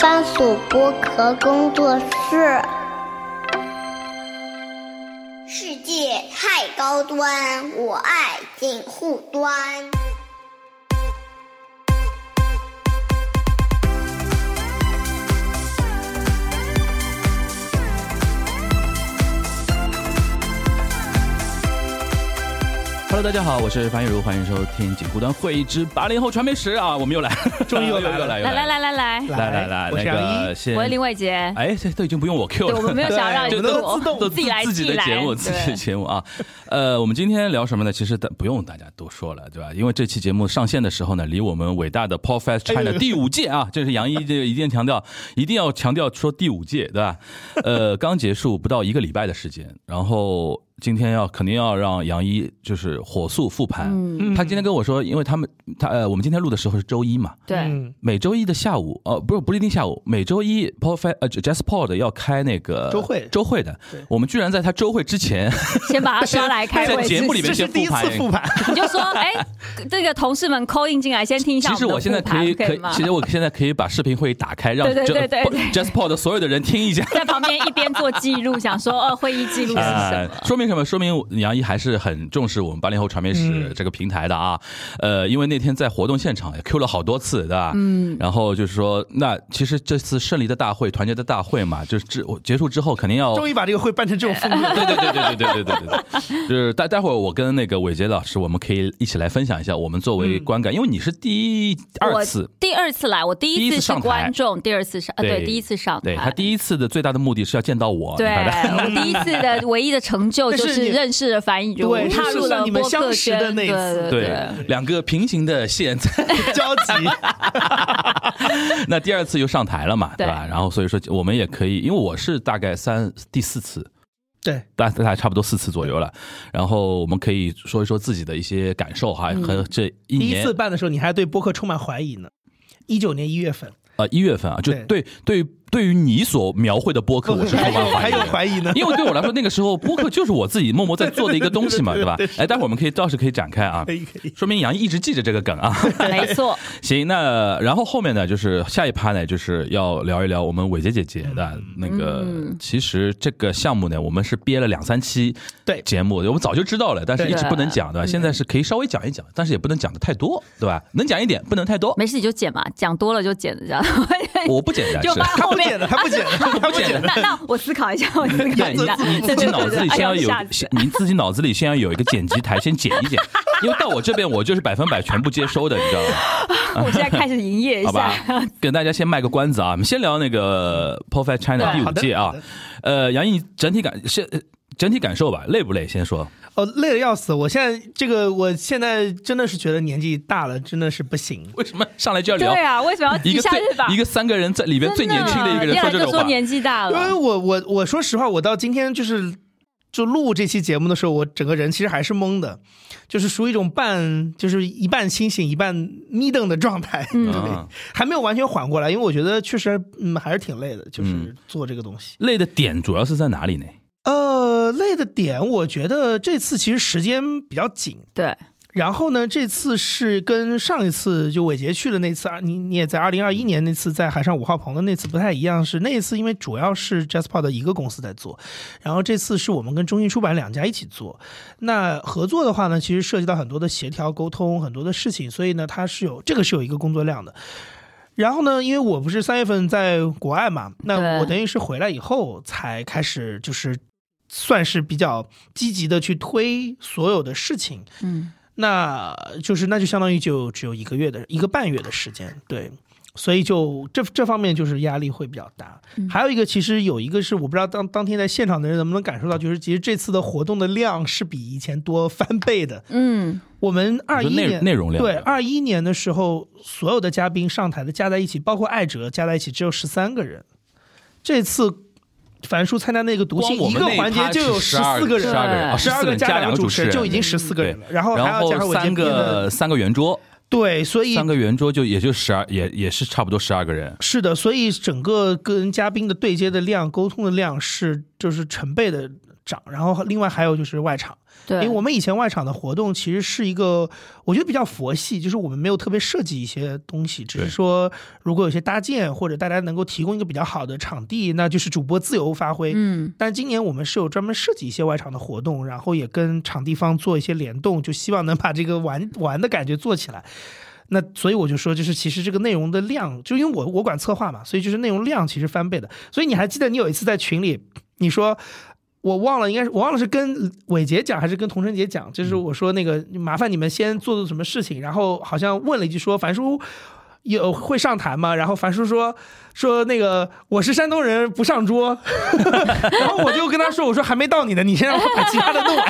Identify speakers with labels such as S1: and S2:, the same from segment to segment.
S1: 番薯剥壳工作室。世界太高端，我爱锦户端。
S2: Hello，大家好，我是樊玉茹，欢迎收听《锦湖端会议之八零后传媒史》啊，我们又来，终于又来 又来又
S3: 来来
S2: 来
S3: 来来来，
S2: 来来来，
S4: 我是
S2: 那
S4: 杨
S2: 个
S4: 一。
S2: 先
S3: 我是林伟杰。
S2: 哎，这都已经不用我 Q
S3: 对，我
S2: 了，
S3: 们没有想要让你
S2: 就
S3: 们
S2: 都
S3: 我
S2: 自动都
S3: 自己来
S2: 自己的节目，
S3: 寄
S2: 自
S3: 来
S2: 己的节目啊。呃，我们今天聊什么呢？其实大不用大家多说了，对吧？因为这期节目上线的时候呢，离我们伟大的 Paul Fest China 第五届啊，这是杨一这个一定强调，一定要强调说第五届，对吧？呃，刚结束不到一个礼拜的时间，然后。今天要肯定要让杨一就是火速复盘，
S3: 嗯
S2: 他今天跟我说，因为他们他呃，我们今天录的时候是周一嘛，
S3: 对，
S4: 嗯，
S2: 每周一的下午，哦，不是不是一定下午，每周一 Paul Fe 呃 Jazz Pod 要开那个
S4: 周会
S2: 周会的，我们居然在他周会之前，
S3: 先把他抓来开
S2: 在
S3: 会。
S2: 节目里面
S4: 这是
S2: 先
S4: 第一
S2: 复
S4: 次
S2: 盘
S4: 复盘，
S3: 你就说，哎，这个同事们 call in 进来，先听一
S2: 其
S3: 下们
S2: 实
S3: 的
S2: 我现在
S3: 复
S2: 可
S3: 盘
S2: 以
S3: 可
S2: 可以
S3: 吗，？
S2: 其实我现在可以把视频会议打开，让
S3: 对对
S2: Jazz-
S3: 对对对
S2: Jazz Pod 所有的人听一下。
S3: 在旁边一边做记录，想说，呃，会议 记 录是什
S2: 哎
S3: 么？
S2: 说明什么？说明杨一还是很重视我们八零后传媒史
S4: 嗯
S2: 这个平台的啊。呃，因为那天在活动现场也 Q 了好多次，对吧？嗯。然后就是说，那其实这次胜利的大会、团结的大会嘛，就是之结束之后肯定要
S4: 终于把这个会办成这种风 格。
S2: 对对对对对对对对对对，就是待待会儿我跟那个伟杰老师，我们可以一起来分享一下我们作为观感，因为你是第一二
S3: 我
S2: 次，
S3: 第二次来，我第
S2: 第一
S3: 一
S2: 次
S3: 次是
S2: 上台
S3: 观众，第二次上，呃，
S2: 对
S3: 对，第一次上
S2: 对他
S3: 台。
S2: 第一次的最大的目的是要见到我，
S3: 对
S2: 你明白吧
S3: 我第一次的唯一的成 就就
S4: 这是
S3: 是
S4: 你
S3: 认识了樊雨茹
S4: 对，
S3: 踏入了
S4: 这是你们
S3: 播客
S4: 相识的
S3: 圈，
S4: 那
S3: 对
S4: 一次
S3: 对
S2: 对，两个平行的线在
S4: 交集，
S2: 那第二次又上台了嘛，对
S3: 对
S2: 吧？然后所以说我们也可以，因为我是大概三第四次，
S4: 对，
S2: 大大概差不多四次左右了。然后我们可以说一说自己的一些感受哈，和这一
S4: 第一
S2: 年
S4: 次办的时候，你还对播客充满怀疑呢。一九年一月份，
S2: 呃一月份啊，就对
S4: 对
S2: 对于对于你所描绘的播客，我是充
S4: 还
S2: 满
S4: 有
S2: 怀
S4: 还
S2: 疑的
S4: 有。怀疑 呢。
S2: 因为对我来说，那个时候播客就是我自己默默在做的一个东西嘛，对吧？哎，待会儿我们可以倒是可以展开啊
S4: 可，以可以，
S2: 说明杨毅一直记着这个梗啊。
S3: 对没错，
S2: 行，那然后后面呢，就是下一趴呢，就是要聊一聊我们伟杰姐姐的那个。其实这个项目呢，我们是憋了两三期
S4: 对
S2: 节目，我们早就知道了，但是一直不能讲，对吧？嗯现在是可以稍微讲一讲，但是也不能讲的太多，对吧？能讲一点，不能太多。
S3: 没事你就剪嘛，讲多了就剪，这样。
S2: 我不 简单，
S3: 就是把
S4: 他
S3: 后
S4: 不
S3: 面
S4: 剪的，他不剪的，他不
S2: 剪的
S4: 剪的。
S3: 那那我思考一 下，我思考
S2: 对
S3: 一
S2: 你
S3: 下，
S2: 你自
S3: 对
S2: 己
S3: 对
S2: 脑
S3: 对
S2: 子里
S3: 哎
S2: 先
S3: 呦
S2: 要有
S3: 吓死，
S2: 你自己脑子里先要有一个剪辑台，先剪一 剪，因为到我这边我就是百分百全部接收的，你知道吗？
S3: 我现在开始营业一
S2: 好吧
S3: 下。，
S2: 跟大家先卖个关子啊，我们先聊那个 Perfect China 第
S3: 对
S2: 五
S4: 好的
S2: 届啊
S4: 好的，
S2: 呃，杨毅整体感先呃整体感受吧，累不累？先说，
S4: 哦，累得要死！我现在这个，我现在真的是觉得年纪大了，真的是不行。
S2: 为什么上来就要
S3: 对
S2: 聊
S3: 啊，为什么要
S2: 一
S3: 记
S2: 个
S3: 下
S2: 最
S3: 日吧？
S2: 一个三个人在里边最年轻的一个人
S3: 真
S2: 说
S3: 的
S2: 这种
S3: 就说
S2: 话？
S3: 年纪大
S4: 因为
S3: 了，
S4: 我我我说实话，我到今天就是就录这期节目的时候，我整个人其实还是懵的，就是属于一种半就是一半清醒一半眯瞪的状态，
S3: 嗯
S2: 啊
S4: 对，还没有完全缓过来，因为我觉得确实嗯还是挺累的，就
S2: 嗯
S4: 是做这个东西。
S2: 累的点主要是在哪里呢？
S4: 呃，累的点，我觉得这次其实时间比较紧，
S3: 对，
S4: 然后呢，这次是跟上一次就伟杰去的那次，啊，你你也在二零二一年那次在海上五号棚的那次不太一样，是那一次因为主要是 Jasper 的一个公司在做，然后这次是我们跟中信出版两家一起做。那合作的话呢，其实涉及到很多的协调沟通，很多的事情，所以呢，它是有这个是有一个工作量的。然后呢，因为我不是三月份在国外嘛，
S3: 对
S4: 那我等于是回来以后才开始就是。算是比较积极的去推所有的事情，
S3: 嗯，
S4: 那就是那就相当于就只有一个月的一个半月的时间，对，所以就这这方面就是压力会比较大。还有一个，其实有一个是我不知道当当天在现场的人能不能感受到，就是其实这次的活动的量是比以前多翻倍的。
S3: 嗯，
S4: 我们二一
S2: 内
S4: 年
S2: 内容量
S4: 对二一年的时候，所有的嘉宾上台的加在一起，包括艾哲加在一起只有十三个人，这次。樊叔参加那个读信
S2: 光我，
S4: 一
S2: 们
S4: 个
S2: 那一
S4: 环节
S2: 趴
S4: 就有
S2: 是
S4: 十
S2: 12
S4: 四个人，
S2: 12
S3: 对
S2: 人，哦
S4: 十
S2: 十
S4: 二
S2: 个
S4: 个
S2: 人加
S4: 加
S2: 两
S4: 两
S2: 个
S4: 个
S2: 主
S4: 主
S2: 持
S4: 持
S2: 人
S4: 人就已经十四个人了，然后哦还
S2: 然
S4: 要加上
S2: 后
S4: 我
S2: 三
S4: 这边
S2: 个
S4: 的
S2: 三个圆桌，
S4: 对，所以
S2: 三个圆桌就也就十二，也也是差不多十二个人。
S4: 是的，所以整个跟嘉宾的对接的量、沟通的量是就是成倍的涨，然后另外还有就是外场，因
S3: 对，
S4: 为我们以前外场的活动其实是一个，我觉得比较佛系，就是我们没有特别设计一些东西，只是
S2: 对
S4: 说如果有些搭建或者大家能够提供一个比较好的场地，那就是主播自由发挥。
S3: 嗯，
S4: 但今年我们是有专门设计一些外场的活动，然后也跟场地方做一些联动，就希望能把这个玩玩的感觉做起来。那所以我就说，就是其实这个内容的量，就因为我我管策划嘛，所以就是内容量其实翻倍的。所以你还记得你有一次在群里，你说我忘了，应该是我忘了是跟伟杰讲还是跟童晨杰讲，就是我说那个麻烦你们先做做什么事情，然后好像问了一句说樊叔。有会上坛吗？然后樊叔说说那个我是山东人，不上桌。 然后我就跟他说，我说还没到你呢，你先让我把其他的弄完。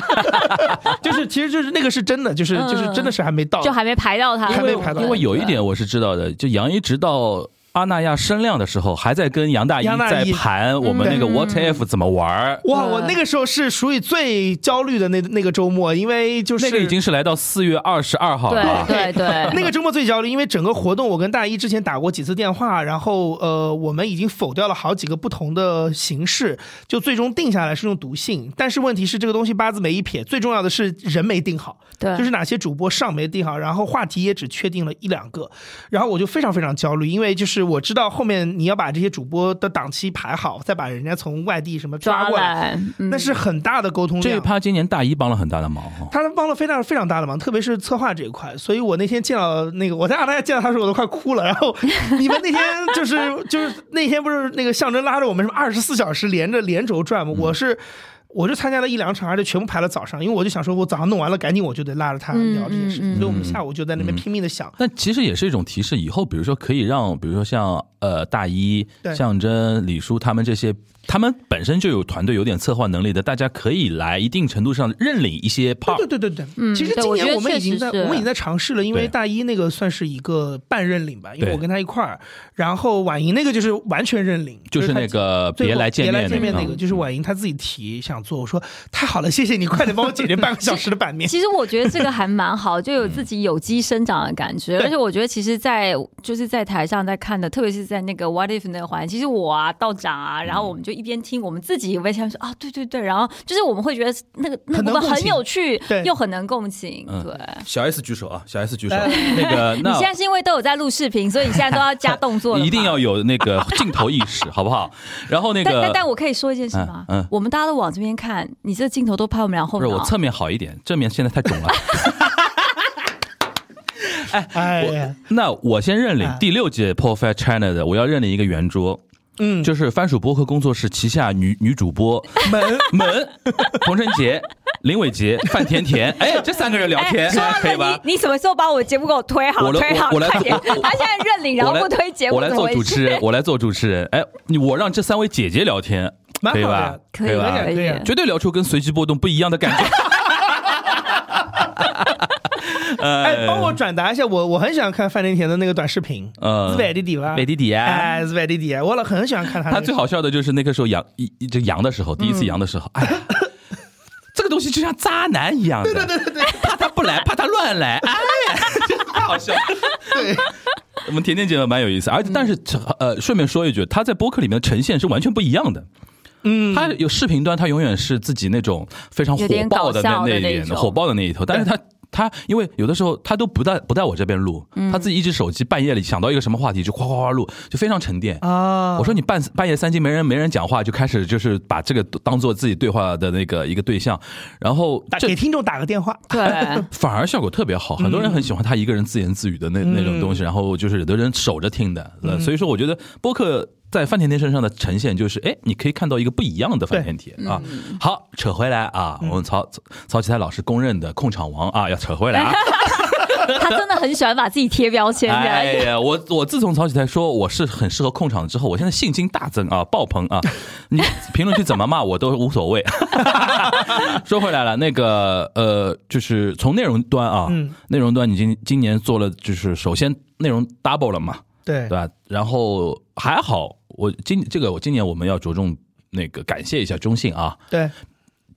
S4: 就是其实就是那个是真的，就是就是真的是还没到，
S3: 嗯就还没排到他，
S4: 还没排到
S2: 因为有一点我是知道的，就杨一直到阿那亚声量的时候，还在跟杨大一
S4: 杨大
S2: 在
S4: 一
S2: 盘我们那个 What If 怎么玩儿。
S4: 哇，
S3: 对
S4: 我那个时候是属于最焦虑的那那个周末，因为就是
S2: 那个已经是来到四月二十二号了啊，
S3: 对 对对，
S4: 那个周末最焦虑，因为整个活动我跟大一之前打过几次电话，然后呃，我们已经否掉了好几个不同的形式，就最终定下来是用读信。但是问题是这个东西八字没一撇，最重要的是人没定好，
S3: 对
S4: 就是哪些主播上没定好，然后话题也只确定了一两个，然后我就非常非常焦虑，因为就是我知道后面你要把这些主播的档期排好，再把人家从外地什么
S3: 抓
S4: 过来，
S3: 来，嗯
S4: 那是很大的沟通
S2: 这一
S4: 量。
S2: 趴今年大一帮了很大的忙哦哈。
S4: 他帮了非常非常大的忙，特别是策划这一块。所以我那天见到那个，我在阿那亚见到他时，我都快哭了。然后你们那天就是就是那天不是那个象征拉着我们什么二十四小时连着连轴转吗？我是。我就参加了一两场，而且全部排了早上，因为我就想说，我早上弄完了，赶紧我就得拉着他
S3: 嗯
S4: 聊这件事情，
S3: 嗯嗯
S4: 所以我们下午就在那边拼命的想，
S2: 但其实也是一种提示，以后比如说可以让，比如说像呃大一
S4: 对、
S2: 象征、李叔他们这些，他们本身就有团队、有点策划能力的，大家可以来一定程度上认领一些 part。
S4: 对对对对对，
S3: 嗯
S4: 其实
S3: 对
S4: 今
S3: 我觉
S4: 年
S3: 得
S4: 我们已
S3: 确实
S4: 经在
S3: 是
S4: 我们已经在尝试了，因为
S2: 对
S4: 大一那个算是一个半认领吧，因为
S2: 对
S4: 我跟他一块儿，然后婉莹那个就是完全认领，
S2: 就是
S4: 他
S2: 那个
S4: 最
S2: 别
S4: 后
S2: 来见
S4: 别来
S2: 面
S4: 见面那个，
S2: 嗯
S4: 就是婉莹她自己提想做，我说太好了，谢谢你，快点帮我解决半个 小时的版面。
S3: 其实我觉得这个还蛮好，就有自己有机生长的感觉。
S4: 对
S3: 而且我觉得，其实在，就是在台上在看的，特别是在那个 What If 那个环，其实我啊道长
S2: 嗯
S3: 啊，然后我们就一边听，我们自己也会想说啊，对对对，然后就是我们会觉得那个那
S4: 很能
S3: 个部分
S4: 共
S3: 很
S4: 情
S3: 有趣
S4: 对，
S3: 又很能共情。
S2: 嗯
S3: 对，
S2: 小 S 举手啊，小 S 举手
S4: 哎。
S2: 那个
S3: 你现在
S2: 那
S3: 是因为都有在录视频，所以你现在都要加动作 了，
S2: 一定要。有那 个镜头意识，好不好？然后那
S3: 但但
S2: 个
S3: 但我可以说一件事吗？
S2: 嗯嗯
S3: 我们大家都往这边看，你这镜头都拍我们俩后
S2: 不是
S3: 脑。
S2: 我侧面好一点，正面现在太肿 了。
S4: 哎呀，
S2: 那我先认领
S4: 哎
S2: 第六届 p o f i t China 的，我要认领一个圆桌，
S4: 嗯，
S2: 就是番薯播客工作室旗下女女主播
S4: 门
S2: 门、童晨杰、林伟杰、范甜甜，哎，这三个人聊天
S3: 哎说
S2: 可以
S3: 到
S2: 吧
S3: 了？你，你什么时候把我节目给我推好
S2: 我来
S3: 推好
S2: 我我来
S3: 快点？ 他现在认领，然 后
S2: 我来
S3: 不推节目，
S2: 我来做主持人，我来做主持人。哎，你我让这三位姐姐聊天，
S4: 蛮
S2: 可以
S4: 好
S2: 吧
S4: 的，？
S3: 可以
S4: 可以
S2: 吧
S4: 啊？可以啊
S2: 绝对聊出跟随机波动不一样的感觉。 呃
S4: 哎，帮我转达一下，我我很喜欢看范甜甜的那个短视频，
S2: 嗯
S4: 是外地的吧？
S2: 美弟弟啊，
S4: 哎，是外地的，我老很喜欢看他那
S2: 他
S4: 个。
S2: 最好笑的就是那个时候阳一一就阳的时候，第一次阳的时候，哎呀， 这个东西就像渣男一样的，对对对对，怕他不来，怕他乱来，哎呀，太好笑了。
S4: 对，
S2: 我们甜甜姐蛮有意思，而且但是呃，顺便说一句，她在播客里面的呈现是完全不一样的。嗯，她有视频端，她永远是自己那种非常火爆的那
S3: 有点搞笑
S2: 那
S3: 的
S2: 一
S3: 那
S2: 点，
S3: 种
S2: 火爆的那一头，但是她。她因为有的时候她都不在不在我这边录，她自己一只手机半夜里想到一个什么话题就哗哗哗录，就非常沉淀
S4: 啊
S2: 我说你半半夜三更没人没人讲话，就开始就是把这个当做自己对话的那个一个对象，然后
S4: 打
S2: 这
S4: 给听众打个电话，
S3: 对，
S2: 反而效果特别好，很多人很喜欢他一个人自言自语的那、那种东西，然后就是有的人守着听的，呃所以说我觉得播客在范甜甜身上的呈现就是，哎，你可以看到一个不一样的范甜甜啊。好，扯回来啊，我们曹曹曹启泰老师公认的控场王啊，要扯回来啊。
S3: 他真的很喜欢把自己贴标 签
S2: 哎
S3: 的。
S2: 呀，我我自从曹启泰说我是很适合控场之后，我现在信心大增啊，爆棚啊！你评论区怎么骂我都无所谓。 说回来了，那个呃，就是从内容端啊，
S4: 嗯
S2: 内容端你今今年做了，就是首先内容 double 了嘛，
S4: 对
S2: 对，吧？然后还好，我今这个我今年我们要着重那个感谢一下中信啊。
S4: 对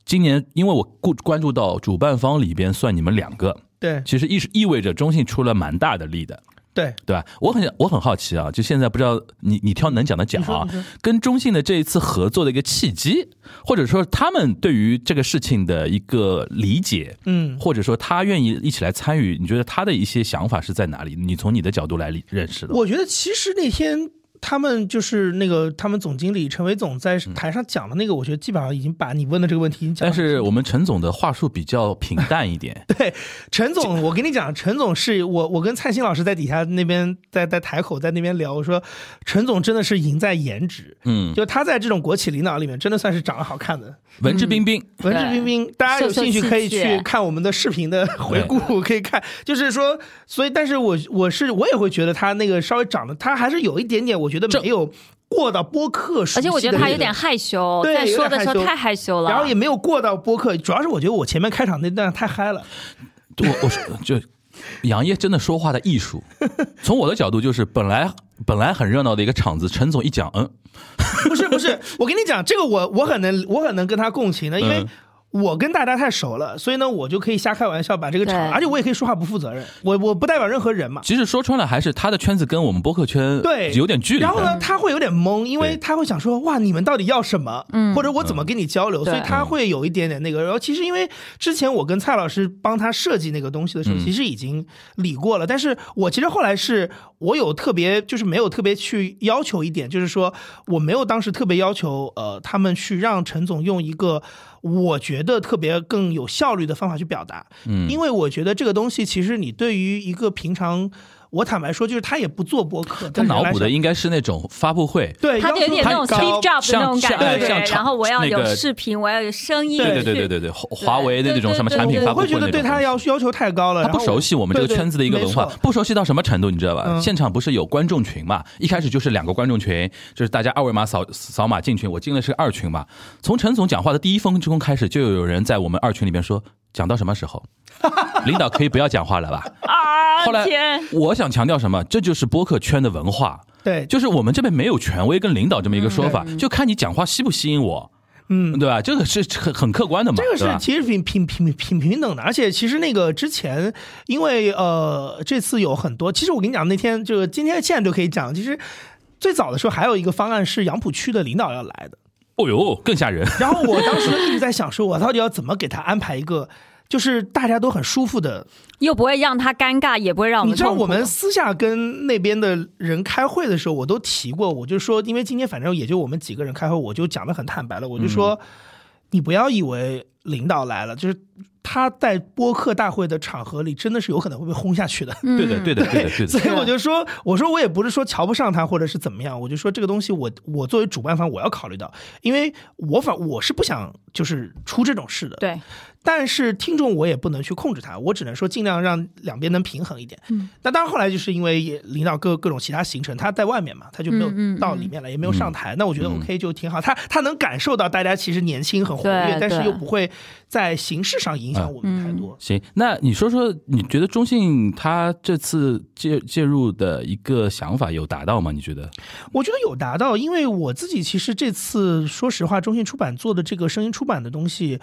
S2: 今年因为我顾关注到主办方里边算你们两个，
S4: 对
S2: 其实意意味着中信出了蛮大的力的。
S4: 对，
S2: 对吧？我很我很好奇啊，就现在不知道你你挑能讲的讲啊，跟中信的这一次合作的一个契机，或者说他们对于这个事情的一个理解，
S4: 嗯
S2: 或者说他愿意一起来参与，你觉得他的一些想法是在哪里？你从你的角度来理认识的，
S4: 我觉得其实那天他们就是那个他们总经理陈伟总在台上讲的那个，我觉得基本上已经把你问的这个问题已经讲
S2: 嗯但
S4: 了。
S2: 是我们陈总的话术比较平淡一点，
S4: 对，陈总，我跟你讲，陈总是我，我跟蔡欣老师在底下那边，在在台口在那边聊，我说陈总真的是赢在颜值，
S2: 嗯，
S4: 就他在这种国企领导里面，真的算是长得好看的。
S2: 文质彬彬，
S4: 文质彬彬，大家有兴趣可以
S3: 秀秀气
S4: 去
S3: 气
S4: 看我们的视频的回顾，可以看。就是说，所以，但是我我是我也会觉得他那个稍微长得，他还是有一点点，我觉得没有过到播客熟悉的那种，
S3: 而且我觉得他有点害羞，
S4: 对
S3: 在说的时
S4: 有
S3: 候
S4: 点害羞
S3: 太害羞了。
S4: 然后也没有过到播客，主要是我觉得我前面开场那段太嗨了，
S2: 我我是就杨烨真的说话的艺术，从我的角度就是本来本来很热闹的一个场子，陈总一讲，嗯，
S4: 不是不是，我跟你讲，这个我我很能我很能跟他共情的，因为
S2: 嗯。
S4: 我跟大家太熟了，所以呢，我就可以瞎开玩笑，把这个场，
S3: 对
S4: 而且我也可以说话不负责任，我我不代表任何人嘛。
S2: 其实说穿了还是他的圈子跟我们播客圈
S4: 对，
S2: 有点距离的。
S4: 然后呢，他会有点懵，因为
S2: 对
S4: 他会想说，哇，你们到底要什么？
S3: 嗯
S4: 或者我怎么跟你交流？
S3: 对
S4: 所以他会有一点点那个。然后其实因为之前我跟蔡老师帮他设计那个东西的时候，
S2: 嗯
S4: 其实已经理过了。但是我其实后来是我有特别，就是没有特别去要求一点，就是说我没有当时特别要求，呃，他们去让陈总用一个。我觉得特别更有效率的方法去表达，
S2: 嗯
S4: 因为我觉得这个东西其实你对于一个平常，我坦白说，就是他也不做播客，
S2: 他
S4: 原来
S2: 脑补的
S4: 想
S2: 应该是那种发布会，
S4: 对，
S3: 他
S4: 要
S3: 有
S4: 求
S3: 点那种
S4: 很高
S3: Steve Jobs 的那种
S2: 像哎
S3: 感觉，
S2: 像像
S3: 然后我要
S2: 那
S3: 有
S2: 个
S3: 视频，我要有声音，
S2: 对对对
S3: 去
S2: 对对对，华华为的那种
S3: 对对
S2: 什么产品
S3: 对对
S2: 发
S4: 我
S2: 布会
S4: 会
S2: 那种东
S4: 觉得
S2: 西，
S4: 对他要要求太高了，
S2: 他不
S4: 然后
S2: 熟悉我们这个
S4: 对对
S2: 圈子的一个文化
S4: 没错，
S2: 不熟悉到什么程度，你知道吧？
S4: 嗯
S2: 现场不是有观众群嘛？一开始就是两个观众群，就是大家二维码扫扫码进群，我进的是二群嘛。从陈总讲话的第一分钟开始，就有人在我们二群里面说，讲到什么时 候？领导可以不要讲话了吧？
S3: 啊
S2: 后来
S3: 天，
S2: 我想强调什么？这就是播客圈的文化，
S4: 对，
S2: 就是我们这边没有权威跟领导这么一个说法，就看你讲话吸不吸引我，
S4: 嗯。
S2: 对吧？这个是很很客观的嘛，
S4: 这个
S2: 对
S4: 是
S2: 吧
S4: 其实挺挺挺挺平等的，而且其实那个之前，因为呃这次有很多，其实我跟你讲，那天就是今天现在就可以讲，其实最早的时候还有一个方案是杨浦区的领导要来的，
S2: 哦呦，更吓人。
S4: 然后我当时一直在想说，我到底要怎么给他安排一个就是大家都很舒服的
S3: 又不会让他尴尬，也不会让我
S4: 你
S3: 们
S4: 知
S3: 痛
S4: 道
S3: 苦。
S4: 我们私下跟那边的人开会的时候，我都提过，我就说，因为今天反正也就我们几个人开会，我就讲的很坦白了，我就说，你不要以为领导来了，就是他在播客大会的场合里，真的是有可能会被轰下去的。
S2: 对的，对的，对的，对
S4: 嗯所
S2: 的。
S4: 以我就说，我说我也不是说瞧不上他或者是怎么样，我就说这个东西我我作为主办方我要考虑到，因为我反我是不想就是出这种事的，
S3: 对，
S4: 但是听众我也不能去控制他，我只能说尽量让两边能平衡一点。
S3: 嗯，
S4: 那当然后来就是因为也领导各各种其他行程，他在外面嘛，他就没
S3: 嗯嗯
S4: 有到里面来，也没有上台。那我觉得 OK 就挺好，他他能感受到大家其实年轻很活
S3: 对
S4: 跃，但是
S3: 对嗯
S4: 又不会在形式上影响我们太多。
S2: 行，那你说说，你觉得中信他这次介介入的一个想法有达到吗？你觉得？
S4: 我觉得有达到，因为我自己其实这次说实话，中信出版做的这个声音出版的东西，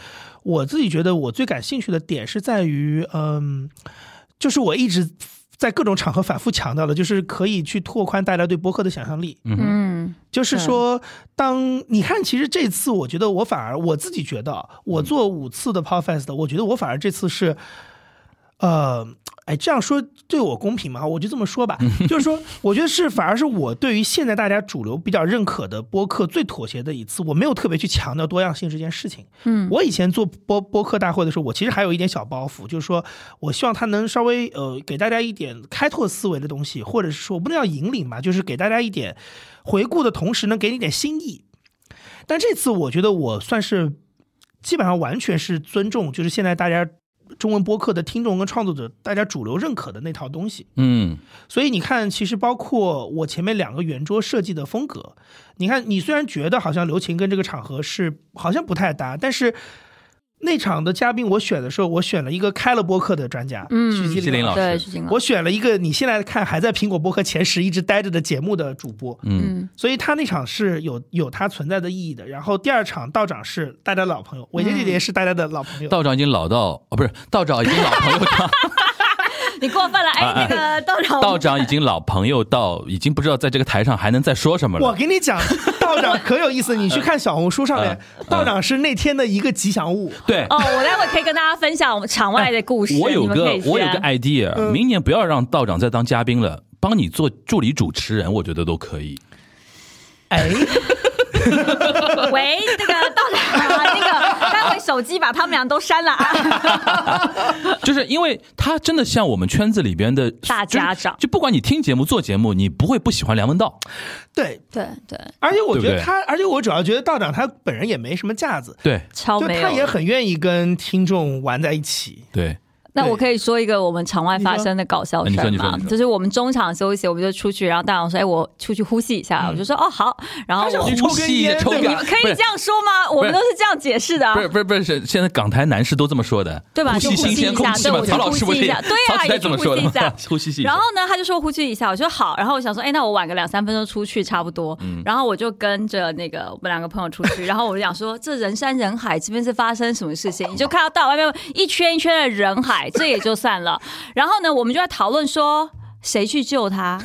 S4: 我自己觉得我最感兴趣的点是在于，嗯，就是我一直在各种场合反复强调的，就是可以去拓宽大家对播客的想象力。
S2: 嗯哼，
S3: 嗯，
S4: 就是
S3: 对
S4: 说，当你看，其实这次我觉得我反而我自己觉得啊，我做五次的 Podfest，我觉得我反而这次是，呃，哎，这样说对我公平吗？我就这么说吧，就是说，我觉得是反而是我对于现在大家主流比较认可的播客最妥协的一次，我没有特别去强调多样性这件事情。
S3: 嗯，
S4: 我以前做播播客大会的时候，我其实还有一点小包袱，就是说我希望它能稍微呃给大家一点开拓思维的东西，或者是说我不能叫引领吧，就是给大家一点回顾的同时能给你点新意。但这次我觉得我算是基本上完全是尊重，就是现在大家中文播客的听众跟创作者，大家主流认可的那套东西。
S2: 嗯，
S4: 所以你看，其实包括我前面两个圆桌设计的风格，你看，你虽然觉得好像刘琴跟这个场合是好像不太搭，但是那场的嘉宾我选的时候，我选了一个开了播客的专家，
S3: 嗯
S2: 徐
S4: 徐
S2: 麒麟老师
S3: 对，是这样。
S4: 我选了一个你现在看还在苹果播客前十一直待着的节目的主播，
S2: 嗯，
S3: 嗯，
S4: 所以他那场是有有他存在的意义的。然后第二场道长是大家的老朋友，伟杰姐姐也是大家的老朋友，
S2: 道长已经老到哦，不是道长已经老朋友了，
S3: 你过分了，哎，那个道长，
S2: 道长已经老朋友到，已经不知道在这个台上还能再说什么
S4: 我
S2: 了。
S4: 跟你讲，道长可有意思，你去看小红书上面
S2: 嗯，
S4: 道长是那天的一个吉祥物。
S2: 对，
S3: 哦，我待会可以跟大家分享我们场外的故事。
S2: 我有
S3: 你们可
S2: 个
S3: 以
S2: 我有个
S3: 先
S2: idea，、明
S4: 嗯
S2: 年不要让道长再当嘉宾了，帮你做助理主持人，我觉得都可以。
S4: 哎，
S3: 喂，那个道长啊，那个待会手机把他们俩都删了啊。
S2: 就是因为他真的像我们圈子里边的
S3: 大家长
S2: 就，就不管你听节目做节目，你不会不喜欢梁文道。
S4: 对，
S3: 对对，
S4: 而且我觉
S2: 对不
S4: 得
S2: 对
S4: 他，而且我主要觉得道长他本人也没什么架子，
S2: 对
S3: 超
S4: 就
S3: 哦没
S4: 他也
S3: 有。
S4: 很愿意跟听众玩在一起。
S2: 对，
S3: 那我可以说一个我们场外发生的搞笑事儿
S2: 啊你说你说
S3: 吗
S2: 你？说
S3: 就是我们中场休息，我们就出去，然后大长说：“哎，我出去呼吸一下。”我就说：“哦，好。”然后
S4: 他是
S3: 我
S4: 呼。
S2: 呼
S4: 抽根
S2: 吸
S4: 烟
S2: 抽
S4: 对
S2: 根
S4: 吧
S2: 烟，
S3: 可
S2: 不是
S3: 以这样说吗？我们都是这样解释的啊
S2: 不，是不是不是，现在港台男士都这么说的，
S3: 对吧
S2: 呼
S3: 就
S2: 吸
S3: 呼
S2: 新
S3: 吸
S2: 鲜
S3: 一
S2: 空
S3: 下
S2: 气
S3: 对
S2: 嘛，
S3: 我就
S2: 曹老
S3: 呼
S2: 师不
S3: 吸
S2: 是
S3: 一下对啊
S2: 曹才
S3: 也
S2: 这么
S3: 呼
S2: 说的
S3: 吸一
S2: 吗
S3: 下
S2: 呼吸一下
S3: 然后呢，他就说呼吸一下，我说好，然后我想说，哎，那我晚个两三分钟出去差不多，然后我就跟着那个我们两个朋友出去，然后我就想说，这人山人海，这边是发生什么事情？你就看到到外面一圈一圈的人海，这也就算了。然后呢，我们就在讨论说。谁去救他？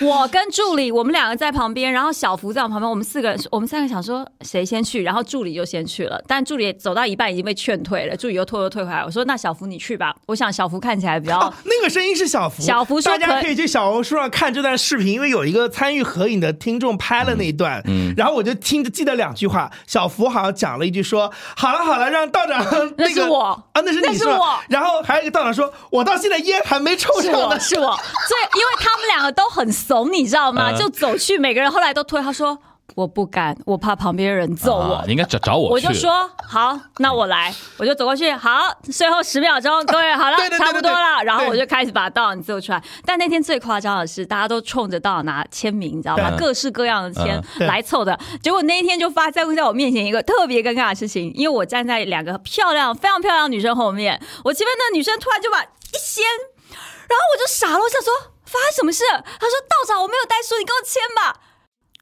S3: 我跟助理，我们两个在旁边，然后小福在我旁边，我们四个人，我们三个想说谁先去，然后助理就先去了，但助理走到一半已经被劝退了，助理又拖又退回来，我说那小福你去吧，我想小福看起来比较
S4: 哦，那个声音是小福，
S3: 小福说
S4: 大家
S3: 可
S4: 可以去小红书上看这段视频，因为有一个参与合影的听众拍了那一段，
S2: 嗯
S4: 然后我就听着记得两句话，小福好像讲了一句说：“好了好了，让道长
S3: 那
S4: 个
S3: 是我
S4: 啊，那是
S3: 那
S4: 你
S3: 是
S4: 吧
S3: 我
S4: 然后还有一个道长说：“我到现在烟还没抽
S3: 是
S4: 上
S3: 我
S4: 呢。
S3: 是我，所以因为他们两个都很怂，你知道吗？
S2: 嗯
S3: 就走去，每个人后来都推，他说我不敢，我怕旁边人揍我。
S2: 啊，你应该找找我
S3: 我
S2: 去。
S3: 就说好，那我来，我就走过去。好，最后十秒钟，各位好 了，
S4: 对对对
S3: 差不多了。
S4: 对对
S3: 然后我
S4: 对
S3: 就开始把道长揍出来。但那天最夸张的是，大家都冲着道长拿签名，你知道吗？
S2: 对
S3: 各式各样的签
S2: 嗯
S4: 对
S3: 来凑的。结果那一天就发生在我面前一个特别尴尬的事情，因为我站在两个漂亮、非常漂亮的女生后面，我前面那女生突然就把一掀，然后我就傻了，我想说发生什么事？他说道长我没有带书，你给我签吧。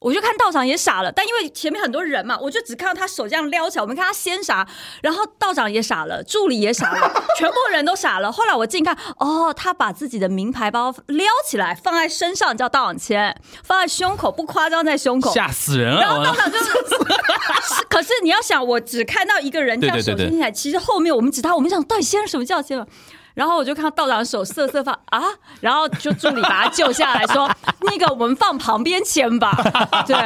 S3: 我就看道长也傻了，但因为前面很多人嘛，我就只看到他手这样撩起来，我没看他先傻，然后道长也傻了，助理也傻了， 全部人都傻了。后来我近看，哦，他把自己的名牌包撩起来放在身上叫道长签，放在胸口，不夸张，在胸口。
S2: 吓死人了！啊
S3: 然后道
S2: 我
S3: 长就是，是 可是你要想，我只看到一个人这样
S2: 对对
S3: 手
S2: 对对
S3: 伸起来，其实后面我们只他，我们想到底先生什么叫先生？然后我就看到道长手瑟瑟发啊，然后就助理把他救下来 说，那个我们放旁边签吧。 对，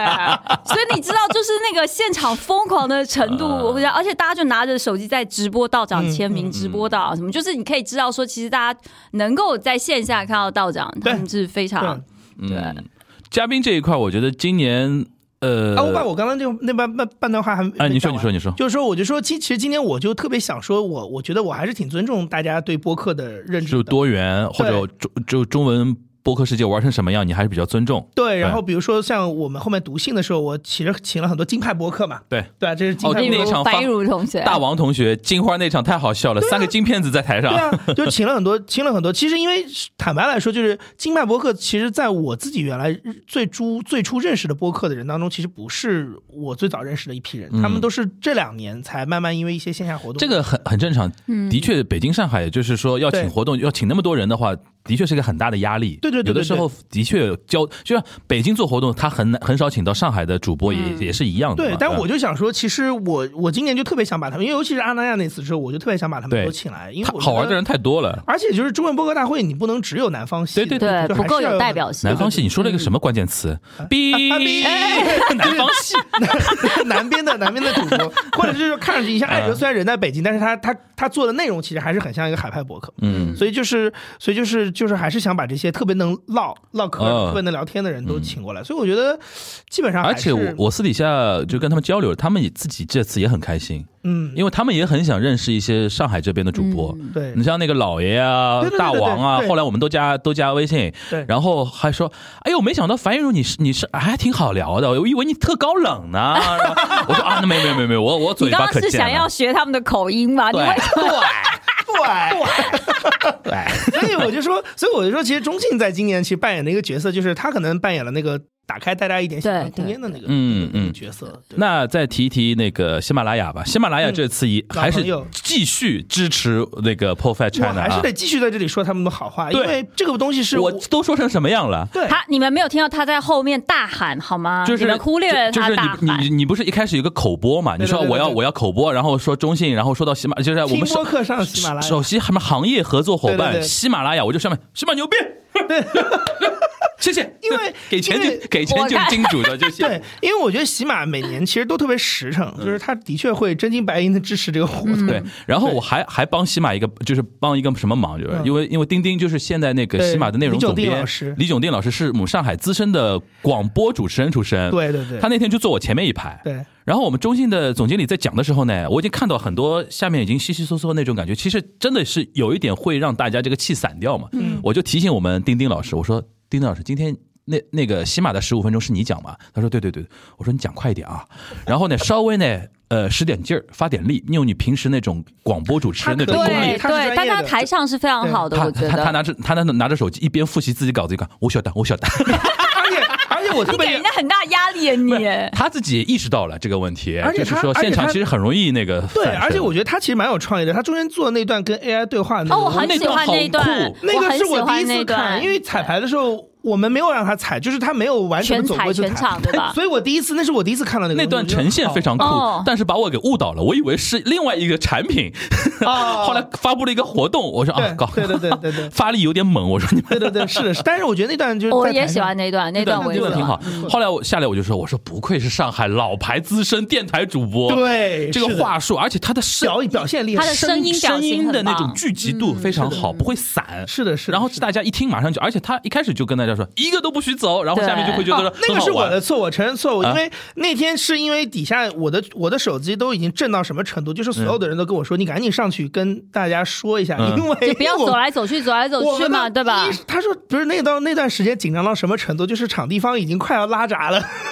S3: 所以你知道，就是那个现场疯狂的程度，
S2: 啊
S3: 我不知道，而且大家就拿着手机在直播道长签
S2: 嗯
S3: 名，直播道长什么，就是你可以知道说，其实大家能够在线下看到道长，他们是非
S4: 对
S3: 常对。
S2: 嗯嘉宾这一块，我觉得今年呃，
S4: 啊，我把我刚刚那那半半半段话还没
S2: 哎你说
S4: 没讲完
S2: 你说你说
S4: 就是说，我就说，其其实今天我就特别想说，我我觉得我还是挺尊重大家对播客的认知
S2: 就
S4: 的，
S2: 多元或者中就中文播客世界玩成什么样，你还是比较尊重。
S4: 对，然
S2: 对
S4: 后比如说像我们后面读信的时候，我其实请了很多金派博客嘛，
S2: 对，
S4: 对啊，这是金派
S2: 哦
S4: 博
S2: 那
S4: 客。
S2: 个场发
S3: 白如同学，
S2: 大王同学金花那场太好笑了，三个金片子在台上
S4: 对，啊， 就请了很多，请了很多。其实因为坦白来说，就是金派播客，其实在我自己原来最初最初认识的播客的人当中，其实不是我最早认识的一批人，他们都是这两年才慢慢因为一些线下活
S2: 嗯
S4: 动，
S2: 这个很很正常。的确，北京、上海，就是说要
S4: 嗯对
S2: 请活动，要请那么多人的话，的确是个很大的压力。
S4: 对对对对
S2: 有的时
S4: 对
S2: 候的确交，就像北京做活动，他很难很少请到上海的主播，也也是一样的嘛。
S4: 嗯对，但
S2: 吧
S4: 我就想说，其实我我今年就特别想把他们，因为尤其是阿那亚那次之后，我就特别想把他们
S2: 对
S4: 都请来，因为
S2: 他
S4: 我觉
S2: 好玩
S4: 得
S2: 的人太多了。
S4: 而且就是中文播客大会，你不能只有南方系的，
S2: 对对
S3: 对
S4: 就
S3: 不
S4: 还
S3: 够
S4: 是
S3: 有
S4: 要
S3: 代表性
S2: 南方系，你说了一个什么关键词？
S4: 嗯啊逼
S2: 哔，哎 南方系，
S4: 南边的南边的主播，或者就是看上去，你像艾
S2: 嗯
S4: 哲虽然人在北京，但是他他他做的内容其实还是很像一个海派博客，
S2: 嗯，
S4: 所以就是所以就是就是还是想把这些特别能唠唠嗑、
S2: 哦
S4: 特别能聊天的人都请过来，所以我觉得基本上
S2: 而
S4: 还是
S2: 且我我私底下就跟他们交流，他们也自己这次也很开心，
S4: 嗯
S2: 因为他们也很想认识一些上海这边的主播。
S3: 嗯
S4: 对
S2: 你像那个老爷啊
S4: 对对对、对
S2: 大王啊
S4: 对，
S2: 后来我们都加都加微信
S4: 对，
S2: 然后还说：“哎呦，没想到樊玉茹你是你是哎还挺好聊的，我以为你特高冷呢。”然后我说：“啊，那没有没有没有没有，我我
S3: 你
S2: 嘴
S3: 刚
S2: 巴
S3: 刚
S2: 可
S3: 是
S2: 贱
S3: 想要
S2: 了。
S3: 学他们的口音吗？你
S2: 对
S3: 为”
S2: 对，
S4: 对， 哎，所以我就说，所以我就说，其实钟庆在今年其实扮演的一个角色，就是他可能扮演了那个打开大家一点想象空间的那个
S2: 嗯
S4: 那个
S2: 嗯
S4: 角色。对
S2: 那再提一提那个喜马拉雅吧，喜马拉雅这次也
S4: 嗯老
S2: 还是
S4: 朋友
S2: 继续支持那个 Profile
S4: 我
S2: China
S4: 还是
S2: 啊
S4: 得，继续在这里说他们的好话，因
S2: 对
S4: 为这个东西是
S2: 我都说成什么样了？
S4: 对
S3: 他你们没有听到他在后面大喊好吗？
S2: 就是
S3: 啊你们忽略了
S2: 就
S3: 他
S2: 是
S3: 大
S2: 你
S3: 喊
S2: 你。你不是一开始有个口播嘛？你
S4: 对对
S2: 说
S4: 对对
S2: 我要
S4: 对
S2: 我要口播，然后说中信，然后说到喜马，就是我
S4: 听
S2: 们
S4: 播
S2: 首
S4: 客上喜马拉雅，
S2: 首席什么行业合作伙
S4: 对对
S2: 伴
S4: 对
S2: 喜马拉雅，我就上面喜马牛逼， 谢谢，
S4: 因为
S2: 给钱
S4: 因为
S2: 就给钱
S3: 我
S2: 就
S3: 看
S2: 金主的就谢
S4: 对
S2: 谢。，
S4: 因为我觉得喜马每年其实都特别实诚，就是他的确会真金白银的支持这个活动。
S2: 嗯
S3: 嗯
S2: 对，然后我还还帮喜马一个，就是帮一个什么忙，就是
S4: 嗯
S2: 因为因为钉钉就是现在那个喜马的内容
S4: 对李炯
S2: 总
S4: 定
S2: 编
S4: 老师
S2: 李炯定老师是我们上海资深的广播主持人出身，
S4: 对对对
S2: 他那天就坐我前面一排，
S4: 对
S2: 然后我们中信的总经理在讲的时候呢，我已经看到很多下面已经稀稀嗦嗦那种感觉，其实真的是有一点会让大家这个气散掉嘛。嗯，我就提醒我们丁丁老师，我说丁丁老师，今天那那个喜马的十五分钟是你讲吗？他说对对对，我说你讲快一点啊，然 后呢稍微呢。呃，使点劲儿，发点力，用你平时那种广播主持人那种
S4: 他可
S2: 功
S4: 能
S2: 力
S3: 对
S4: 他是专业的
S3: 对，但他台上是非常好的，
S2: 他
S3: 我觉
S2: 他他
S3: 得。
S2: 拿着他拿着拿着手机，一边复习自己稿子，一看我晓得，我晓得。
S4: 而且而且我 特
S3: 你给
S4: 别
S3: 人家很大压力啊，你
S2: 不是他自己也意识到了这个问题，
S4: 而且
S2: 就是
S4: 他
S2: 说
S4: 而且
S2: 现场
S4: 他
S2: 其实很容易那个
S4: 对，
S2: 散
S4: 而且
S2: 神
S4: 我觉得他其实蛮有创意的，他中间做的那段跟 AI 对话的那
S3: 哦，
S4: 个
S3: 我很
S2: 那
S3: 喜
S2: 段
S3: 欢
S2: 好
S3: 那一段
S2: 酷，
S4: 那个
S3: 很
S4: 是
S3: 喜
S4: 我第
S3: 欢
S4: 一
S3: 那
S4: 次
S3: 段，
S4: 看，因为彩排的时候我们没有让他踩，就是他没有完整的
S3: 全
S4: 走过
S3: 彩
S4: 一次
S3: 全
S4: 台
S3: 场对吧？
S4: 所以我第一次那是我第一次看到那个
S2: 那段呈现非常酷
S3: 哦，
S2: 但是把我给误导了，我以为是另外一个产品，
S4: 哦
S2: 后来发布了一个活动，我说啊，
S4: 对
S2: 搞
S4: 对对对对对
S2: 发力有点猛，我说你们
S4: 对 对对，是的，是但是我觉得那段就是
S3: 我
S4: 在
S3: 哦也
S4: 台
S3: 喜
S4: 上
S3: 欢那段，那段我
S2: 那
S3: 也喜
S2: 段
S3: 欢。
S2: 挺好。后来我下来我就说，我说不愧是上海老牌资深电台主播，
S4: 对
S2: 这个
S4: 是的
S2: 话术，而且他的声
S4: 表表现力
S3: 他的
S4: 很深嗯
S3: 声音表
S2: 声
S3: 情
S2: 音
S3: 很
S2: 的那
S3: 棒
S2: 种聚集度非常好，不会散。
S4: 是的是的
S2: 然后
S4: 是的
S2: 大家一听马上就，而且他一开始就跟大家说一个都不许走，然后下面就会觉得
S4: 啊
S2: 说，
S4: 那个
S2: 很好
S4: 是我
S2: 玩
S4: 的错，我承认错误，
S2: 啊
S4: 因为那天是因为底下我的我的手机都已经震到什么程度，就是所有的人都跟我说，你赶紧上去跟大家说一下，
S2: 嗯
S4: 因为
S3: 就不要
S4: 我
S3: 走来走去，走来走
S4: 我
S3: 去
S4: 们
S3: 嘛，
S4: 的
S3: 对吧
S4: 一？？他说不是那段那段时间紧张到什么程度，就是场地方已经快要拉闸了，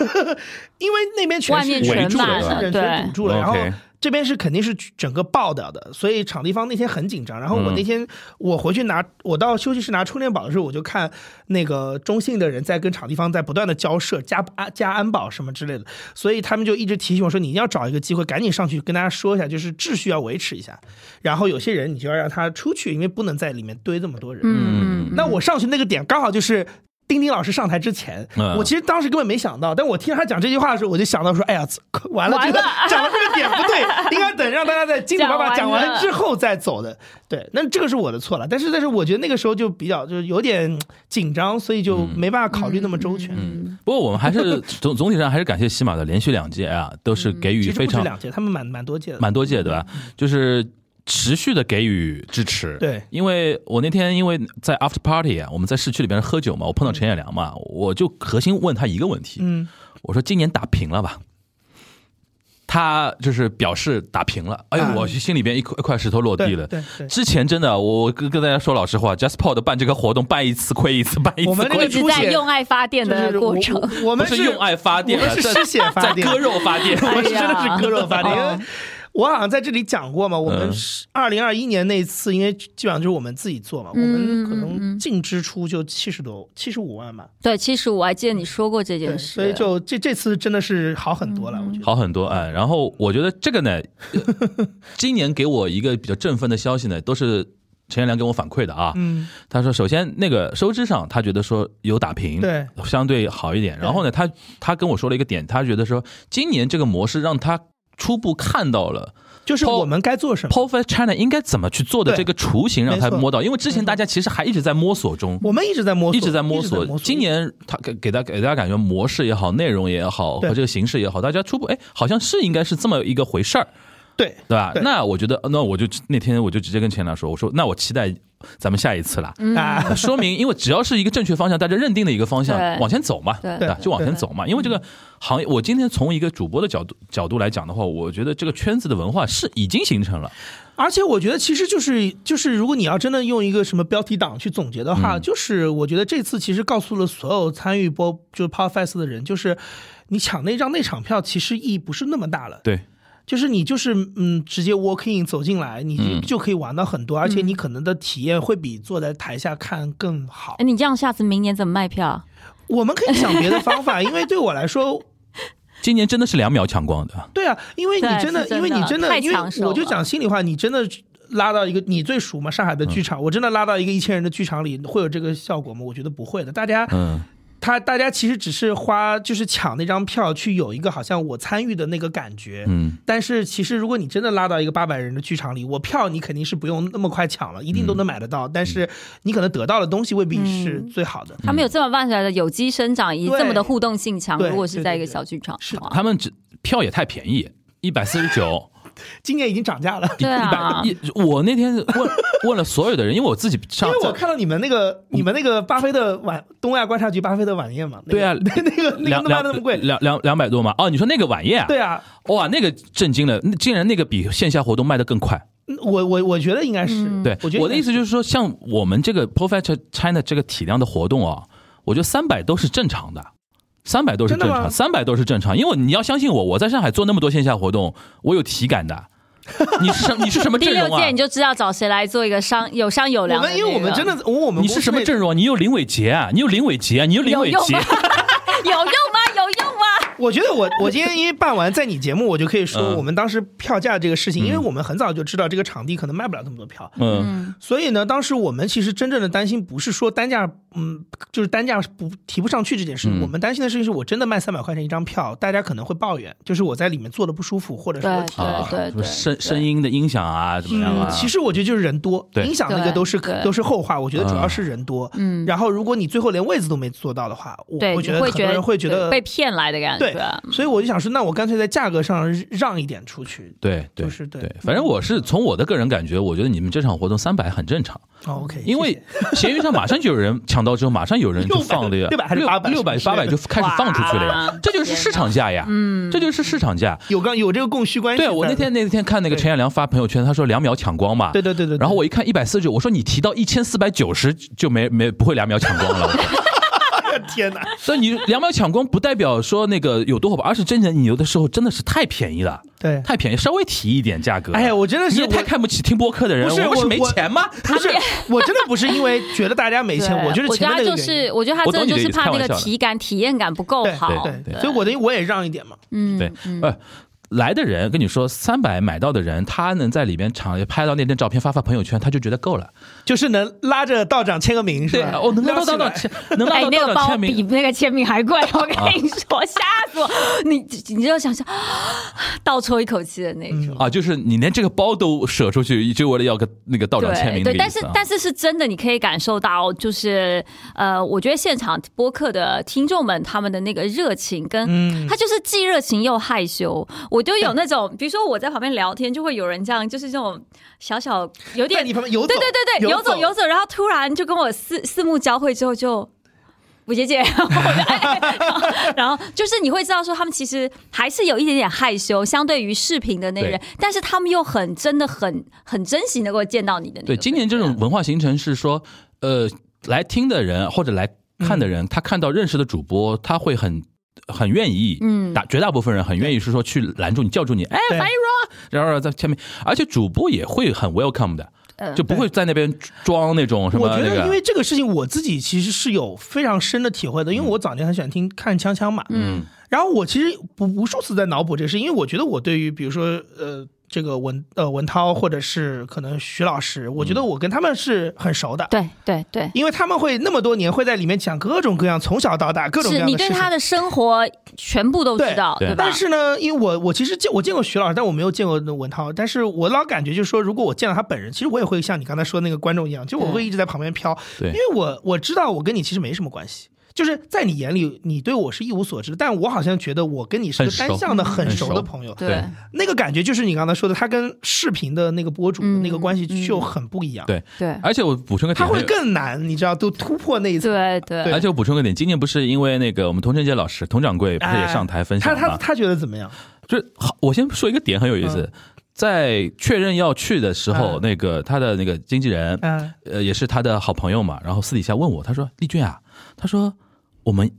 S4: 因为那边全
S3: 外
S4: 是
S3: 面
S2: 围
S3: 全
S2: 住了
S3: 满
S2: 是
S3: 了，
S4: 人全堵
S3: 对，
S4: 住了，然后
S2: OK
S4: 这边是肯定是整个爆掉的，所以场地方那天很紧张。然后我
S2: 嗯
S4: 那天我回去拿，我到休息室拿充电宝的时候，我就看那个中信的人在跟场地方在不断的交涉、加安加安保什么之类的，所以他们就一直提醒我说，你一定要找一个机会赶紧上去跟大家说一下，就是秩序要维持一下。然后有些人你就要让他出去，因为不能在里面堆这么多人。
S3: 嗯，
S4: 那我上去那个点刚好就是丁丁老师上台之前，
S2: 嗯
S4: 我其实当时根本没想到，但我听他讲这句话的时候，我就想到说，哎呀，完了，
S3: 完
S4: 这
S3: 了
S4: 个讲的这个点不对，应该等让大家在金主爸爸
S3: 讲
S4: 讲
S3: 完了
S4: 完之后再走的。对，那这个是我的错了，但是但是我觉得那个时候就比较就是有点紧张，所以就
S2: 嗯
S4: 没办法考虑那么周全。
S3: 嗯
S2: 不过我们还是总总体上还是感谢喜马的连续两届啊，都是给
S4: 嗯其
S2: 予
S4: 实不
S2: 非
S4: 止
S2: 常
S4: 两届，他们蛮蛮多届的。
S2: 蛮多届对吧？就是持续的给予支持。
S4: 对
S2: 因为我那天因为在 after party 啊，我们在市区里边喝酒嘛，我碰到陈彦良嘛，我就核心问他一个问题，
S4: 嗯，
S2: 我说今年打平了吧？他就是表示打平了，哎呦
S4: 啊，
S2: 我心里边一块一块石头落地了
S4: 对对。对
S2: 之前真的，我跟跟大家说老实话，JustPod 办这个活动办一次亏一次，办一
S4: 我
S2: 次
S4: 们那
S2: 亏
S4: 个
S3: 一
S2: 一次
S3: 直
S4: 出
S3: 在
S4: 血
S3: 用爱发电
S4: 就是
S3: 的过
S4: 我
S3: 程。
S4: 我我们
S2: 不是用爱发电
S4: 我
S2: 了，
S4: 们
S2: 在
S4: 是失血发
S2: 在
S4: 电，
S2: 割肉发电。
S4: 我们是真的
S3: 哎呀
S4: 是割 肉发电。因
S3: 哦
S4: 为我好像在这里讲过嘛，我们
S2: 嗯
S4: 二零二一年那一次，因为基本上就是我们自己做嘛，我
S2: 嗯
S4: 们可能净支出就七十多、七十五万吧，
S3: 对，其实我还记得你说过这
S4: 对，
S3: 件事，
S4: 所以就这这次真的是好很多了，我觉得。
S2: 好很多哎。然后我觉得这个呢，呃今年给我一个比较振奋的消息呢，都是陈彦良给我反馈的啊。
S4: 嗯，
S2: 他说，首先那个收支上，他觉得说有打平，
S4: 对，
S2: 相对好一点。然后呢，他他跟我说了一个点，他觉得说今年这个模式让他初步看到了。
S4: 就是
S2: 抛
S4: 我们该做什么。
S2: p o f i t China 应该怎么去做的
S4: 嗯对
S2: 这个雏形，让他
S4: 没错嗯
S2: 摸到，因为之前大家其实还一直在摸索中，
S4: 我们哦一直在摸索，
S2: 一直在摸索。
S4: 索。
S2: 今年他给给大给大家感觉模式也好，内容也好，
S4: 对
S2: 和这个形式也好，大家初步哎，好像是应该是这么一个回事儿，
S4: 对
S2: 对吧？
S4: 对
S2: 那我觉得，呃那我就那天我就直接跟钱亮说，我说那我期待咱们下一次啦。
S4: 啊，
S2: 说明，因为只要是一个正确方向，大家认定的一个方向，
S3: 对
S2: 往前走嘛，
S3: 对
S2: 吧？就往前走嘛。因为这个行业，我今天从一个主播的角度角度来讲的话，我觉得这个圈子的文化是已经形成了。
S4: 而且我觉得其实就是就是，如果你要真的用一个什么标题党去总结的话，就是我觉得这次其实告诉了所有参与播就是 p o d f e s t 的人，就是你抢那张内场票其实意义不是那么大了。
S2: 对，
S4: 就是你就是嗯，直接 walk in 走进来，你就就可以玩到很多，而且你可能的体验会比坐在台下看更好。
S3: 哎，你这样下次明年怎么卖票？
S4: 我们可以想别的方法，因为对我来说，
S2: 今年真的是两秒抢光的，
S4: 对啊，因为你
S3: 对
S4: 真的，
S3: 是真
S4: 因为你
S3: 的
S4: 真的，
S3: 太
S4: 因为
S3: 抢手
S4: 我就
S3: 了
S4: 讲心里话，你真的拉到一个你最熟嘛，上海的剧场，我真
S2: 嗯
S4: 的拉到一个一千人的剧场里，会有这个效果吗？我觉得不会的，大家。
S2: 嗯，
S4: 他大家其实只是花就是抢那张票去有一个好像我参与的那个感觉，
S2: 嗯，
S4: 但是其实如果你真的拉到一个八百人的剧场里，我票你肯定是不用那么快抢了，一定都
S2: 嗯
S4: 能买得到，但是你可能得到的东西未必
S3: 嗯
S4: 是最好的。
S3: 他们有这么办出来的有机生长，以及
S4: 对
S3: 这么的互动性强。
S4: 对
S3: 如果是在一个
S4: 对对对
S3: 小剧场
S4: 是
S3: 的话，
S2: 他们只票也太便宜，一百四十九，
S4: 今年已经涨价了，
S2: 一
S3: 对啊
S2: 百一，我那天问 问了所有的人，因为我自己
S4: 因
S2: 上
S4: 为我看到你们那个
S2: 嗯
S4: 你们那个巴菲特晚东亚观察局巴菲特晚宴嘛，那个
S2: 对啊
S4: 那个那个
S2: 两
S4: 都卖
S2: 两
S4: 的那么贵，
S2: 两两两百多嘛，哦，你说那个晚宴啊，
S4: 对啊，
S2: 哇，那个震惊了，那竟然那个比线下活动卖的更快。
S4: 我我我觉得应该是，
S3: 嗯
S2: 对，
S4: 我觉得
S2: 的意思就是说，像我们这个 Professor China 这个体量的活动啊，我觉得三百都是正常的，三百都是
S4: 真的
S2: 正
S4: 吗
S2: 常，三百都是正常，因为你要相信我，我在上海做那么多线下活动，我有体感的。你是什你是什么
S3: 第
S2: 阵
S3: 六
S2: 容啊
S3: 届你？就知道找谁来做一个商有商有
S4: 我
S3: 量的
S4: 们
S3: 那个。
S4: 因为我们真的我我们
S2: 你是
S4: 公司
S2: 什么
S4: 内
S2: 阵容啊？你有林伟杰啊？你有林伟杰啊？你有林
S3: 有
S2: 伟
S3: 用
S2: 杰
S3: 吗？ 有用吗？有用吗？
S4: 我觉得我我今天因为办完在你节目，我就可以说
S2: 嗯
S4: 我们当时票价这个事情，
S2: 嗯
S4: 因为我们很早就知道这个场地可能卖不了那么多票，
S2: 嗯，
S3: 嗯，
S4: 所以呢，当时我们其实真正的担心不是说单价，嗯，就是单价是不提不上去这件事情，
S2: 嗯
S4: 我们担心的事情是我真的卖三百块钱一张票，大家可能会抱怨，就是我在里面坐的不舒服，或者说
S3: 对
S4: 体验不
S2: 啊
S4: 好。，
S3: 对对
S2: 什么
S3: 对
S2: 声声音的音响啊，怎么样啊？
S4: 嗯，其实我觉得就是人多，
S2: 对
S4: 音响那个都是
S3: 对对
S4: 都是后话，我觉得主要是人多。
S3: 嗯
S4: 然后如果你最后连位子都没坐到的话，我
S3: 对，
S4: 我
S3: 你
S4: 觉得很多人会觉得
S3: 对被嗯骗来的感
S4: 对
S3: 觉。，
S4: 所以我就想说，那我干脆在价格上让一点出去。
S2: 对对
S4: 就是对嗯
S2: 对，反正我是从我的个人感觉，我觉得你们这场活动三百很正常。
S4: 哦，OK，
S2: 嗯因
S4: 谢
S2: 为
S4: 谢
S2: 闲鱼上马上就有人抢到之后，马上有人就放了 呀，
S4: 600还是800
S2: 六百八百就开始放出去了呀
S3: 哇，
S2: 这就是市场价呀，嗯，这就是市场价。
S4: 有刚有这个供需关系在
S2: 对
S4: 的。
S2: 我那天那天看那个
S4: 对
S2: 陈彦良发朋友圈，他说两秒抢光嘛，
S4: 对对对对对
S2: 然后我一看一百四十九，我说你提到一千四百九十就没没不会两秒抢光了。 我说
S4: 天哪，
S2: 所以你两秒抢光不代表说那个有多火爆，而是真的你有的时候真的是太便宜了，
S4: 对，
S2: 太便宜，稍微提一点价格。
S4: 哎呀，我真的
S2: 你
S4: 是
S2: 也太
S4: 我。
S2: 看不起听播客的人，
S4: 不是
S2: 我们是
S4: 我
S2: 没
S4: 我
S2: 钱吗？
S4: 不是， 我真的不是因为觉得大家没钱，
S3: 对
S4: 我就是
S3: 我觉
S4: 前面
S3: 得
S4: 那
S3: 他
S4: 个
S3: 就
S4: 原因
S3: 是，我觉得他
S2: 我懂
S3: 真的
S2: 你
S3: 就
S2: 的
S3: 是
S2: 意思开
S3: 怕那
S2: 玩
S3: 个
S2: 笑的
S3: 体感体验感不够
S4: 对
S3: 好。
S4: 对对，所以我的我也让一点嘛。
S2: 对，
S4: 嗯
S2: 呃，来的人跟你说三百买到的人，他能在里面场拍到那张照片发发朋友圈，他就觉得够了。
S4: 就是能拉着道长签个名是
S2: 对，
S4: 吧？
S2: 哦，能拉到道
S4: 拉
S2: 长
S4: 起
S2: 签，能拉
S3: 哎，
S2: 到
S3: 那
S2: 道
S3: 个包
S2: 长签
S3: 比
S2: 名，
S3: 那个签名还 贵，我跟你说，吓死我！你你就想想， 倒抽一口气的那种。
S2: 啊，就是你连这个包都舍出去，就为了要个那个道长签
S3: 对
S2: 名
S3: 对，但是但
S2: 是
S3: 是是真的，你可以感受到，就是呃，我觉得现场播客的听众们他们的那个热情跟，
S2: 嗯
S3: 他就是既热情又害羞。我就有那种，比如说我在旁边聊天，就会有人这样，就是这种小小有
S4: 在
S3: 点
S4: 你旁边游走，
S3: 对对对对，游走
S4: 走
S3: 游走，然后突然就跟我四四目交汇之后就。吴姐姐，然后 我就哎 然后然后就是你会知道说他们其实还是有一点点害羞，相对于视频的那个人
S2: 对，
S3: 但是他们又很真的很很珍惜能够见到你的那个
S2: 对
S3: 人。
S2: 今年这种文化形成是说，呃，来听的人或者来看的
S4: 嗯
S2: 人，他看到认识的主播，他会很。很愿意，嗯，大绝大部分人很愿意是说去拦住你、叫住你，哎，
S4: 对
S2: 白若，然后在前面，而且主播也会很 welcome 的，
S3: 嗯
S2: 就不会在那边装那种什么
S4: 呃我觉
S2: 那
S4: 得，因
S2: 个
S4: 为这个事情我自己其实是有非常深的体会的，因为
S3: 嗯
S4: 我早年很喜欢听看锵锵嘛，嗯，然后我其实不无数次在脑补这个事，因为我觉得我对于比如说呃这个文呃文涛或者是可能徐老师，我觉得我跟他们是很熟的，
S3: 嗯对对对，
S4: 因为他们会那么多年会在里面讲各种各样从小到大各种各
S3: 是
S4: 样
S3: 你
S4: 的事
S3: 对
S4: 情。
S3: 他的生活全部都知道，
S2: 对
S3: 对吧？
S4: 但是呢，因为我我其实见我见过徐老师，但我没有见过文涛。但是我老感觉就是说，如果我见到他本人，其实我也会像你刚才说的那个观众一样，就我会一直在旁边飘，
S2: 对
S4: 因为我我知道我跟你其实没什么关系。就是在你眼里，你对我是一无所知，但我好像觉得我跟你是
S2: 很
S4: 个
S2: 熟
S4: 单向的很
S2: 很
S4: 熟的
S2: 熟
S4: 朋友，
S3: 对
S4: 那个感觉就是你刚才说的，他跟视频的那个博主的那个关系就很不一样，
S2: 对
S3: 对
S2: 而且我补充个
S4: 他
S2: 点，
S4: 会更难，你知道，都突破那一层。
S3: 对对
S2: 而且我补充个点，今年不是因为那个我们童晨杰老师童掌柜不是也上台分享
S4: 他哎他
S2: 吗？
S4: 他觉得怎么样？
S2: 就是好，我先说一个点很有意思，在确认要去的时候
S4: 嗯，
S2: 那个他的那个经纪人，
S4: 嗯
S2: 呃，也是他的好朋友嘛，然后私底下问我，他说：“丽娟啊，他说我们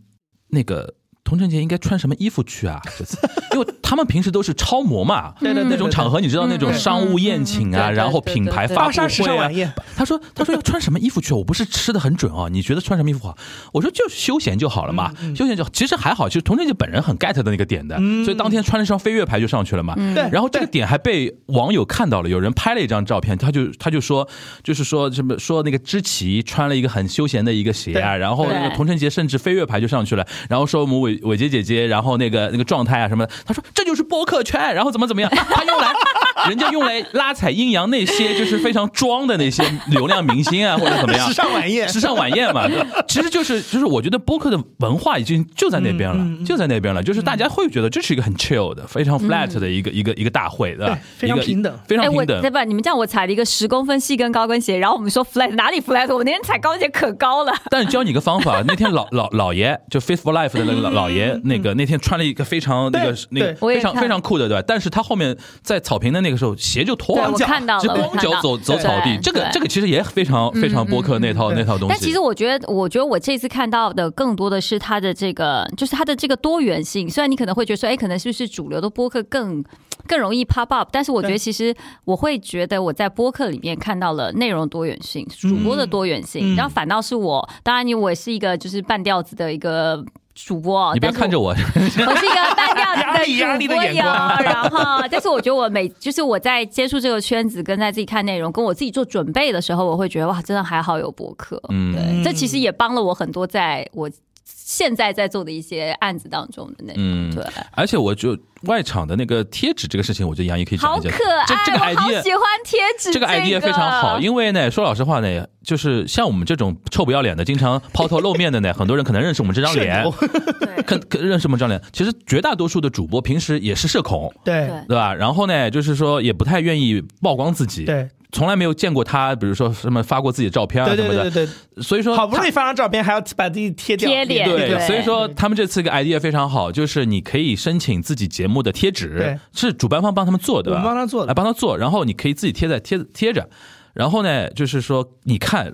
S2: 那个。”童晨杰应该穿什么衣服去啊？这次，因为他们平时都是超模嘛，
S4: 对嗯对对对嗯
S2: 那种场合，你知道那种商务宴请啊，
S5: 嗯嗯嗯嗯
S2: 然后品牌发
S4: 巴
S2: 布
S4: 莎时尚
S2: 会啊
S4: 晚。宴，
S2: 他说：“他说要穿什么衣服去？我不是吃的很准啊，你觉得穿什么衣服好？我说就是休闲就好了嘛，
S4: 嗯
S2: 休闲就好。其实还好，其实童晨杰本人很 get 的那个点的，所以当天穿了一双飞跃牌就上去了嘛。
S4: 对
S2: 然后这个点还被网友看到了，有人拍了一张照片，他就他就说，就是说什么说那个知棋穿了一个很休闲的一个鞋啊，
S4: 对
S2: 然后那个
S3: 对
S2: 童晨杰甚至飞跃牌就上去了，然后说我们伟伟杰姐姐，然后那个那个状态啊什么的，他说这就是播客圈，然后怎么怎么样，他用来 人家用来拉踩阴阳那些就是非常装的那些流量明星啊或者怎么样
S4: 时，尚晚宴，
S2: 时尚晚宴嘛，其实就是就是我觉得播客的文化已经就在那边了，
S4: 嗯
S2: 就在那边了，就是大家会觉得这是一个很 chill 的、非常 flat 的一个、一个一个大会，对吧？
S4: 对非常
S2: 一个
S4: 平等
S2: 非
S3: 哎，
S2: 常
S3: 我
S2: 平
S3: 对
S2: 等。
S3: 吧？你们这样，我踩了一个十公分细跟高跟鞋，然后我们说 flat 哪里 flat？我那天踩高跟鞋可高了，
S2: 但是教你个方法，那天老老老爷就 Face for Life 的那个老
S3: 嗯
S2: 老爷，那个那天穿了一个非常那个
S4: 对
S2: 那个
S4: 对
S3: 我也
S2: 非常
S3: 看
S2: 非常酷的，对吧？但是他后面在草坪的那个时候鞋就脱
S3: 对
S2: 了
S3: 我，看到了，
S2: 就
S3: 我
S2: 光
S3: 看
S2: 脚
S3: 到
S2: 走走
S3: 对
S2: 草地，这个
S3: 对
S2: 这个其实也非常非常播客那套
S4: 嗯嗯
S2: 那套东西。
S3: 但其实我觉得，我觉得我这次看到的更多的是它的这个，就是它的这个多元性。虽然你可能会觉得说，哎，可能是不是主流的播客更更容易 pop up？但是我觉得
S4: 对
S3: 其实我会觉得我在播客里面看到了内容多元性、主播的多元性，
S4: 嗯
S3: 然后反倒是我，当然你我也是一个就是半吊子的一个。主播哦，
S2: 你不要
S3: 但是
S2: 看着
S3: 我，
S2: 我，
S3: 我是一个半吊子
S4: 压力压力
S3: 主
S4: 的
S3: 播
S4: 眼
S3: 哟。
S4: 光
S3: 然后， 但是我觉得我每就是我在接触这个圈子，跟在自己看内容，跟我自己做准备的时候，我会觉得哇，真的还好有播客。
S2: 嗯，
S3: 对，这其实也帮了我很多，在我现在在做的一些案子当中的那种，
S2: 嗯
S3: 对，
S2: 而且我就外场的那个贴纸这个事情，我觉得杨怡可以讲
S3: 好
S2: 一讲。
S3: 可爱，
S2: 这这个
S3: 我好
S2: idea
S3: 喜欢贴纸，
S2: 这个 idea 非常好，因为呢，说老实话呢，就是像我们这种臭不要脸的，经常抛头露面的呢，很多人可能认识我们这张脸
S4: 社牛，
S3: 对
S2: 可可认识我们这张脸。其实绝大多数的主播平时也是社恐，
S4: 对
S3: 对
S2: 对吧？然后呢，就是说也不太愿意曝光自己，
S4: 对
S2: 从来没有见过他，比如说什么发过自己的照片啊
S4: 对
S2: 什
S4: 对
S2: 么
S4: 对
S2: 的。
S4: 对
S2: 所以
S4: 对，
S2: 说，
S4: 好不容易发张照片，还要把自己贴掉
S3: 贴脸
S2: 对，
S3: 对
S2: 所以说他们这次一个 idea 非常好，就是你可以申请自己节目的贴纸
S4: 对，
S2: 是主办方帮他们做的吧，啊
S4: 我们帮他做的
S2: 来帮他做，然后你可以自己贴在贴贴着，然后呢，就是说你看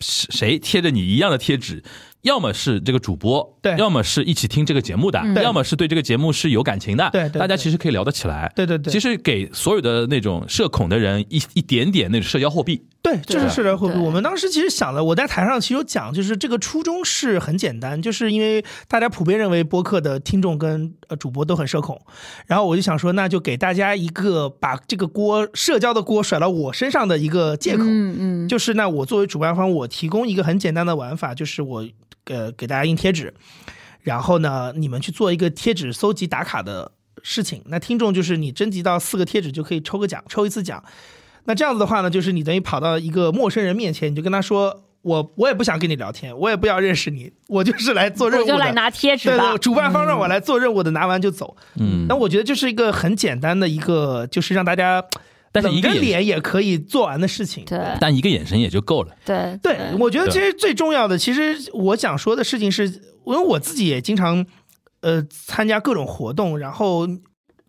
S2: 谁谁贴着你一样的贴纸。要么是这个主播，
S4: 对
S2: 要么是一起听这个节目的，
S4: 对
S2: 要么是对这个节目是有感情的，
S4: 对对对
S2: 大家其实可以聊得起来，
S4: 对对对
S2: 其实给所有的那种社恐的人一一点点那种社交货币，
S4: 对，就是
S2: 对
S4: 社交货币。
S3: 对
S4: 我们当时其实想了，我在台上其实有讲，就是这个初衷是很简单，就是因为大家普遍认为播客的听众跟呃主播都很社恐，然后我就想说，那就给大家一个把这个锅社交的锅甩到我身上的一个借口。
S3: 嗯嗯，
S4: 就是那我作为主办方，我提供一个很简单的玩法，就是我呃给大家印贴纸，然后呢你们去做一个贴纸搜集打卡的事情。那听众就是你征集到四个贴纸就可以抽个奖，抽一次奖。那这样子的话呢，就是你等于跑到一个陌生人面前，你就跟他说。我我也不想跟你聊天，我也不要认识你，我就是来做任
S3: 我
S4: 务的。
S3: 就来拿贴纸
S4: 对
S3: 吧嗯
S4: 对，，主办方让我来做任务的，拿完就走。
S2: 嗯
S4: 那我觉得就是一个很简单的一个，就是让大家
S2: 但是一个
S4: 冷着
S2: 眼
S4: 脸也可以做完的事情。
S3: 对
S2: 但一个眼神也就够了。
S3: 对
S4: 对，我觉得
S2: 对
S4: 其实最重要的，其实我想说的事情是，因为我自己也经常呃参加各种活动，然后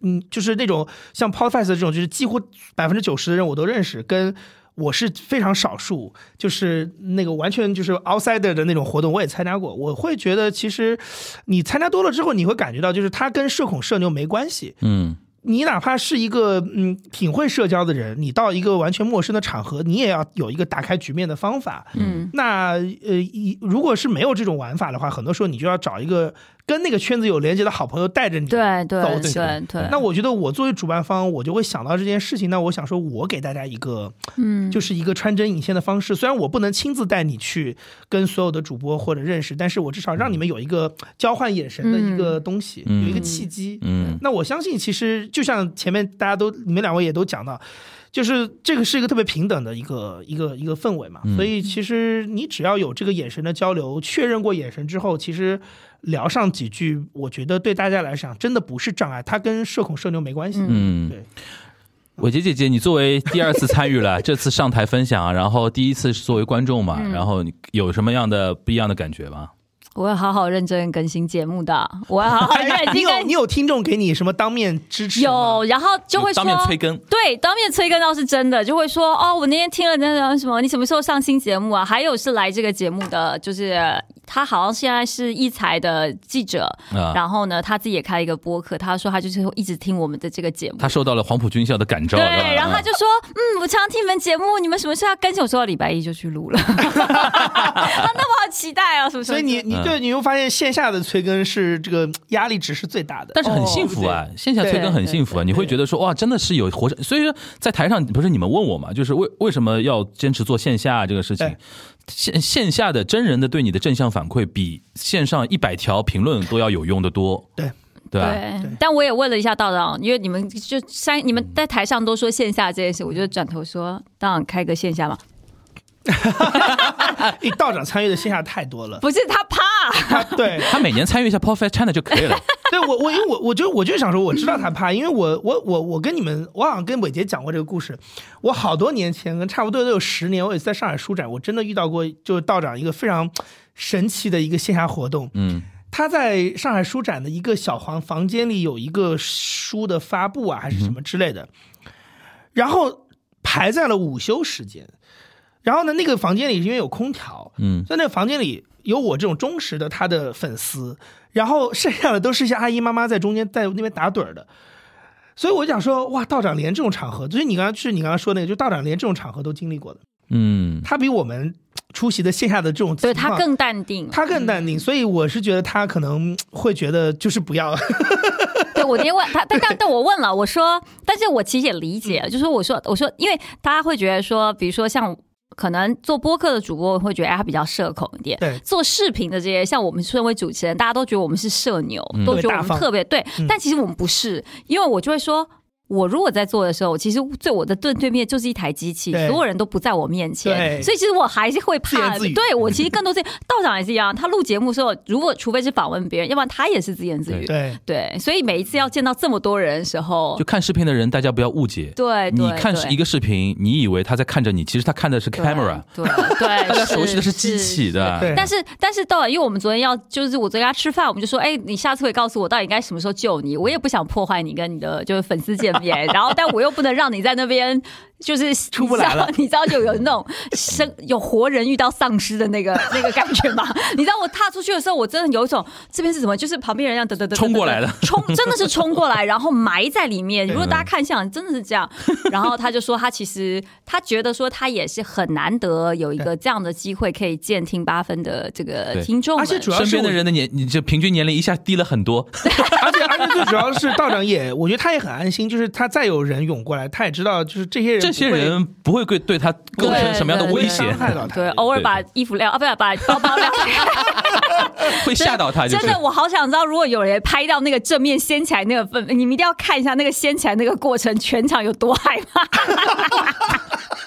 S4: 嗯，就是那种像 Podfest 这种，就是几乎百分之九十的人我都认识，跟我是非常少数，就是那个完全就是 outsider 的那种活动，我也参加过。我会觉得，其实你参加多了之后，你会感觉到，就是它跟社恐社牛没关系，
S2: 嗯，
S4: 你哪怕是一个嗯挺会社交的人，你到一个完全陌生的场合，你也要有一个打开局面的方法。
S3: 嗯，
S4: 那呃，一如果是没有这种玩法的话，很多时候你就要找一个跟那个圈子有连接的好朋友带着你。
S3: 对对
S4: 走起
S3: 对对，
S4: 那我觉得我作为主办方，我就会想到这件事情。那我想说，我给大家一个，
S3: 嗯
S4: 就是一个穿针引线的方式。虽然我不能亲自带你去跟所有的主播或者认识，但是我至少让你们有一个交换眼神的一个东西，
S2: 嗯
S4: 有一个契机。
S2: 嗯
S4: 那我相信，其实就像前面大家都你们两位也都讲到，就是这个是一个特别平等的一个一个一个氛围嘛。
S2: 嗯
S4: 所以其实你只要有这个眼神的交流，确认过眼神之后，其实聊上几句，我觉得对大家来讲真的不是障碍，它跟社恐社牛没关系。
S2: 嗯，
S4: 对。
S2: 伟杰姐姐，你作为第二次参与 了，这次上台分享，啊然后第一次是作为观众嘛，
S3: 嗯
S2: 然后你有什么样的不一样的感觉吗？
S3: 我会好好认真更新节目的，我要好好
S2: 哎
S3: 认
S4: 哎你
S3: 真
S4: 有
S3: 更
S4: 你有听众给你什么当面支持吗
S3: 有，然后就会说
S2: 当面催更，
S3: 对，当面催更倒是真的，就会说哦，我那天听了那什么，你什么时候上新节目啊？还有是来这个节目的，就是他好像现在是一财的记者，
S2: 啊
S3: 然后呢，他自己也开了一个播客，他说他就是一直听我们的这个节 目。
S2: 他受到了黄埔军校的感召，
S3: 对，
S2: 吧
S3: 然后他就说：“嗯，我常常听你们节目，你们什么时候要更新？”我说：“礼拜一就去录了。” 啊，那我好期待啊，什么什么。
S4: 所以你你
S2: 嗯
S4: 对你又发现线下的催更是这个压力值是最大的，
S2: 但是
S3: 哦
S2: 很幸福
S4: 哦
S2: 啊，线下催更很幸福啊，你会觉得说哇，真的是有活着。所以说，在台上不是你们问我嘛，就是为为什么要坚持做线下这个事情
S4: 对？
S2: 线线下的真人的对你的正向反馈，比线上一百条评论都要有用的多，
S4: 对
S2: 对吧？
S3: 对，但我也问了一下道长，因为你们就三你们在台上都说线下这件事，我就转头说：“道长开个线下吧。
S4: 因为道长参与的线下太多”了。
S3: 不是他怕，
S4: 他对，
S2: 他每年参与一下 p o f i t China 就可以了。
S4: 对我我因为我我就我就想说，我知道他怕，因为我我我我跟你们，我好像跟伟杰讲过这个故事。我好多年前，跟差不多都有十年，我也是在上海书展，我真的遇到过，就是道长一个非常神奇的一个线下活动。
S2: 嗯，
S4: 他在上海书展的一个小房房间里有一个书的发布啊，还是什么之类的，然后排在了午休时间。然后呢，那个房间里因为有空调，
S2: 嗯
S4: 所以那个房间里有我这种忠实的他的粉丝，然后剩下的都是一些阿姨妈妈在中间在那边打盹儿的。所以我就想说，哇，道长连这种场合，就是你刚刚是你刚刚说那个，就道长连这种场合都经历过的，
S2: 嗯，
S4: 他比我们出席的线下的这种情
S3: 对
S4: 况，
S3: 他更嗯淡定。
S4: 他更淡定，所以我是觉得他可能会觉得就是不 要，
S3: 对我直接问他，但但但我问了，我说，但是我其实也理解，就是我说我说，因为大家会觉得说，比如说像。可能做播客的主播会觉得哎他比较社恐一点，
S4: 对
S3: 做视频的这些，像我们身为主持人，大家都觉得我们是社牛，都觉得
S4: 特别大
S3: 我们
S4: 方嗯
S3: 特别对，但其实我们不是，因为我就会说。我如果在做的时候，我其实对我的正对面就是一台机器，
S4: 对
S3: 所有人都不在我面前，
S4: 对
S3: 所以其实我还是会
S4: 自
S3: 怕
S4: 言
S3: 的。
S4: 自语
S3: 对我其实更多是道长也是一样，他录节目的时候，如果除非是访问别人，要不然他也是自言自语。
S4: 对
S3: 对，所以每一次要见到这么多人的时候
S2: 就，看视频的人，大家不要误解。
S3: 对，
S2: 你
S3: 对
S2: 看一个视频，你以为他在看着你，其实他看的是 camera，
S3: 对对 对，
S2: 大家熟悉的是机器
S3: 的。
S2: 的。
S4: 对
S3: 但是但是到了，因为我们昨天要就是我昨天要吃饭，我们就说，哎，你下次会告诉我到底该什么时候救你，我也不想破坏你跟你的就是粉丝见面，然后但我又不能让你在那边就是出
S4: 不来了
S3: 你知道有有那种生有活人遇到丧尸的那个 那个感觉吗？你知道我踏出去的时候，我真的有一种这边是什么，就是旁边人要等等等
S2: 冲过来的，
S3: 冲真的是冲过来，然后埋在里面。如果大家看现场，真的是这样。然后他就说，他其实他觉得说他也是很难得有一个这样的机会可以见听八分的这个
S2: 对
S3: 听众们，
S4: 而且主要
S2: 身
S4: 是
S2: 边
S4: 我
S2: 的人的年，你这平均年龄一下低了很多。
S4: 而且而且最主要是道长也，我觉得他也很安心，就是他再有人涌过来，他也知道就是这些人
S2: 这些人不会对对他构成什么样的威
S4: 不会
S2: 胁
S4: 伤，害到他，
S3: 对，偶尔把衣服撂啊，不是把包包撂。
S2: 会吓到他。就
S3: 真
S2: 是
S3: 的，我好想知道，如果有人拍到那个正面掀起来那个氛，你们一定要看一下那个掀起来那个过程，全场有多害怕，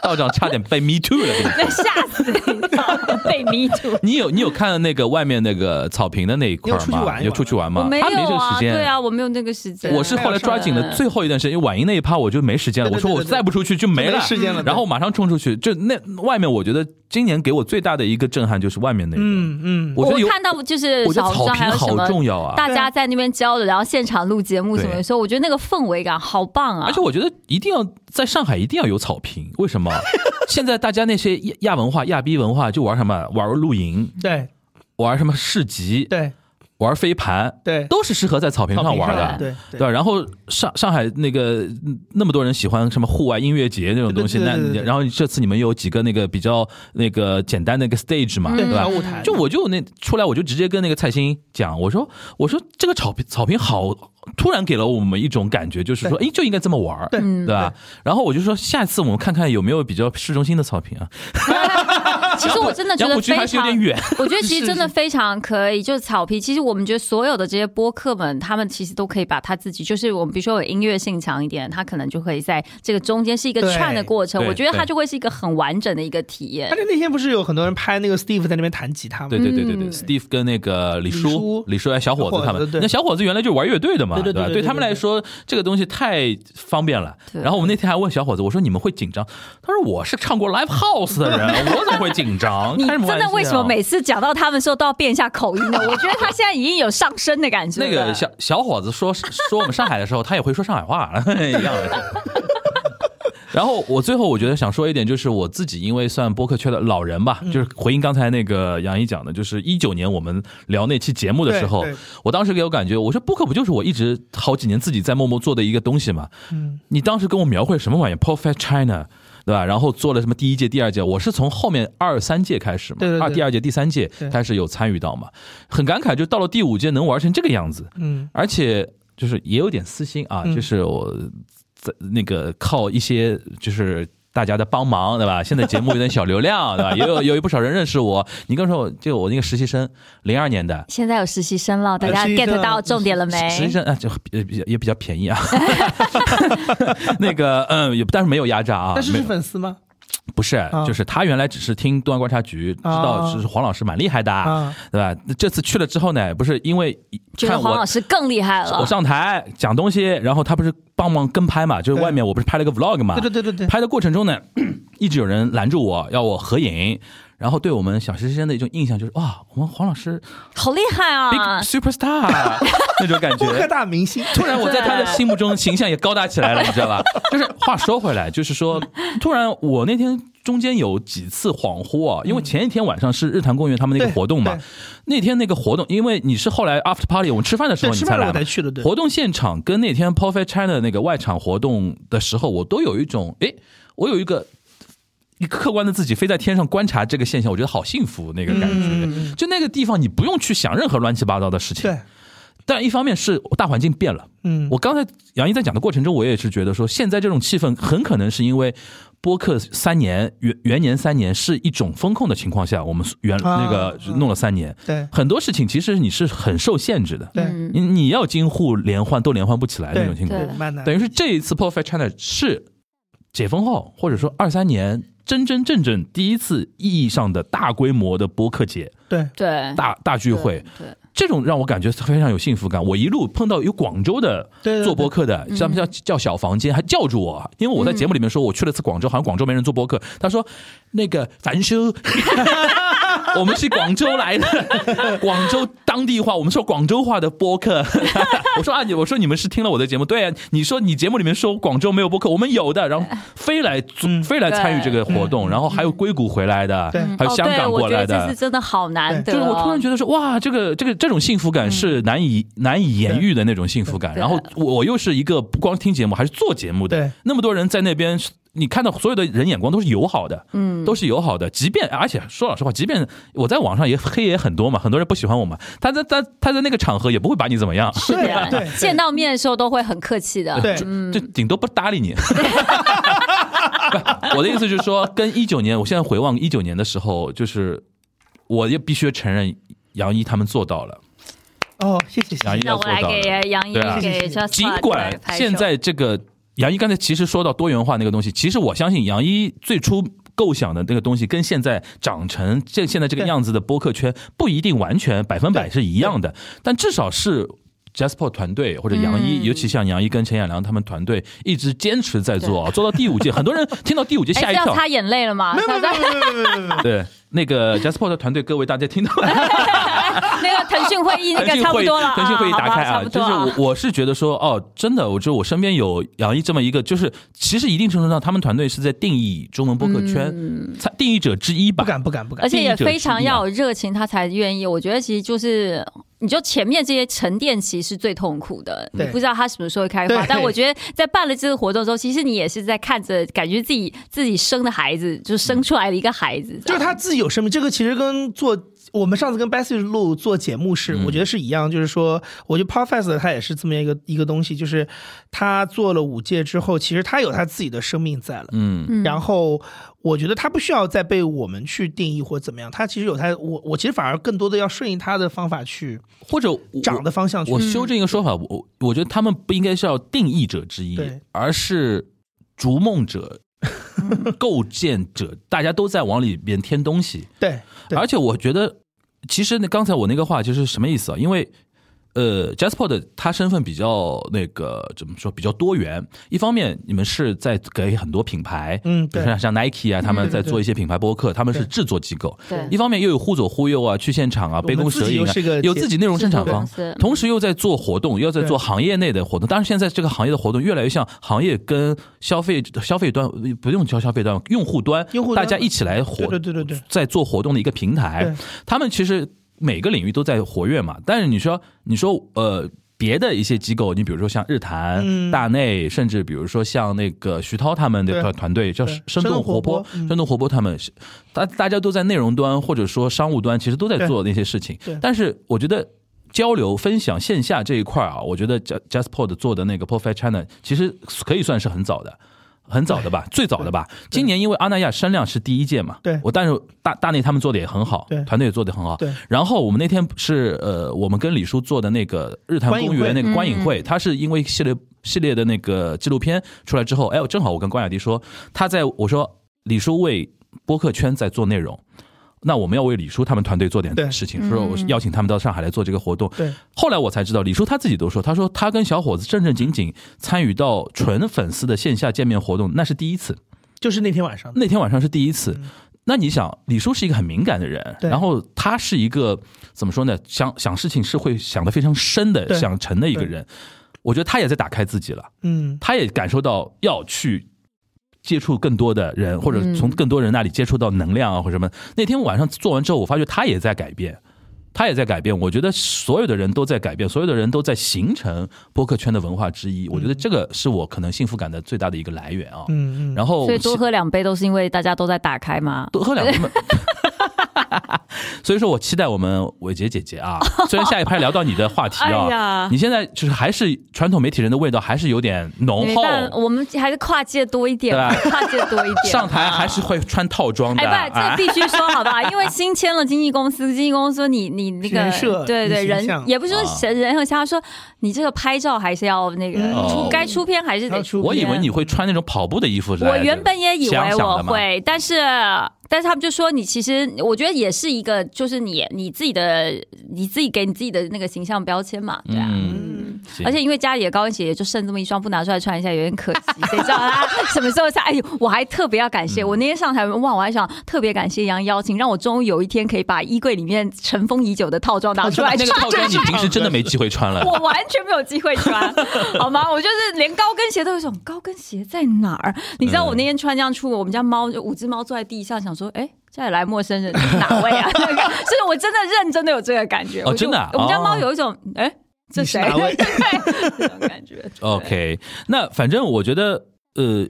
S2: 道长差点被 me too 了。这个
S3: 吓死你知道吗，被迷 住。
S2: 你有你有看那个外面那个草坪的那一块
S4: 你有出去
S2: 吗？
S4: 玩一
S2: 你有出去玩
S3: 我
S2: 吗？
S3: 没
S2: 他没这
S3: 有
S2: 个时
S3: 啊，
S2: 间。
S3: 对啊，我没有那个时间。
S2: 我是后来抓紧了最后一段时间，因为婉莹那一趴我就没时间了。
S4: 对
S2: 我
S4: 对
S2: 说我
S4: 对对
S2: 再不出去就没了
S4: 没时间了对
S2: 然后马上冲出去。就那外面，我觉得今年给我最大的一个震撼就是外面那个。
S4: 嗯嗯，
S2: 我觉得有，
S3: 看到就是
S2: 我觉
S3: 小
S2: 得
S3: 红书
S2: 草
S3: 还
S2: 坪
S3: 有什
S2: 好重
S3: 么。
S2: 要啊。
S3: 大家在那边教的，然后现场录节目什么
S2: 对
S3: 的时候，我觉得那个氛围感好棒啊！
S2: 而且我觉得一定要在上海一定要有草坪，为什么？ 现在大家那些亚亚文化、亚逼文化就玩什么？玩露营，
S4: 对
S2: 玩什么市集，
S4: 对
S2: 玩飞盘，
S4: 对，
S2: 都是适合在草坪
S4: 草
S2: 上
S4: 坪
S2: 玩
S4: 上
S2: 的
S4: 玩。对
S2: 对
S4: 对
S2: 吧然后上上海那个嗯那么多人喜欢什么户外音乐节那种东西，
S4: 对对
S2: 那
S4: 对对对
S2: 然后这次你们有几个那个比较那个简单的一个 stage
S3: 嗯
S2: 嘛，对
S4: 对，
S2: 吧
S4: 小？舞
S2: 嗯
S4: 台
S2: 就我就那出来，我就直接跟那个蔡欣讲，我说我说这个草坪草坪好，突然给了我们一种感觉，就是说，哎，就应该这么玩儿，
S4: 对嗯
S2: 对吧？然后我就说，下次我们看看有没有比较市中心的草坪啊。
S3: 其实我真的觉
S2: 杨
S3: 得
S2: 浦区
S3: 非
S2: 还是有
S3: 常
S2: 点， 远，
S3: 我觉得其实真的非常可以。就是草皮，其实我们觉得所有的这些播客们，他们其实都可以把他自己，就是我们比如说有音乐性强一点，他可能就可以在这个中间是一个
S4: 对
S3: 串的过程。
S2: 对
S3: 我觉得他
S2: 对
S3: 就会是一个很完整的一个体验
S4: 他。那那天不是有很多人拍那个 Steve 在那边弹吉他吗？
S2: 对对对对对，Steve 跟那个李
S4: 嗯李
S2: 叔
S4: 叔，
S2: 李叔还哎小伙子他
S4: 小伙
S2: 们
S4: 子，对
S2: 那小伙子原来就玩乐队的嘛，
S4: 对
S2: 对
S4: 对对
S2: 吧？
S4: 对
S2: 对
S4: 对
S2: 他们来说，这个东西太方便了。
S3: 对
S2: 然后我们那天还问小伙子，我说你们会紧张？他说我是唱过 live house 的 人，我怎么会紧张？
S3: 你
S2: 开什么
S3: 真
S2: 玩
S3: 的
S2: 笑
S3: 为什么每次讲到他们的时候都要变一下口音呢？我觉得他现在已经有上升的感觉了。
S2: 那个 小小伙子说说我们上海的时候，他也会说上海话一样的。然后我最后我觉得想说一点，就是我自己因为算播客圈的老人吧，
S4: 嗯
S2: 就是回应刚才那个杨一讲的，就是一九年我们聊那期节目的时候
S4: 对对，
S2: 我当时给我感觉，我说播客不就是我一直好几年自己在默默做的一个东西嘛？你当时跟我描绘什么玩意儿？Perfect China。对吧？然后做了什么第一届、第二届，我是从后面二三届开始嘛，
S4: 对对对
S2: 二第二届、第三届
S4: 对
S2: 开始有参与到嘛，很感慨，就到了第五届能玩成这个样子，
S4: 嗯，
S2: 而且就是也有点私心啊，
S4: 嗯
S2: 就是我在那个靠一些就是。大家的帮忙，对吧？现在节目有点小流 量，对吧？也有有不少人认识我。你跟我说，就我那个实习生，零二年的
S3: 现在有实习生了，大家
S2: 哎
S4: 实习生
S3: get 到重点了没？
S2: 实习生啊，就也比较也比较便宜啊。 那个嗯，也但是没有压榨啊，
S4: 但是
S2: 没
S4: 是
S2: 有
S4: 粉丝吗？
S2: 不是，就是他原来只是听东安观察局，知道
S4: 啊
S2: 是黄老师蛮厉害的，
S4: 啊
S2: 对吧？那这次去了之后呢，不是因为
S3: 觉得
S2: 看
S3: 黄
S2: 我
S3: 老师更厉害了
S2: 我。上台讲东西，然后他不是帮忙跟拍嘛，就是
S4: 对
S2: 外面我不是拍了个 vlog 嘛，
S4: 对对对对对
S2: 拍的过程中呢， 一直有人拦住我要我合影，然后对我们小实习生的一种印象就是哇，我们黄老师
S3: 好厉害
S2: big
S3: 啊！
S2: superstar 那种感
S4: 播客
S2: 觉。
S4: 大明星，
S2: 突然，我在他的心目中的形象也高大起来了，你知道 吧？就是话说回来，就是说，突然我那天中间有几次恍惚啊，因为前一天晚上是日坛公园他们那个
S4: 对
S2: 活动嘛
S4: 对，
S2: 那天那个活动，因为你是后来 after party 我们吃饭的时候
S4: 对，
S2: 你
S4: 吃
S2: 才
S4: 饭了
S2: 来
S4: 我
S2: 嘛
S4: 才，去的，对，
S2: 活动现场跟那天 Perfect China 那个外场活动的时候，我都有一种，诶，我有一个一个客观的自己飞在天上观察这个现象，我觉得好幸福那个感觉。就那个地方，你不用去想任何乱七八糟的事情
S4: 嗯对。，
S2: 但一方面是大环境变了，
S4: 嗯，
S2: 我刚才杨一在讲的过程中，我也是觉得说，现在这种气氛很可能是因为播客三年元元年三年是一种风控的情况下，我们原
S4: 啊
S2: 那个弄了三年，
S4: 对
S2: 很多事情其实你是很受限制的，
S4: 对
S3: 嗯
S2: 你你要京沪联欢都联欢不起来
S4: 对
S2: 那种情况
S3: 对，
S4: 蛮难，
S2: 等于是这一次 Perfect China 是解封后或者说二三年真真正正第一次意义上的大规模的播客节、
S4: 对，
S3: 对，
S2: 大大聚会，
S3: 对，对
S2: 这种让我感觉非常有幸福感。我一路碰到有广州的
S4: 对对对嗯
S2: 做播客的，他们叫叫小房间，还叫住我，因为我在节目里面说我去了次广州，好像广州没人做播客。他说那个樊叔， 我们是广州来 的，广州当地话，我们说广州话的播客。 我说啊，你我说你们是听了我的节目，对啊，你说你节目里面说广州没有播客，我们有的，然后飞来做飞来参与这个活动，然后还有硅谷回来的
S4: 嗯对，
S2: 还有香港过来
S3: 哦、对我觉得
S2: 的
S3: 这次，真的好难得、
S2: 就是
S3: 哦。嗯
S2: 我 突然觉得说，哇，这个这个这种幸福感是难以、难以言喻的那种幸福感。
S3: 对
S2: 然后我又是一个不光听节目，还是做节目的
S4: 对，
S2: 那么多人在那边。你看到所有的人眼光都是友好的，嗯，都是友好的。即便而且说老实话，即便我在网上也黑也很多嘛，很多人不喜欢我嘛，他在他他在那个场合也不会把你怎么样，
S3: 是的
S4: 对啊对对
S3: 啊见到面的时候都会很客气的。
S4: 对
S2: 啊就就顶多不搭理你。 不我的意思就是说，跟一九年，我现在回望一九年的时候，就是我也必须承认杨一他们做到了，
S4: 哦，谢谢谢
S2: 杨一
S4: 谢，
S3: 那
S2: 要
S3: 我
S2: 做
S3: 来
S2: 到了。
S3: 给杨一、
S2: 对啊
S3: 给 Just
S2: 尽管现在这个杨一刚才其实说到多元化那个东西，其实我相信杨一最初。构想的那个东西跟现在长成这现在这个
S4: 对
S2: 样子的播客圈不一定完全百分百是一样的，但至少是 Jasper 团队或者杨
S3: 嗯
S2: 一，尤其像杨一跟陈亚良他们团队一直坚持在做，做到第五届，很多人听到第五 届吓
S3: 哎，
S2: 一
S3: 是要
S2: 跳。
S3: 擦眼泪了吗？
S4: 没有没有
S3: 他在
S4: 没有没有没有没有没有，
S2: 对，那个 Jasper 的团队，各位大家听到 了。
S3: 那个腾讯会 议那
S2: 腾
S3: 个
S2: 讯
S3: 差不
S2: 会
S3: 多了啊，
S2: 腾讯会议打开
S3: 好吧差
S2: 啊，
S3: 不
S2: 就
S3: 多
S2: 是
S3: 啊
S2: 我我是觉得说，哦，真的，我觉得我身边有杨毅这么一个，就是其实一定程度上，他们团队是在定义中文播客圈，
S3: 嗯
S2: 参定义者之一吧
S4: 不。敢不敢不 敢
S3: 而，且也
S2: 第一者
S3: 非常
S2: 之一啊
S3: 要有热情，他才愿意。我觉得其实就是，你就前面这些沉淀期是最痛苦的，你
S4: 对
S3: 不知道他什么时候会开花
S4: 对。
S3: 但我觉得在办了这个活动之后，其实你也是在看着，感觉自己自己生的孩子，就生出来的一个孩子，
S4: 嗯就是他自己有生命，这个其实跟做。我们上次跟 Bessy 录做节目
S2: 嗯
S4: 是，我觉得是一样，就是说，我觉得 Podfest 它也是这么一个一个东西，就是他做了五届之后，其实他有他自己的生命在了，
S2: 嗯，
S4: 然后我觉得他不需要再被我们去定义或怎么样，他其实有他，我我其实反而更多的要顺应他的方法去
S2: 或者我
S4: 长的方向去
S2: 我。修正一个说法，我我觉得他们不应该是要定义者之一
S4: 对，
S2: 而是逐梦 者、构建者，大家都在往里边添东西。
S4: 对，对
S2: 而且我觉得，其实那刚才我那个话就是什么意思啊？因为呃，Jasper 他身份比较那个怎么说，比较多元。一方面，你们是在给很多品牌，
S4: 嗯
S2: 比如
S4: 对嗯
S2: 说像 Nike 啊，他们
S4: 对
S2: 在
S4: 对
S2: 做一些品牌播客，他们是
S4: 对
S2: 制作机构。
S3: 对
S2: 一方面又有忽左忽右啊，去现场啊，
S4: 我
S2: 杯
S4: 们
S2: 弓
S4: 自己
S2: 蛇影
S4: 又
S2: 啊
S4: 是个，
S2: 有自己内容生产
S3: 制作
S2: 方
S3: 公司，
S2: 同时又在做活动，又在做
S4: 对
S2: 行业内的活动。当然，现在这个行业的活动越来越像行业跟消费消费端，不用叫消费端，用户端，
S4: 用户
S2: 大
S4: 端
S2: 家一起来活，
S4: 对对对对对，
S2: 在做活动的一个平台
S4: 对。
S2: 他们其实每个领域都在活跃嘛，但是你说，你说，呃。别的一些机构，你比如说像日坛、
S4: 嗯
S2: 大内，甚至比如说像那个徐涛他们的
S4: 对
S2: 团团队，叫
S4: 对
S2: 生动活泼
S4: 生动活泼、嗯
S2: 生动活泼，他们是大大家都在内容端或者说商务端，其实都在
S4: 对
S2: 做那些事情
S4: 对。
S2: 但是我觉得交流分享线下这一块儿啊，我觉得 Jas- Jaspod 做的那个 Perfect China 其实可以算是很早的。很早的吧，最早的吧。 今年因为阿那亚声量是第一届嘛，
S4: 对
S2: 我但是大大内他们做的也很好，
S4: 对
S2: 团队也做的很好。
S4: 对
S2: 然后我们那天是呃，我们跟李叔做的那个日坛
S4: 观影
S2: 公园那
S4: 会
S2: 个观影会，他是因为系列系列的那个纪录片出来之后，哎，我正好我跟关雅迪说，他在我说李叔为播客圈在做内容，那我们要为李叔他们团队做点
S4: 对
S2: 事情，说我邀请他们到上海来做这个活动。
S4: 对，
S2: 后来我才知道，李叔他自己都说，他说他跟小伙子正正经经参与到纯粉丝的线下见面活动，那是第一次，
S4: 就是那天晚上的，
S2: 那天晚上是第一次。那你想，李叔是一个很敏感的人，
S4: 嗯对
S2: 然后他是一个怎么说呢？想想事情是会想得非常深的，
S4: 对
S2: 想沉的一个
S4: 对
S2: 人。我觉得他也在打开自己了。
S4: 嗯，
S2: 他也感受到要去接触更多的人，或者
S4: 嗯
S2: 从更多人那里接触到能量啊，或者什么。那天晚上做完之后，我发觉他也在改变，他也在改变。我觉得所有的人都在改变，所有的人都在形成播客圈的文化之一。我觉得这个是我可能幸福感的最大的一个来源啊。
S4: 嗯嗯嗯，
S2: 然后
S3: 所以多喝两杯都是因为大家都在打开嘛。
S2: 多喝两杯嘛。 所以说我期待我们伟杰姐姐 啊，虽然下一趴聊到你的话题
S3: 哎
S2: 啊
S3: 呀，
S2: 你现在就是还是传统媒体人的味道，还是有点浓
S3: 对
S2: 厚。
S3: 但我们还是跨界多一点吧，
S2: 对
S3: 跨界多一点。
S2: 上台还是会穿套装的。
S3: 哎，不，这
S2: 啊
S3: 必须说好不好？因为新签了经纪公司，经纪公司说你你那个
S4: 人设
S3: 对对
S4: 你
S3: 人
S4: 形象
S3: 也不是说
S2: 啊
S3: 人人和他说你这个拍照还是要那个
S4: 嗯
S2: 哦
S3: 出该出片还是
S4: 要
S3: 得
S4: 出
S2: 我以
S4: 片
S2: 为你会穿那种跑步的衣服来。
S3: 我原本也以为
S2: 想想
S3: 我
S2: 的嘛
S3: 会，但是但是他们就说你其实我觉得也是一个，就是你你自己的你自己给你自己的那个形象标签嘛，对啊。
S2: 嗯，行
S3: 而且因为家里的高跟鞋也就剩这么一双，不拿出来穿一下有点可惜，谁知道他啊什么时候才？哎呦，我还特别要感
S2: 嗯
S3: 谢、我那天上台哇，我还想特别感谢杨邀请，让我终于有一天可以把衣柜里面尘封已久的套装拿出来
S2: 那个
S3: 穿
S2: 套。装你平时真的没机会穿了。
S3: 我完全没有机会 穿，好吗？我就是连高跟鞋都有一种高跟鞋在哪儿？
S4: 嗯
S3: 你知道我那天穿这样出门，我们家猫就五只猫坐在地上，想说，哎、这里来陌生人是哪位 啊？那个，所以我真的认真的有这个感觉。
S2: 哦
S3: 我就
S2: 真的啊
S3: 我们家猫
S2: 哦
S3: 有一种，哎、这
S4: 你是
S3: 谁？
S4: 哪位
S3: 对，这种 感觉。
S2: OK，那反正我觉得，呃，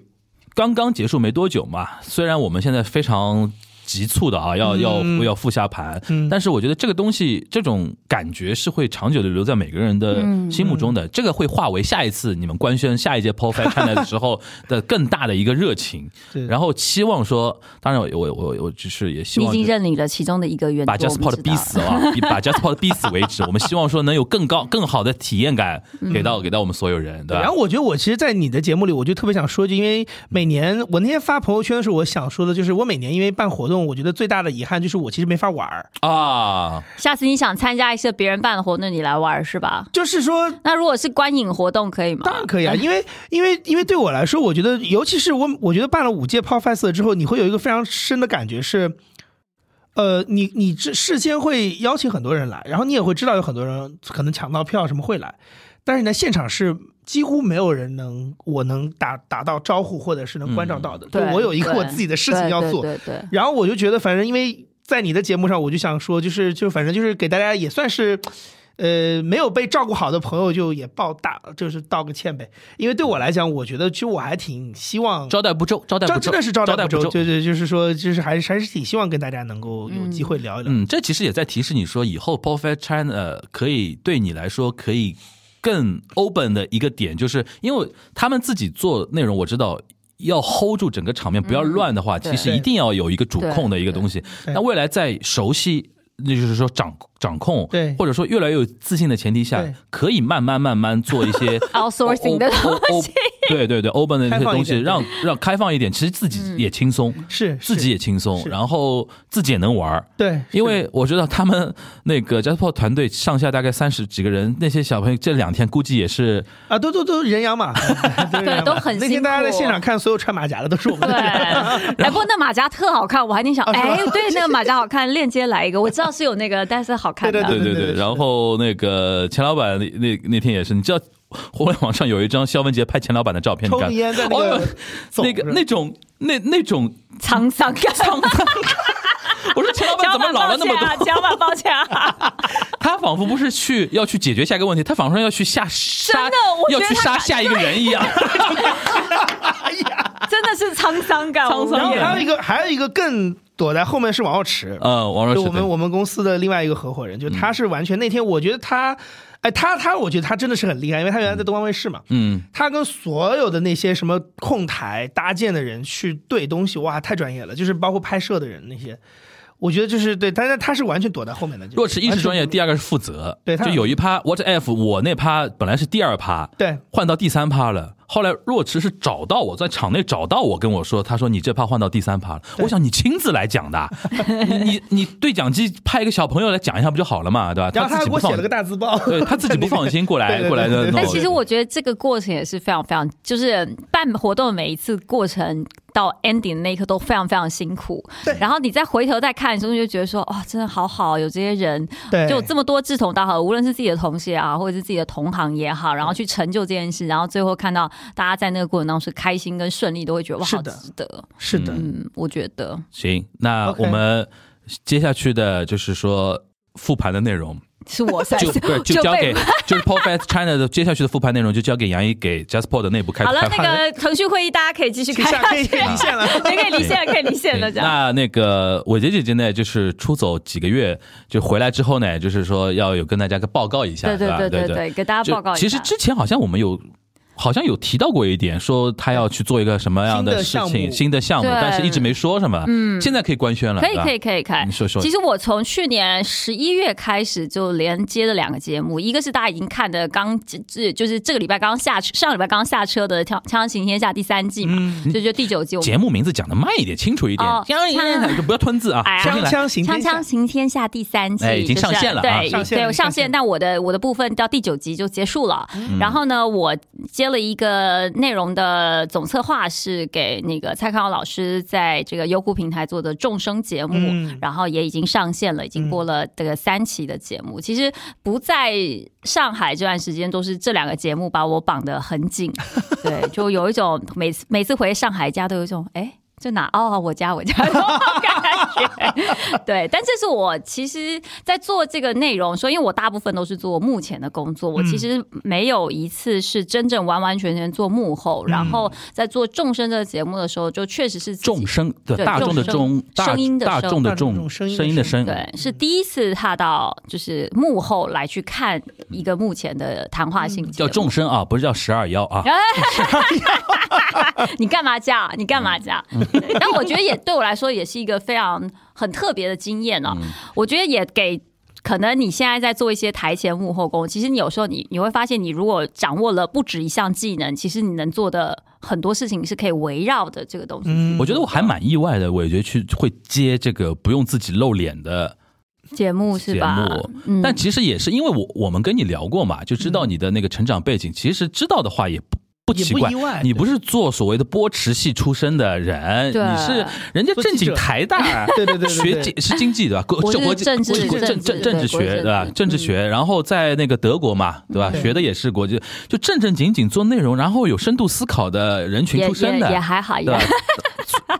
S2: 刚刚结束没多久嘛，虽然我们现在非常急促的啊，要要
S4: 嗯
S2: 要复下盘，
S4: 嗯
S2: 但是我觉得这个东西，这种感觉是会长久的留在每个人的
S3: 嗯
S2: 心目中的，这个会化为下一次你们官宣下一届 p o f i China 的时候的更大的一个热情，
S4: 对
S2: 然后期望说，当然我我我我只是也希
S3: 你已
S2: 望
S3: 经
S2: 就是
S3: 认领了其中的一个原
S2: 把
S3: 作，我
S2: Just Pod
S3: 们知
S2: 逼
S3: 道
S2: 死啊，逼把 Just Pod 逼死为止，我们希望说能有更高更好的体验感给
S3: 嗯
S2: 到给到我们所有人，对吧？
S4: 然后我觉得我其实，在你的节目里，我就特别想说一句，因为每年我那天发朋友圈的时候，我想说的就是，我每年因为办活动，我觉得最大的遗憾就是我其实没法玩儿。
S2: 啊，
S3: 下次你想参加一些别人办的活动，你来玩儿是吧？
S4: 就是说，
S3: 那如果是观影活动可以吗？
S4: 当然 可以啊，因为因为因为对我来说，我觉得，尤其是我，我觉得办了五届 p o f e s 之后，你会有一个非常深的感觉是，呃，你你这事先会邀请很多人来，然后你也会知道有很多人可能抢到票什么会来，但是呢，现场是几乎没有人能我能打打到招呼或者是能关照到的，
S3: 嗯对
S4: 就我有一个
S3: 对
S4: 我自己的事情要做，
S3: 对对对对
S4: 然后我就觉得，反正因为在你的节目上，我就想说，就是就反正就是给大家也算是。呃，没有被照顾好的朋友就也报大，就是道个歉呗。因为对我来讲，我觉得其实我还挺希望，
S2: 招待不周，招待不
S4: 招
S2: 周，
S4: 真的是招
S2: 招
S4: 待
S2: 不
S4: 周，
S2: 周。
S4: 对对，就是说，就是还是还是挺希望跟大家能够有机会聊一聊。
S2: 嗯，这其实也在提示你说，以后 p o f e t China 可以对你来说可以更 open 的一个点，就是因为他们自己做内容，我知道。要 hold 住整个场面，不要乱的话，
S3: 嗯对
S2: 其实一定要有一个主控的一个东西。
S4: 对
S2: 那未来在熟悉，那就是说掌掌控，
S4: 对
S2: 或者说越来越有自信的前提下
S4: 对，
S2: 可以慢慢慢慢做一些
S3: outsourcing 的东西。
S2: 对对对，open 的那些东西，
S4: 开放一点
S2: 让让开放一点，其实自
S3: 嗯
S2: 己也轻松，
S4: 是
S2: 自己也轻松，
S4: 是
S2: 然后自己也能玩儿。
S4: 对，
S2: 因为我知道他们那个 Jasper 团队上下大概三十几个人，那些小朋友这两天估计也是
S4: 啊，都都都人 仰马，对
S3: 都很
S4: 那
S3: 辛
S4: 天大家在
S3: 苦
S4: 现场看，所有穿马甲的都是我们
S3: 对，
S4: 的人。
S3: 哎，不过那马甲特好看，我还挺想，
S4: 啊是吗
S3: 哎，对，那个马甲好看，链接来一个，我知道是有那个，但是好看的。
S2: 对
S4: 啊对对
S2: 对。
S4: 是的
S2: 然后那个钱老板那那那天也是，你知道互联网上有一张肖文杰拍钱老板的照片，你
S4: 抽
S2: 看
S4: 着烟在那
S2: 哦
S4: 个
S2: 呦
S4: 走
S2: 那个
S4: 着
S2: 那种那那种，
S3: 沧桑感，
S2: 我说钱老板
S3: 小
S2: 怎么
S3: 板
S2: 老
S3: 抱
S2: 了那
S3: 歉
S2: 么
S3: 啊，
S2: 多？
S3: 小板抱歉啊，
S2: 他仿佛不是去要去解决下一个问题，他仿佛要去下杀
S3: 真的我，
S2: 要
S3: 觉得
S2: 去
S3: 他
S2: 杀
S3: 敢
S2: 下一个人一样。
S3: 真的是沧桑感，
S2: 沧桑
S3: 我
S4: 哎然
S3: 们
S2: 感
S4: 后
S3: 也
S4: 还有一个，还有一个更躲在后面是王傲池，
S2: 呃，王
S4: 就
S2: 若
S4: 我
S2: 雪
S4: 们
S2: 的，
S4: 我们公司的另外一个合伙
S2: 嗯
S4: 人，就他是完全那天，我觉得他，哎，他他，我觉得他真的是很厉害，因为他原来在东方卫视嘛，
S2: 嗯，
S4: 他跟所有的那些什么控台搭建的人去对东西，哇，太专业了，就是包括拍摄的人那些，我觉得就是对，但是他是完全躲在后面的，
S2: 若是一是专业，第
S4: 二
S2: 二个是负责。
S4: 对他
S2: 就有一趴 What If，我那趴本来是第二趴，
S4: 对
S2: 换到第三趴了。后来若池是找到我在场内找到我，跟我说，他说你这趴换到第三趴了。我想你亲自来讲 的，啊你你你对讲机派一个小朋友来讲一下不就好了嘛，对吧？
S4: 然后
S2: 自
S4: 他
S2: 己
S4: 给
S2: 不
S4: 我
S2: 放
S4: 写了个大字 报，
S2: 对他自己不放心过来
S4: 对对
S2: 过来
S4: 对
S2: 的
S4: 对对
S2: 弄。
S3: 但其实我觉得这个过程也是非常非常，就是办活动的每一次过程到 ending 那一刻都非常非常辛苦。
S4: 对
S3: 然后你再回头再看的时候，你就觉得说，哇、真的好好，有这些人，
S4: 对，
S3: 就有这么多志同道合，无论是自己的同学啊，或者是自己的同行也好，然后去成就这件事，然后最后看到大家在那个过程当中是开心跟顺利，都会觉得哇，
S4: 是
S3: 好
S4: 的
S3: 值得。
S4: 是的，
S3: 嗯，我觉得
S2: 行，那
S4: OK
S2: 我们接下去的就是说复盘的内容，
S3: 是我在
S2: 就对就交
S3: 被
S2: 给就是 p o f e s China 的接下去的复盘内容就交给杨一给 Jasper 的内部开
S3: 好了
S2: 开，
S3: 那个腾讯会议大家可以继续
S4: 一
S3: 开
S4: 下
S3: 下
S4: 可以
S3: 去，
S4: 可以离 线了。
S3: 可以离线了，可以离 线了，
S2: 对
S3: 这样。
S2: 那那个伟杰姐姐呢，就是出走几个月，就回来之后呢，就是说要有跟大家个报告一下，
S3: 对
S2: 吧？
S3: 对
S2: 对
S3: 对对，给大
S2: 就
S3: 家报告一下。
S2: 其实之前好像我们有。好像有提到过一点，说他要去做一个什么样
S4: 新的
S2: 事
S4: 项
S2: 情，
S4: 目
S2: 新的项目，
S3: 对
S2: 但是一直没说什么。嗯，现在可以官宣了，
S3: 可以
S2: 对吧
S3: 可以可以可以
S2: 你。说说
S3: 其。实我从去年十一月开始就连接了两个节目，一个是大家已经看的刚这就是这个礼拜刚下车，上个礼拜刚下车的《锵锵行天下》第三季嘛，
S2: 嗯
S3: 就就第九季我们。
S2: 节目名字讲的慢一点，清楚一点
S3: 哦，
S2: 就不要吞字啊
S3: 哎，呀
S2: 重
S4: 锵
S2: 新来。
S4: 锵行天
S3: 锵
S4: 下
S3: 锵行天下第三季、
S2: 哎已经上线了
S3: 就是
S2: 啊
S3: 对
S4: 上线了
S3: 对，我上
S4: 上
S3: 线。
S4: 线
S3: 但我的我的部分到第九集就结束了。
S2: 嗯
S3: 然后呢，我接了一个内容的总策划，是给那个蔡康永老师在这个优酷平台做的众生节目，
S4: 嗯
S3: 然后也已经上线了，已经播了这个三期的节
S4: 嗯
S3: 目。其实不在上海这段时间，都是这两个节目把我绑得很紧，对，就有一种每次每次回上海家都有一种哎。这哪哦，我家我家的 感觉，对。但这是我其实，在做这个内容的时候，说因为我大部分都是做目前的工作，我
S2: 嗯
S3: 其实没有一次是真正完完全全做幕后。然后在做众生这个节目的时候，就确实是自己
S2: 嗯众生对
S3: 对
S2: 大众的
S3: 众
S2: 众
S3: 生，
S2: 大
S3: 声音的
S2: 大
S3: 声
S2: 众的
S4: 大众
S2: 众，
S4: 声音的
S2: 声音的声，
S3: 对，是第一次踏到就是幕后来去看一个目前的谈话性节
S2: 叫
S3: 目
S2: 众生啊，不是叫十二幺啊。
S3: 你干嘛这样？你干嘛这样？对但我觉得也对我来说也是一个非常很特别的经验
S2: 嗯
S3: 呢、我觉得也给。可能你现在在做一些台前幕后工，其实你有时候你你会发现，你如果掌握了不止一项技能，其实你能做的很多事情是可以围绕着这个东西。
S4: 嗯
S2: 我觉得我还蛮意外的，我觉得去会接这个不用自己露脸的
S3: 节目是
S2: 节
S3: 吧？
S2: 目，
S3: 嗯，
S2: 但其实也是因为我我们跟你聊过嘛，就知道你的那个成长背景，其实知道的话也不。不
S4: 也
S2: 奇
S4: 不
S2: 怪
S4: 意外，
S2: 你不是做所谓的波池系出身的人，
S3: 对啊
S2: 你是人家正经
S4: 做记者
S2: 台大
S4: 对对对对对
S2: 学经是经济对吧？国
S3: 国
S2: 这
S3: 际
S2: 国际
S3: 政治
S2: 国际
S3: 国际
S2: 政
S3: 政治
S2: 政治
S3: 对国际
S2: 学对吧
S3: 政？治嗯
S2: 政治学，然后在那个德国嘛对吧？
S4: 对
S2: 学的也是国际，就正正经经做内容，然后有深度思考的人群
S3: 也
S2: 出身
S3: 也也
S2: 的，
S3: 还好，
S2: 对
S3: 也
S2: 吧？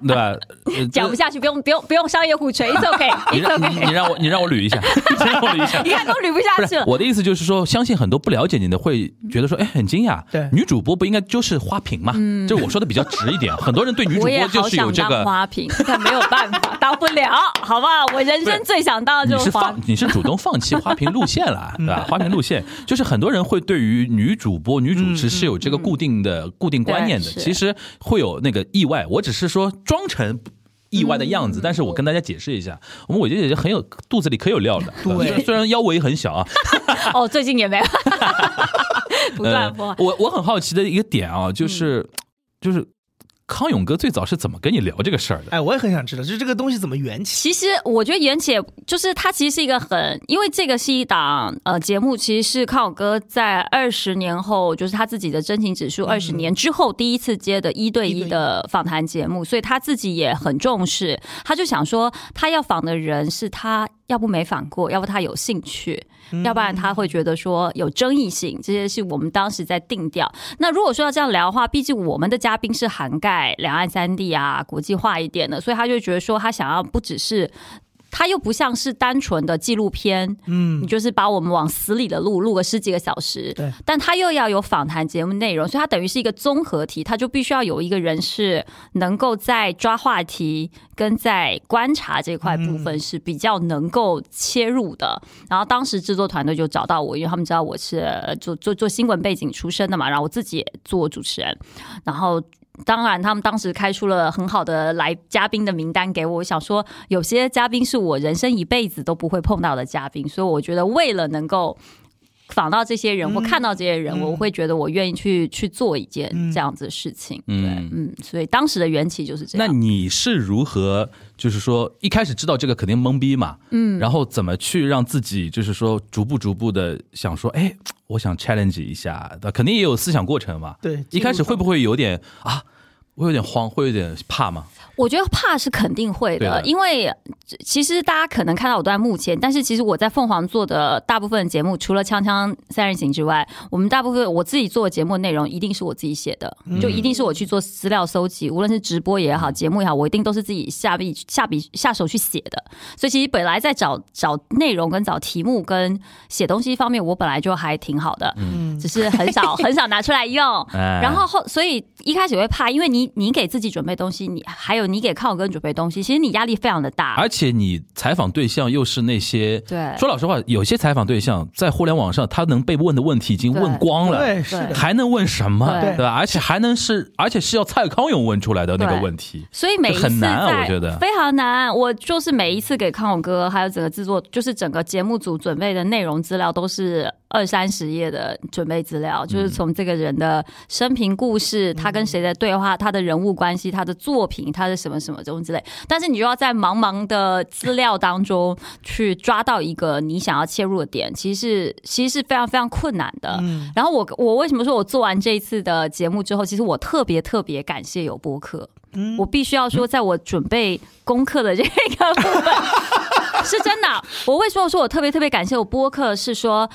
S2: 对吧？ 呃
S3: 哎讲不下去，不用不用不用商业互吹 ，it's okay，it's
S2: 你让你
S3: okay。
S2: 你让我你让我捋一下， 你让我捋 一下。
S3: 你看都捋不
S2: 不
S3: 下
S2: 是
S3: 去了。
S2: 我的意思就是说，相信很多不了解你的会觉得说，哎，很惊讶。
S4: 对
S2: 女主播不应该就是花瓶吗？这我说的比较直一点，很多人对女主
S3: 嗯我也
S2: 播就
S3: 好
S2: 是有
S3: 想
S2: 这
S3: 当
S2: 个，
S3: 花瓶， 但没有办法，当不了，好不好？我人生最想当的
S2: 你
S3: 就是嗯是花
S2: 放
S3: 瓶。
S2: 你是主动放弃花瓶路线 了，啊对吧？花瓶路线就是很多人会对于女主播、女主持是有这个固定的固定观念的，
S3: 嗯对是
S2: 其实会有那个意外。我只是说装成。意外的样
S3: 嗯
S2: 子，但是我跟大家解释一下，我们伟杰姐姐很有肚子里可有料的，
S4: 对
S2: 虽然虽然腰围很小啊，
S3: 哦，最近也没有， 不
S2: 嗯
S3: 断播。
S2: 呃
S3: 嗯
S2: 我我很好奇的一个点啊，就是、就是康永哥最早是怎么跟你聊这个事儿的？
S4: 哎，我也很想知道，就是这个东西怎么缘起？
S3: 其实我觉得袁姐就是她，其实是一个很，因为这个是一档呃节目，其实是康永哥在二十年后，就是他自己的真情指数二十
S2: 嗯
S3: 年之后第一次接的一对一的访谈节目，所以他自己也很重视，他就想说他要访的人是他要不没访过，要不他有兴趣，要不然他会觉得说有争议性，这些是我们当时在定调。那如果说要这样聊的话，毕竟我们的嘉宾是涵盖两岸三地啊，国际化一点的，所以他就觉得说他想要不只是。他又不像是单纯的纪录片，嗯，你就是把我们往死里的录，录个十几个小时，
S4: 对。
S3: 但他又要有访谈节目内容，所以他等于是一个综合体，他就必须要有一个人是能够在抓话题跟在观察这块部分是比较能够切入的。然后当时制作团队就找到我，因为他们知道我是呃做做做新闻背景出身的嘛，然后我自己也做主持人，然后。当然，他们当时开出了很好的来嘉宾的名单给我。我想说，有些嘉宾是我人生一辈子都不会碰到的嘉宾，所以我觉得为了能够访到这些人或看到这些人，
S2: 嗯
S3: 我会觉得我愿意去去做一件这样子的事情。对，
S2: 嗯
S3: 嗯，所以当时的缘起就是这
S2: 那
S3: 样。
S2: 你是如何，就是说一开始知道这个肯定懵逼嘛，嗯，然后怎么去让自己，就是说逐步逐步的想说，哎，我想 challenge 一下，肯定也有思想过程嘛，
S4: 对
S2: 一开始会不会有点啊，会有点慌，会有点怕嘛？
S3: 我觉得怕是肯定会
S2: 对啊
S3: 的，
S2: 的
S3: 因为其实大家可能看到我都在幕前，但是其实我在凤凰做的大部分节目，除了《锵锵三人行》之外，我们大部分我自己做的节目内容一定是我自己写的，
S2: 嗯
S3: 就一定是我去做资料搜集，无论是直播也好，节目也好，我一定都是自己下笔下笔下手去写的。所以其实本来在找找内容、跟找题目、跟写东西方面，我本来就还挺好的，只是很少 很少拿出来用。
S2: 嗯哎
S3: 然后后，所以一开始会怕，因为你你给自己准备东西，你还有你给靠哥准备东西，其实你压力非常的大。
S2: 而且你采访对象又是那些，
S3: 对
S2: 说老实话，有些采访对象在互联网上，他能被问的问题已经问光了，
S4: 对，是的，
S2: 还能问什么，
S3: 对
S2: 对吧？而且还能是，而且是要蔡康永问出来的那个
S3: 对
S2: 问题，
S3: 所以每一次在
S2: 很难啊我觉得
S3: 非常难。我就是每一次给康永哥，还有整个制作，就是整个节目组准备的内容资料都是二三十页的准备资料，就是从这个人的生平故事，他跟谁的对话，他的人物关系，他的作品，他的什么什么东西之类。但是你就要在茫茫的资料当中去抓到一个你想要切入的点，其实是其实是非常非常困难的。然后我我为什么说我做完这一次的节目之后，其实我特别特别感谢有播客。我必须要说，在我准备功课的这个部分， 是真的。我为什么说我特别特别感谢我播客？是说，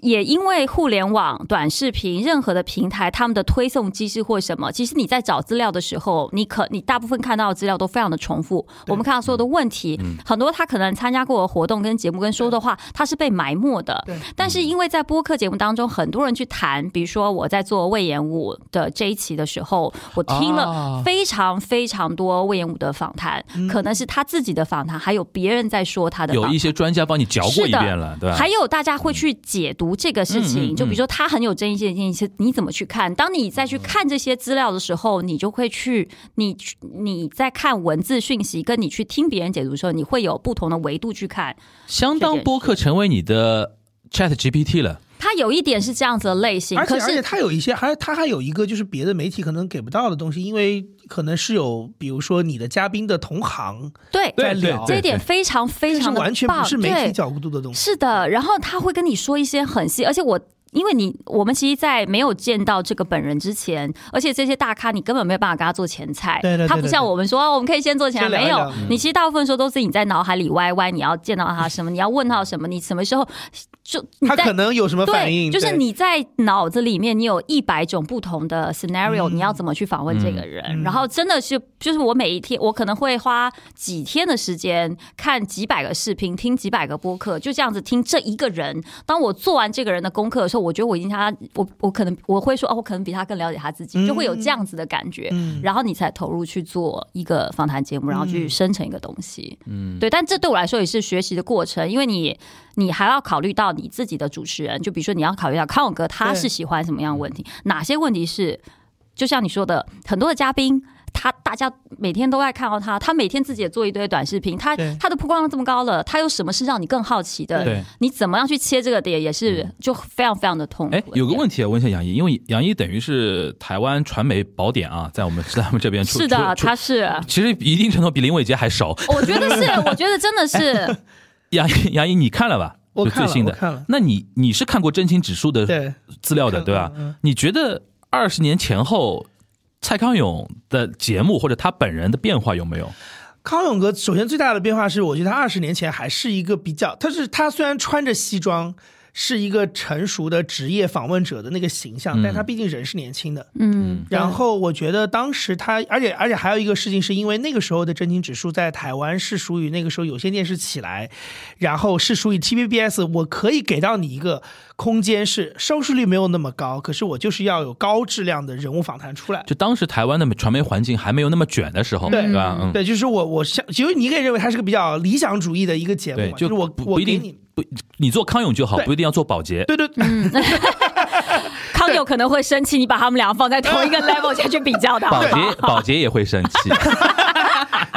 S3: 也因为互联网、短视频任何的平台，他们的推送机制或什么，其实你在找资料的时候，你可你大部分看到的资料都非常的重复。我们看到所有的问题，很多他可能参加过的活动、跟节目、跟说的话，它是被埋没的。
S4: 对
S3: 但是因为在播客节目当中，很多人去谈，比如说我在做魏延武的这一期的时候，我听了
S2: 啊
S3: 非常非常多魏延武的访谈，
S4: 嗯
S3: 可能是他自己的访谈，还有别人在说他的访
S2: 有
S3: 谈
S2: 一些专家帮你嚼过一遍了，对吧？啊
S3: 还有大家会去解读这个事情，
S2: 嗯嗯嗯
S3: 就比如说他很有争议性，你是你怎么去看？当你再去看这些资料的时候，你就会去你你在看文字讯息，跟你去听别人解读的时候，你会有不同的维度去看。
S2: 相当播客成为你的 Chat GPT 了，
S3: 它有一点是这样子的类型，
S4: 而且
S3: 可
S4: 而且
S3: 是
S4: 它有一些，还它还有一个就是别的媒体可能给不到的东西，因为可能是有，比如说你的嘉宾的同行
S3: 对
S4: 在
S2: 对
S4: 聊，
S3: 这一点非常非
S4: 这是
S3: 常的
S4: 完全
S3: 棒，
S4: 不是媒体
S3: 对
S4: 角度的东西。
S3: 是的，然后他会跟你说一些很细，而且我。因为你，我们其实，在没有见到这个本人之前，而且这些大咖你根本没有办法跟他做前菜，
S4: 对对对
S3: 他不像
S4: 对对
S3: 我们说、哦我们可以先做前菜，
S4: 先聊嗯
S3: 没
S4: 一
S3: 有
S4: 聊，
S3: 你其实大部分时候都是你在脑海里歪歪，你要见到他什么，你要问他什么，你什么时候就你
S4: 他
S3: 在
S4: 可能有什么反应？
S3: 对，就是
S4: 对
S3: 你在脑子里面，你有一百种不同的 scenario，、
S4: 嗯
S3: 你要怎么去访问这个人？然后真的是，就是我每一天，我可能会花几天的时间看几百个视频，听几百个播客，就这样子听这一个人。当我做完这个人的功课的时候，我觉得我已经他，我我可能我会说，哦，我可能比他更了解他自
S4: 嗯
S3: 己，就会有这样子的感觉。
S2: 嗯
S3: 然后你才投入去做一个访谈节目，然后去生成一个东西。嗯，对，但这对我来说也是学习的过程，因为你。你还要考虑到你自己的主持人，就比如说你要考虑到康永
S2: 嗯
S3: 哥他是喜欢什么样的问题，哪些问题是，就像你说的，很多的嘉宾。他大家每天都爱看到他，他每天自己也做一堆短视频，他
S4: 对
S3: 他的曝光量这么高了，他有什么是让你更好奇的？
S2: 对
S3: 你怎么样去切这个点，也是就非常非常的痛苦。
S2: 哎，有个问题要问一下杨一，因为杨一等于是台湾传媒宝典啊，在我们在我们这边出
S3: 是的，
S2: 出出
S3: 他是，
S2: 其实一定程度比林伟杰还熟。
S3: 我觉得是，我觉得真的是。
S2: 杨一杨一，你看了吧？
S4: 我
S2: 就最
S4: 看了
S2: 新
S4: 我
S2: 的。
S4: 看了，
S2: 那你你是看过真情指数的
S4: 对，
S2: 资料的
S4: 看
S2: 对吧？
S4: 嗯嗯
S2: 你觉得二十年前后蔡康永的节目或者他本人的变化有没有？
S4: 康永哥首先最大的变化是，我觉得他二十年前还是一个比较，他是他虽然穿着西装。是一个成熟的职业访问者的那个形象，
S2: 嗯
S4: 但他毕竟人是年轻的。
S3: 嗯，
S4: 然后我觉得当时他，而且而且还有一个事情，是因为那个时候的真情指数在台湾是属于那个时候有线电视起来，然后是属于 TVBS，我可以给到你一个空间，是收视率没有那么高，可是我就是要有高质量的人物访谈出来。
S2: 就当时台湾的传媒环境还没有那么卷的时候，
S4: 对
S2: 对吧？嗯，
S4: 对，就是我，我想，其实你可以认为它是个比较理想主义的一个节目
S2: 对，
S4: 嘛，
S2: 就是
S4: 我
S2: 不
S4: 我
S2: 不一
S4: 给
S2: 定
S4: 你，
S2: 不，你做康永就好，
S4: 对
S2: 不一定要做保洁。
S4: 对对，
S3: 康友可能会生气，你把他们俩放在 同一个 level 下去比较的，
S2: 保洁保洁也会生气，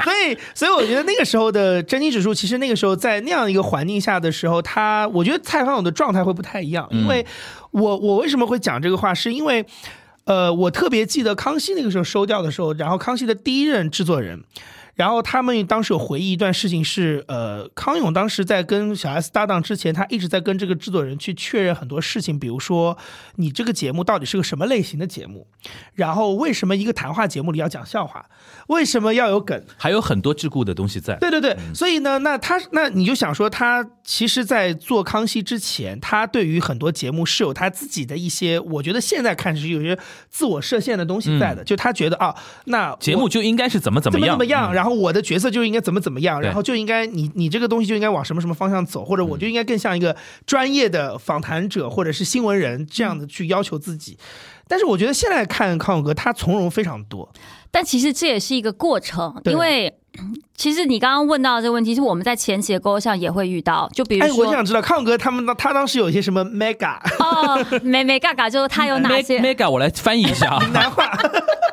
S4: 所以，所以我觉得那个时候的真金指数，其实那个时候在那样一个环境下的时候，他我觉得蔡康永的状态会不太一样。因为我我为什么会讲这个话，是因为呃，我特别记得康熙那个时候收掉的时候，然后康熙的第一任制作人。然后他们当时有回忆一段事情是，呃，康永当时在跟小 S 搭档之前，他一直在跟这个制作人去确认很多事情，比如说你这个节目到底是个什么类型的节目，然后为什么一个谈话节目里要讲笑话，为什么要有梗，
S2: 还有很多桎梏的东西在。
S4: 对对对，所以呢，那他那你就想说，他其实，在做《康熙》之前，他对于很多节目是有他自己的一些，我觉得现在看是有些自我设限的东西在的，就他觉得啊，那我
S2: 嗯节目就应该是怎么怎么
S4: 怎么
S2: 样，嗯
S4: 怎么样，然后我的角色就应该怎么怎么样，
S2: 对嗯
S4: 然后就应该你你这个东西就应该往什么什么方向走，或者我就应该更像一个专业的访谈者或者是新闻人这样的去要求自己。但是我觉得现在看康永哥，他从容非常多，
S3: 但其实这也是一个过程，
S4: 对
S3: 因为嗯其实你刚刚问到这个问题，是我们在前期的沟通上也会遇到，就比如
S4: 哎，我就
S3: 说
S4: 想知道康永哥他们当他当时有一些什么 mega
S3: 哦，美美嘎嘎，就是他有哪
S2: Me-
S3: 些
S2: mega 我来翻译一下啊
S4: 难话。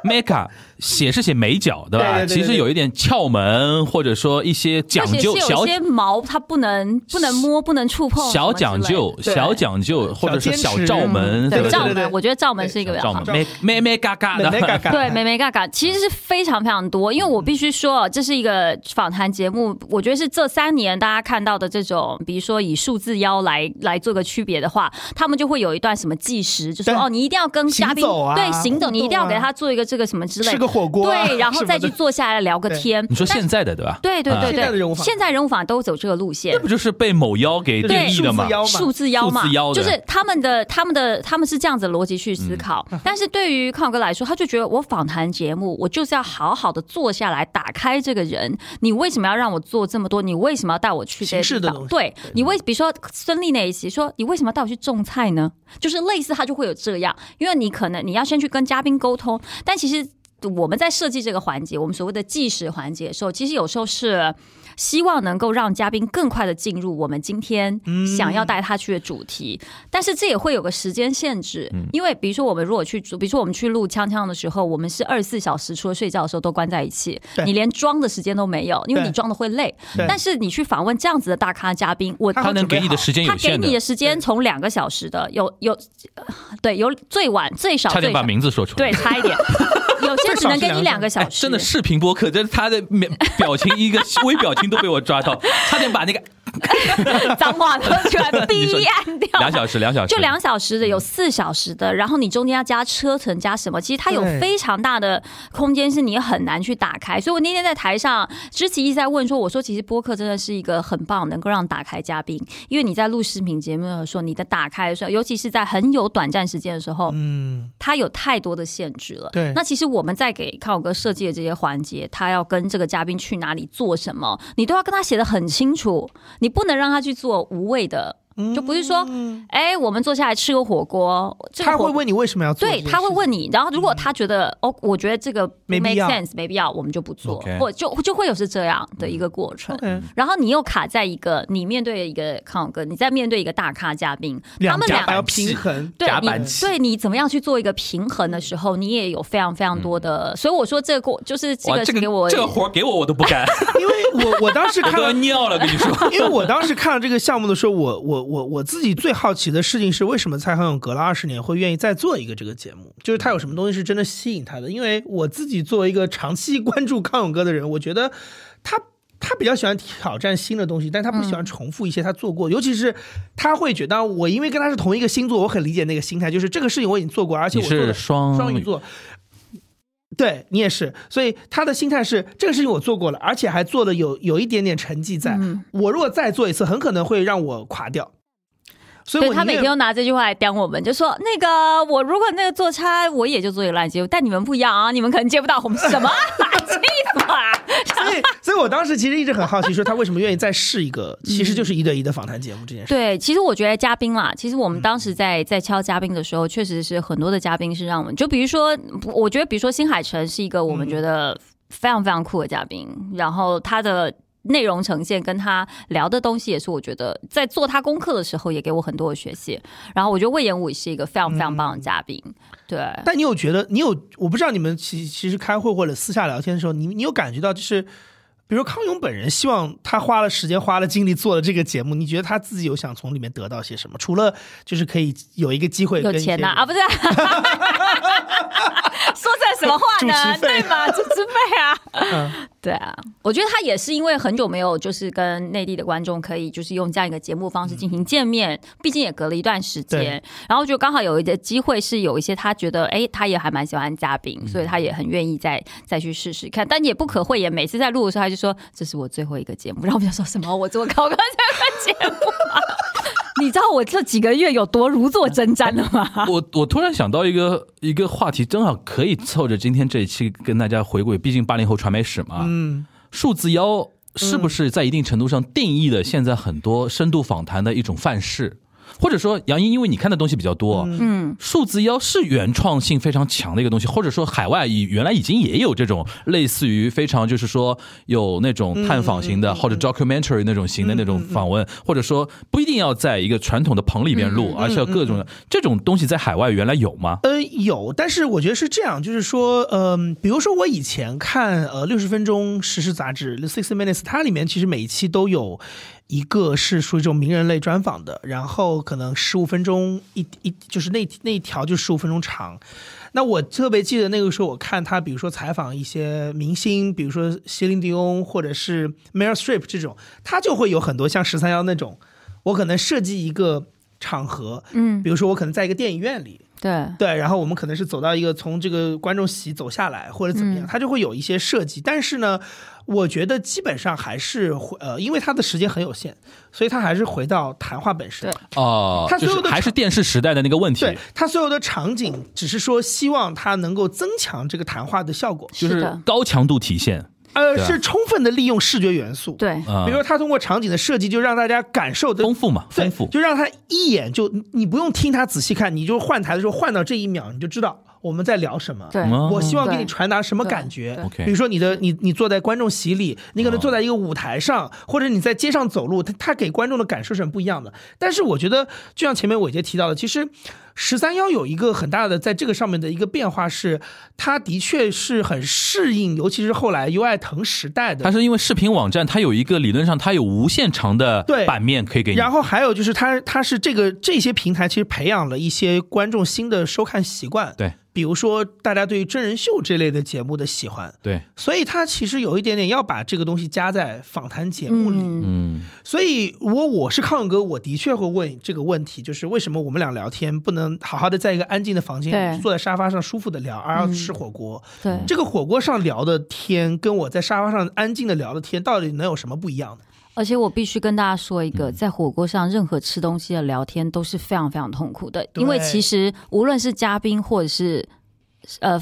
S2: ，mega 写是写美角对吧？
S4: 对对对
S2: 其
S4: 对
S2: 实有一点窍门，或者说一些讲
S3: 而且
S2: 究
S3: 是有
S2: 小
S3: 一些毛，它不能不能摸，不能触碰，
S2: 小讲究、
S3: 什么之类的
S2: 小。讲究，或者是小
S4: 坚持
S2: 罩门，
S3: 对
S2: 吧？
S4: 对
S3: 对罩
S4: 对对
S3: 门，我觉得罩门是一个比较
S2: 罩
S3: 好
S2: 门。，me me me 嘎嘎的，
S4: mega 感
S3: 对，美美嘎嘎其实是非常非常多，因为我必须说，啊这是一个访谈节目，我觉得是这三年大家看到的这种，比如说以数字腰来来做个区别的话，他们就会有一段什么计时，就说
S4: 对
S3: 哦，你一定要跟嘉宾
S4: 行走啊
S3: 对行
S4: 互动
S3: 走，
S4: 啊
S3: 你一定要给他做一个这个什么之类
S4: 吃个
S3: 的，
S4: 火锅啊、
S3: 对，然后
S4: 什么
S3: 再
S4: 的
S3: 去坐下来聊个
S4: 对
S3: 天。
S2: 你说
S3: 但
S2: 现在的对吧？
S3: 对对
S2: 啊
S3: 对
S4: 现在的人物
S3: 对，
S4: 访
S3: 现在人物访都走这个路线
S2: 这不，就是被某妖给
S4: 对
S2: 定义的吗
S4: 数字？妖嘛
S3: 数字妖嘛
S2: 数字妖，的
S3: 就是他们的、他们的、他们是这样子的逻辑去思考。
S4: 嗯
S3: 但是对于康永哥来说，他就觉得我访谈节目，我就是要好好的坐下来，打开这个人，你为什么要让我做这么多？你为什么要带我去
S4: 形
S3: 这
S4: 式
S3: 些
S4: 的
S3: 地
S4: 东
S3: 方？
S4: 西
S3: 对你为，比如说孙俪那一期说，你为什么要带我去种菜呢？就是类似他就会有这样，因为你可能你要先去跟嘉宾沟通，但其实。我们在设计这个环节，我们所谓的计时环节的时候，其实有时候是希望能够让嘉宾更快的进入我们今天
S2: 嗯
S3: 想要带他去的主题，但是这也会有个时间限制，因为比如说我们如果去，比如说我们去录《锵锵》的时候，我们是二十四小时，除了睡觉的时候都关在一起
S4: 对，
S3: 你连装的时间都没有，因为
S4: 对
S3: 你装的会累
S4: 对。
S3: 但是你去访问这样子的大咖嘉宾，我
S4: 他
S2: 他能给你的时间有
S3: 他给
S2: 限的
S3: 你，的时间从两个小时的，有有，对，有最晚最少
S2: 差点
S3: 最
S2: 把
S3: 少，
S2: 名字说出来
S3: 对，。差一点，有些只能给你两个小
S2: 哎，
S3: 时，
S2: 真的视频播客，这是他的面表情，一个微表情都被我抓到，差点把那个
S3: 脏话都全
S2: 你说
S3: 逼按掉，
S2: 两小时，嗯两小时
S3: 就两小时的，有四小时的，然后你中间要加车程加什么，其实它有
S4: 对
S3: 非常大的空间是你很难去打开。所以我那天在台上，知琪一直在问说，我说其实播客真的是一个很棒，能够让打开嘉宾，因为你在录视频节目的时候，你的打开的时候，尤其是在很有短暂时间的时候，
S4: 嗯，
S3: 它有太多的限制了。
S4: 对
S3: 那其实我们在给康永哥设计的这些环节，他要跟这个嘉宾去哪里做什么，你都要跟他写的很清楚，你不能让他去做无谓的。就不是说，哎，我们坐下来吃个火锅，这
S4: 嗯
S3: 个
S4: 他
S3: 火
S4: 会问你为什么要做这件
S3: 对
S4: 事情，
S3: 他会问你，然后如果他觉得、哦，我觉得这个不
S4: 没
S3: make
S4: 必要
S3: sense 没必要，我们就不做
S2: OK
S3: 或就就会有是这样的一个过程。
S4: OK
S3: 然后你又卡在一个你面对一个康永哥，你在面对一个大咖嘉宾，他
S4: 两
S3: 们
S4: 家
S3: 两
S4: 还要平衡，
S3: 对
S2: 夹
S3: 你
S2: 板气
S3: 对你怎么样去做一个平衡的时候，你也有非常非常多的，所以我说这个过就是这
S2: 嗯哇，
S3: 个
S2: 这
S3: 是
S2: 个
S3: 给我
S2: 这个活儿给我我都不干，
S4: 因为我我当时
S2: 我
S4: 看
S2: 都
S4: 到
S2: 要尿了，跟你说。
S4: 因为我当时看到这个项目的时候，我我我我自己最好奇的事情是，为什么蔡康永隔了二十年会愿意再做一个这个节目？就是他有什么东西是真的吸引他的？因为我自己作为一个长期关注康永哥的人，我觉得他。他比较喜欢挑战新的东西，但他不喜欢重复一些他做
S2: 嗯
S4: 过，尤其是他会觉得我因为跟他是同一个星座，我很理解那个心态，就是这个事情我已经做过，而且我
S2: 你
S4: 做
S2: 是
S4: 的
S2: 双
S4: 双鱼
S2: 鱼
S4: 座，对你也是，所以他的心态是这个事情我做过了，而且还做的有有一点点成绩在。我如果再做一次，很可能会让我垮掉。所以
S3: 对
S4: 我
S3: 他每
S4: 宁
S3: 天
S4: 愿
S3: 都拿这句话来刁我们，就说那个我如果那个做差，我也就做一个烂节目，但你们不一样啊，你们可能接不到红什么啊， 气啊死我了！
S4: 所以所以我当时其实一直很好奇，说他为什么愿意再试一个，其实就是一对一的访谈节目这件事。
S3: 对，其实我觉得嘉宾啦，其实我
S4: 嗯
S3: 们当时在在敲嘉宾的时候，确实是很多的嘉宾是让我们，就比如说，不我觉得比如说新海诚是一个我
S4: 嗯
S3: 们觉得非常非常酷的嘉宾，然后他的。内容呈现跟他聊的东西也是，我觉得在做他功课的时候也给我很多的学习。然后我觉得魏延武也是一个非常非常棒的嘉宾，对，
S4: 嗯但你有觉得，你有我不知道你们其其实开会或者私下聊天的时候，你你有感觉到就是，比如康永本人希望他花了时间、花了精力做了这个节目，你觉得他自己有想从里面得到些什么？除了就是可以有一个机会
S3: 有
S4: 跟一
S3: 钱
S4: 些
S3: 呐啊，不是、 说这什么话呢？
S4: 主持
S3: 对
S4: 费
S3: 吗？主持费啊，
S4: 嗯
S3: 对啊，我觉得他也是因为很久没有就是跟内地的观众可以就是用这样一个节目方式进行见面，毕竟也隔了一段时间
S4: 对，
S3: 然后就刚好有一个机会是有一些他觉得哎，他也还蛮喜欢嘉宾，所以他也很愿意再再去试试看，但也不可讳言，每次在录的时候他就说这是我最后一个节目，然后我们就说什么我做高高这个节目、啊，你知道我这几个月有多如坐针毡了吗？
S2: 我我突然想到一个一个话题，正好可以凑着今天这一期跟大家回顾，毕竟八零后传媒史嘛。
S4: 嗯，
S2: 数字妖是不是在一定程度上定义了现在很多深度访谈的一种范式？或者说，杨英，因为你看的东西比较多，嗯，数字妖是原创性非常强的一个东西，或者说海外已原来已经也有这种类似于非常就是说有那种探访型
S4: 嗯
S2: 的、或者 documentary 那种型的那种访问，或者说不一定要在一个传统的棚里边
S4: 嗯
S2: 录，而是要各种的、这种东西在海外原来有吗？
S4: 呃，有，但是我觉得是这样，就是说，嗯、比如说我以前看呃六十分钟时事杂志《Sixty Minutes》，它里面其实每一期都有一个是属于这种名人类专访的，然后可能十五分钟一一就是那那一条就十五分钟长。那我特别记得那个时候，我看他，比如说采访一些明星，比如说席琳迪翁或者是 Meryl Streep 这种，他就会有很多像十三幺那种，我可能设计一个场合，嗯，比如说我可能在一个电影院里，
S3: 对。
S4: 对，然后我们可能是走到一个从这个观众席走下来或者怎么
S3: 嗯
S4: 样，它就会有一些设计。但是呢，我觉得基本上还是回呃，因为它的时间很有限，所以它还是回到谈话本身
S3: 对。
S2: 哦、
S4: 它
S2: 就
S4: 所有
S2: 是
S4: 的
S2: 还是电视时代的那个问题，
S4: 对它所有的场景，只是说希望它能够增强这个谈话的效果，
S2: 就是是
S3: 的
S2: 高强度体现。
S4: 呃，
S2: 对啊
S4: 是充分的利用视觉元素。，
S3: 对，
S2: 啊
S4: 比如说它通过场景的设计，就让大家感受的
S2: 丰富嘛，
S4: 对
S2: 丰富。
S4: 就让他一眼就你你不用听他仔细看，你就换台的时候换到这一秒，你就知道我们在聊什么。
S3: 对
S2: 哦
S4: 我希望给
S3: 对
S4: 你传达什么
S3: 对
S4: 感觉
S3: 对。
S2: OK
S4: 比如说你的你你坐在观众席里，你可能
S2: 哦
S4: 坐在一个舞台上，或者你在街上走路，他他给观众的感受是很不一样的。但是我觉得，就像前面伟杰提到的，其实十三幺有一个很大的在这个上面的一个变化是，它的确是很适应，尤其是后来 UI 腾时代的
S2: 它是因为视频网站，它有一个理论上它有无限长的
S4: 对
S2: 版面可以给你。
S4: 然后还有就是它，它是这个这些平台其实培养了一些观众新的收看习惯，，
S2: 对
S4: 比如说大家对于真人秀这类的节目的喜欢，
S2: 对，
S4: 所以它其实有一点点要把这个东西加在访谈节目里。
S3: 嗯，
S2: 嗯，
S4: 所以如果我是康永哥，我的确会问这个问题，就是为什么我们俩聊天不能好好的在一个安静的房间
S3: 对嗯
S4: 里坐在沙发上舒服的聊，而要吃火锅？
S3: 对，
S4: 这个火锅上聊的天，跟我在沙发上安静的聊的天，到底能有什么不一样呢？
S3: 而且我必须跟大家说一
S2: 嗯
S3: 个，在火锅上任何吃东西的聊天都是非常非常痛苦的，
S4: 对
S3: 因为其实无论是嘉宾或者是呃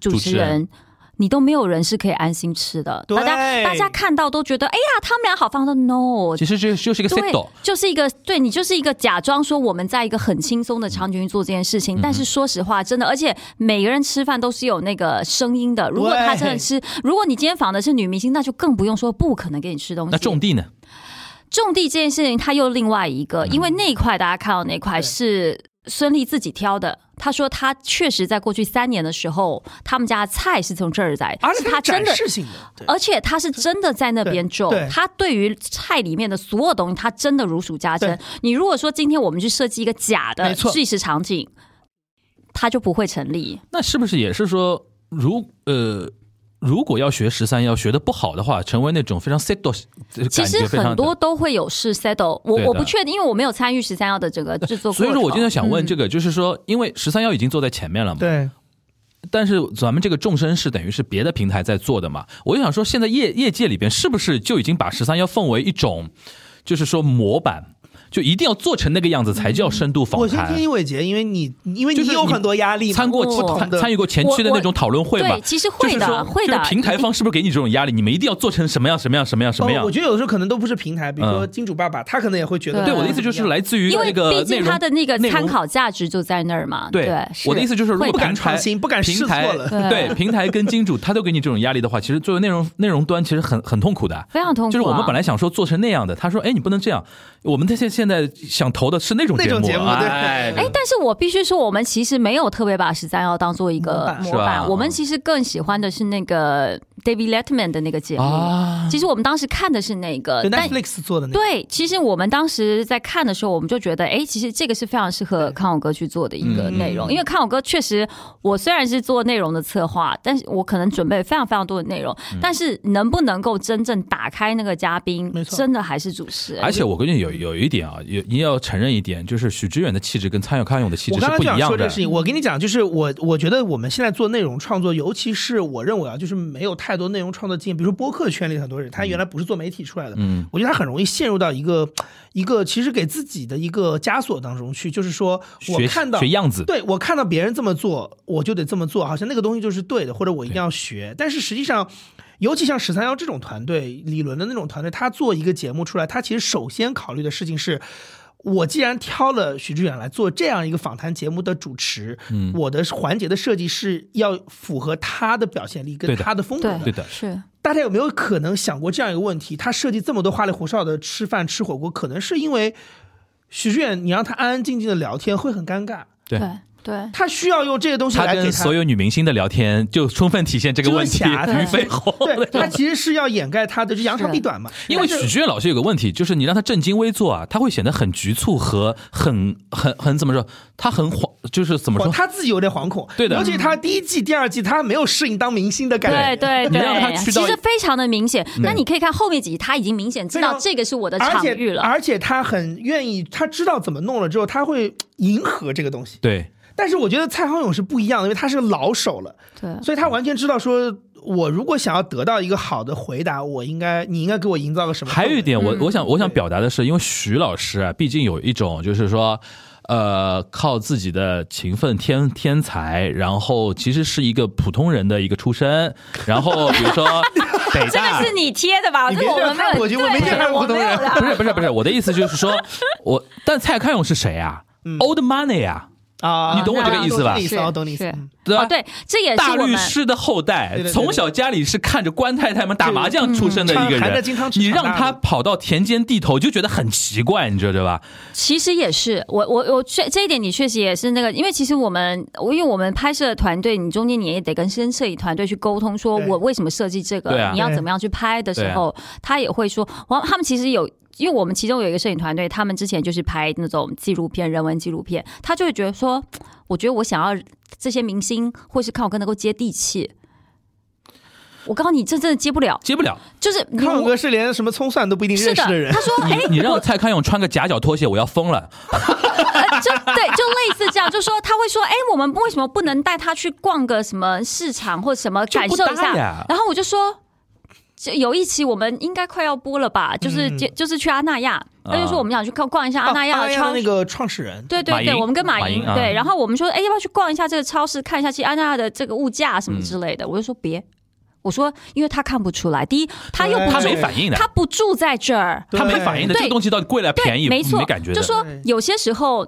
S3: 主
S2: 主
S3: 持
S2: 持人
S3: 人，你都没有人是可以安心吃的。
S4: 对
S3: 大家大家看到都觉得，哎呀，他们俩好放的。No，
S2: 其实就就是一个 set
S3: 对
S2: o，
S3: 就是一个对你就是一个假装说我们在一个很轻松的场景去做这件事
S2: 嗯
S3: 情，但是说实话，真的，而且每个人吃饭都是有那个声音的。如果他真的吃，如果你今天访的是女明星，那就更不用说不可能给你吃东西。
S2: 那种地呢？
S3: 种地这件事情，它又另外一
S4: 嗯
S3: 个，因为那一块大家看到那块是孙俪自己挑的。她说她确实在过去三年的时候，他们家的菜是从这儿来，
S4: 而
S3: 是
S4: 且
S3: 她
S4: 它
S3: 真的
S4: 展。示性的，对
S3: 而且她是真的在那边种
S4: 对对，
S3: 她对于菜里面的所有东西，她真的如数家珍
S4: 对。
S3: 你如果说今天我们去设计一个假的
S4: 没错
S3: 即时场景，它就不会成立。
S2: 那是不是也是说，如呃，如果要学十三，要学的不好的话，成为那种非常 set o
S3: 其
S2: 感
S3: 实
S2: 觉非常
S3: 很
S2: 的
S3: 多都会有是 settle，我
S2: 对的
S3: 我不确定，因为我没有参与十三幺的整个制作过程。
S2: 所以说我今天想问
S3: 嗯
S2: 这个，就是说，因为十三幺已经坐在前面了嘛，
S4: 对
S2: 但是咱们这个众生是等于是别的平台在做的嘛，我就想说，现在业业界里边是不是就已经把十三幺奉为一种，就是说模板，就一定要做成那个样子才叫深度访
S4: 我先
S2: 谈
S4: 听。一伟杰，因为你因为
S2: 就
S4: 你
S2: 是
S4: 有
S2: 你
S4: 很多压力嘛，哦
S2: 参过
S3: 不同
S2: 参
S4: 的
S2: 参与过前期的那种讨论会嘛
S3: 对，？其实会
S2: 就是说
S3: 的，会
S2: 就
S3: 的
S2: 是。平台方是不是给你这种压力？你们一定要做成什么样什么样什么样什么
S4: 哦
S2: 样嗯
S4: 我？觉得有的时候可能都不是平台，比如说金主爸爸，他可能也会觉得
S3: 对
S2: 对，
S4: 不
S2: 我的
S4: 嗯一
S2: 意思就是
S4: 样
S2: 来自于
S3: 因为
S2: 那个
S3: 毕
S2: 内
S3: 竟
S2: 容
S3: 它的那个
S2: 内容
S3: 参考价值就在那儿嘛。
S2: 对，
S3: 是
S2: 我的意思就是，如
S3: 会
S2: 果
S3: 的
S2: 平台
S4: 敢创新不敢试
S2: 平台
S4: 错了
S2: 对
S3: 对
S2: 平台跟金主他都给你这种压力的话，其实作为内容内容端其实很很痛苦的。
S3: 非常痛苦啊。
S2: 就是我们本来想说做成那样的，他说：“哎，你不能这样。”我们现现在想投的是那种
S4: 那种节目对
S2: 哎，
S3: 哎，但是我必须说，我们其实没有特别把十三幺当做一
S4: 模
S3: 个
S4: 板
S3: 模
S2: 是
S3: 板
S2: 吧，
S3: 我们其实更喜欢的是那个 David Letterman 的那个节目。
S2: 啊，
S3: 其实我们当时看的是那个
S4: 就，
S3: 但
S4: Netflix 做的那个，
S3: 对，其实我们当时在看的时候，我们就觉得，哎，其实这个是非常适合康永哥去做的一个内容，因为康永哥确实，我虽然是做内容的策划，但是我可能准备非常非常多的内容，但是能不能够真正打开那个嘉宾
S4: 没，错
S3: 真的还是主持人。
S2: 而且我跟你有有一点啊，有你要承认一点，就是许知远的气质跟参与康永的气
S4: 我
S2: 质是
S4: 刚刚
S2: 不
S4: 就
S2: 一
S4: 想
S2: 样
S4: 说这
S2: 的
S4: 个事。情，我跟你讲，就是我我觉得我们现在做内容创作，尤其是我认为啊，就是没有太多内容创作经验，比如说播客圈里很多人，他原来不是做媒体出来的，
S2: 嗯，
S4: 我觉得他很容易陷入到一个一个其实给自己的一个枷锁当中去，就是说我
S2: 学
S4: 看到
S2: 学样子，
S4: 对我看到别人这么做，我就得这么做，好像那个东西就是对的，或者我一定要学。但是实际上，尤其像十三幺这种团队，李伦的那种团队，他做一个节目出来，他其实首先考虑的事情是。我既然挑了许志远来做这样一个访谈节目的主持，嗯、我的环节的设计是要符合他的表现力跟
S2: 对的
S4: 他的风格
S3: 对
S4: 的。
S2: 对的
S3: 是
S4: 大家有没有可能想过这样一个问题？他设计这么多花里胡哨的吃饭吃火锅，可能是因为许志远，你让他安安静静的聊天会很尴尬，
S2: 对
S3: 对对。
S4: 他需要用这些东西
S2: 他
S4: 来给
S2: 跟所有女明星的聊天就充分体现这个问题
S4: 遮瑕
S2: 于飞鸿。
S4: 对他其实是要掩盖他 的，就扬长避短嘛。
S2: 因为
S4: 但
S2: 许
S4: 是
S2: 知远老师有个问题，就是你让他正襟危坐啊，他会显得很局促和很很很怎么说？他很慌，就是怎么说？
S4: 他自己有点惶恐，
S2: 对的
S4: 尤其他第一季、第二季，他没有适应当明星的感觉，
S3: 对对
S2: 你让他
S3: 对，
S2: 去
S3: 其
S2: 到
S3: 实非常的明显。那你可以看后面几集，他已经明显知
S4: 非
S3: 道
S4: 常
S3: 这个是我的
S4: 而
S3: 场
S4: 且
S3: 域了。
S4: 而且他很愿意，他知道怎么弄了之后，他会迎合这个东西。
S2: 对，
S4: 但是我觉得蔡康永是不一样的，因为他是个老手了，
S3: 对，
S4: 所以他完全知道说，我如果想要得到一个好的回答，我应该你应该给我营造个什么氛围？
S2: 还有一点，我
S3: 嗯
S2: 我想我想表达的是，因为徐老师啊，毕竟有一种就是说，呃，靠自己的勤奋天天才，然后其实是一个普通人的一个出身，然后比如 说北
S3: 这
S2: 大
S3: 个。是你贴的吧？
S4: 你
S3: 这
S4: 别
S3: 个我
S4: 这样
S3: 们没有
S4: 看，我觉得我没见
S3: 对
S4: 过普
S3: 我
S4: 通
S3: 没有
S4: 人
S3: 的。
S2: 不是不是不是，我的意思就是说，我但蔡康永是谁啊？Old
S4: 嗯
S2: Money 啊，
S4: 啊，
S2: 你懂我这个意思吧
S4: 懂你意思，
S3: 是
S4: 我懂你意思
S3: 是。
S4: 嗯
S2: 对吧？啊
S3: 哦，对，这也是
S2: 大
S3: 我
S2: 律
S3: 们
S2: 师的后代
S4: 对对，对对
S2: 从小家里是看着官太太们打麻将出身的一个
S4: 嗯含着
S2: 人
S4: 金汤，匙
S2: 你让
S4: 长大
S2: 他
S4: 的
S2: 跑到田间地头，就觉得很奇怪，你知道吧？
S3: 其实也是，我我我确这一点你确实也是那个，因为其实我们，我因为我们拍摄团队，你中间你也得跟先摄影团队去沟通，说
S4: 对
S3: 我为什么设计这个，
S2: 对啊
S3: 你要怎么样去拍的时候，他也会说，我他们其实有。因为我们其中有一个摄影团队，他们之前就是拍那种纪录片、人文纪录片，他就会觉得说，我觉得我想要这些明星或是看我哥能够接地气。我告诉你，这真的接不了，
S2: 接不了。
S3: 就是你
S4: 康永哥是连什么葱蒜都不一定
S3: 是
S4: 认识
S3: 的，
S4: 人
S3: 他，说，哎、
S2: 你让蔡康永穿个夹脚拖鞋，我要疯了。
S3: 呃就对，就类似这样，就说他会说，哎、我们为什么不能带他去逛个什么市场或什么
S2: 就
S3: 感
S2: 不
S3: 受
S2: 搭啊
S3: 一下
S2: 呀？
S3: 然后我就说。就有一期我们应该快要播了吧，就是、
S4: 嗯
S3: 就就是去阿那亚，
S2: 啊
S3: 他就说我们想去逛逛一下
S2: 哦
S4: 啊
S3: 阿那亚
S4: 阿
S3: 的
S4: 那
S3: 超
S4: 亚
S3: 市，
S4: 那个创始人，
S3: 对
S2: 马
S3: 对对，
S2: 云
S3: 我们跟马
S2: 马
S3: 云
S2: 云啊嗯
S3: 对，然后我们说，哎，要不要去逛一下这个超市，看一下去安娜的这个物价什么之类的？我就说别，我说，因为他看不出来，第一他又不
S4: 对
S2: 他
S3: 住
S2: 没反应的，
S3: 他不住在这儿，
S2: 他没反应的，
S3: 对
S2: 这个东西到底贵了
S3: 对，
S2: 便宜，
S3: 没错，
S2: 感觉的
S3: 就说
S4: 对
S3: 有些时候。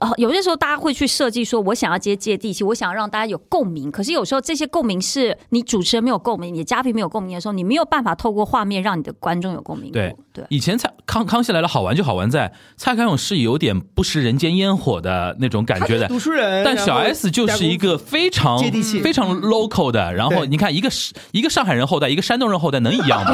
S3: 呃，有些时候大家会去设计，说我想要接接地气，我想让大家有共鸣。可是有时候这些共鸣是你主持人没有共鸣，你的嘉宾没有共鸣的时候，你没有办法透过画面让你的观众有共鸣。
S2: 对
S3: 对，
S2: 以前蔡康康熙来了好玩就好玩在蔡康永是有点不食人间烟火的那种感
S4: 他
S2: 觉
S4: 是
S2: 的，
S4: 读书人，
S2: 但小
S4: 然后
S2: S 就是一个非常
S4: 接地气嗯
S2: 非常 local 的。然后
S4: 对
S2: 你看，一个是一个上海人后代，一个山东人后代，能一样 吗？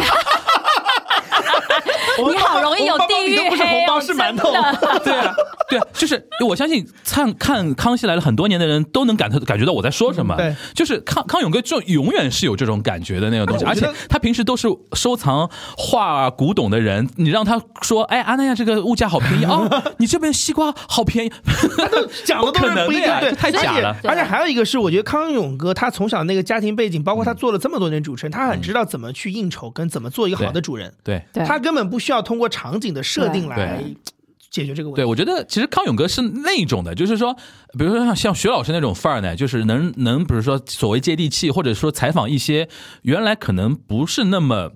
S4: 我们
S3: 你好容易有
S4: 我们包包
S3: 地
S4: 里
S3: 域
S4: 都不是
S3: 黑
S4: 红包
S3: 哦
S4: 是馒头
S3: 真， 的
S2: 对啊，对啊，就是我相信看看《康熙来了》很多年的人都能感特感觉到我在说什么。
S4: 嗯对，
S2: 就是康康永哥就永远是有这种感觉的那个东西，
S4: 哎我
S2: 而
S4: 觉得
S2: 且他平时都是收藏画啊、古董的人，你让他说，哎，阿那亚这个物价好便宜哦，你这边西瓜好便宜，
S4: 讲的都
S2: 不可能
S4: 是不一
S2: 的呀
S4: 样，对，
S2: 这太假了
S4: 而且而且还有一个是，我觉得康永哥他从小那个家庭背景，
S2: 嗯
S4: 包括他做了这么多年主持人，他很知道怎么去应酬，跟怎么做一个好的主人。
S2: 对。
S3: 对
S4: 他根本不需要通过场景的设定来
S2: 对
S4: 解决这个问
S2: 对，
S4: 题。
S2: 我觉得其实康永哥是那种的，就是说，比如说像像徐老师那种范儿呢，就是能能，比如说所谓接地气，或者说采访一些原来可能不是那么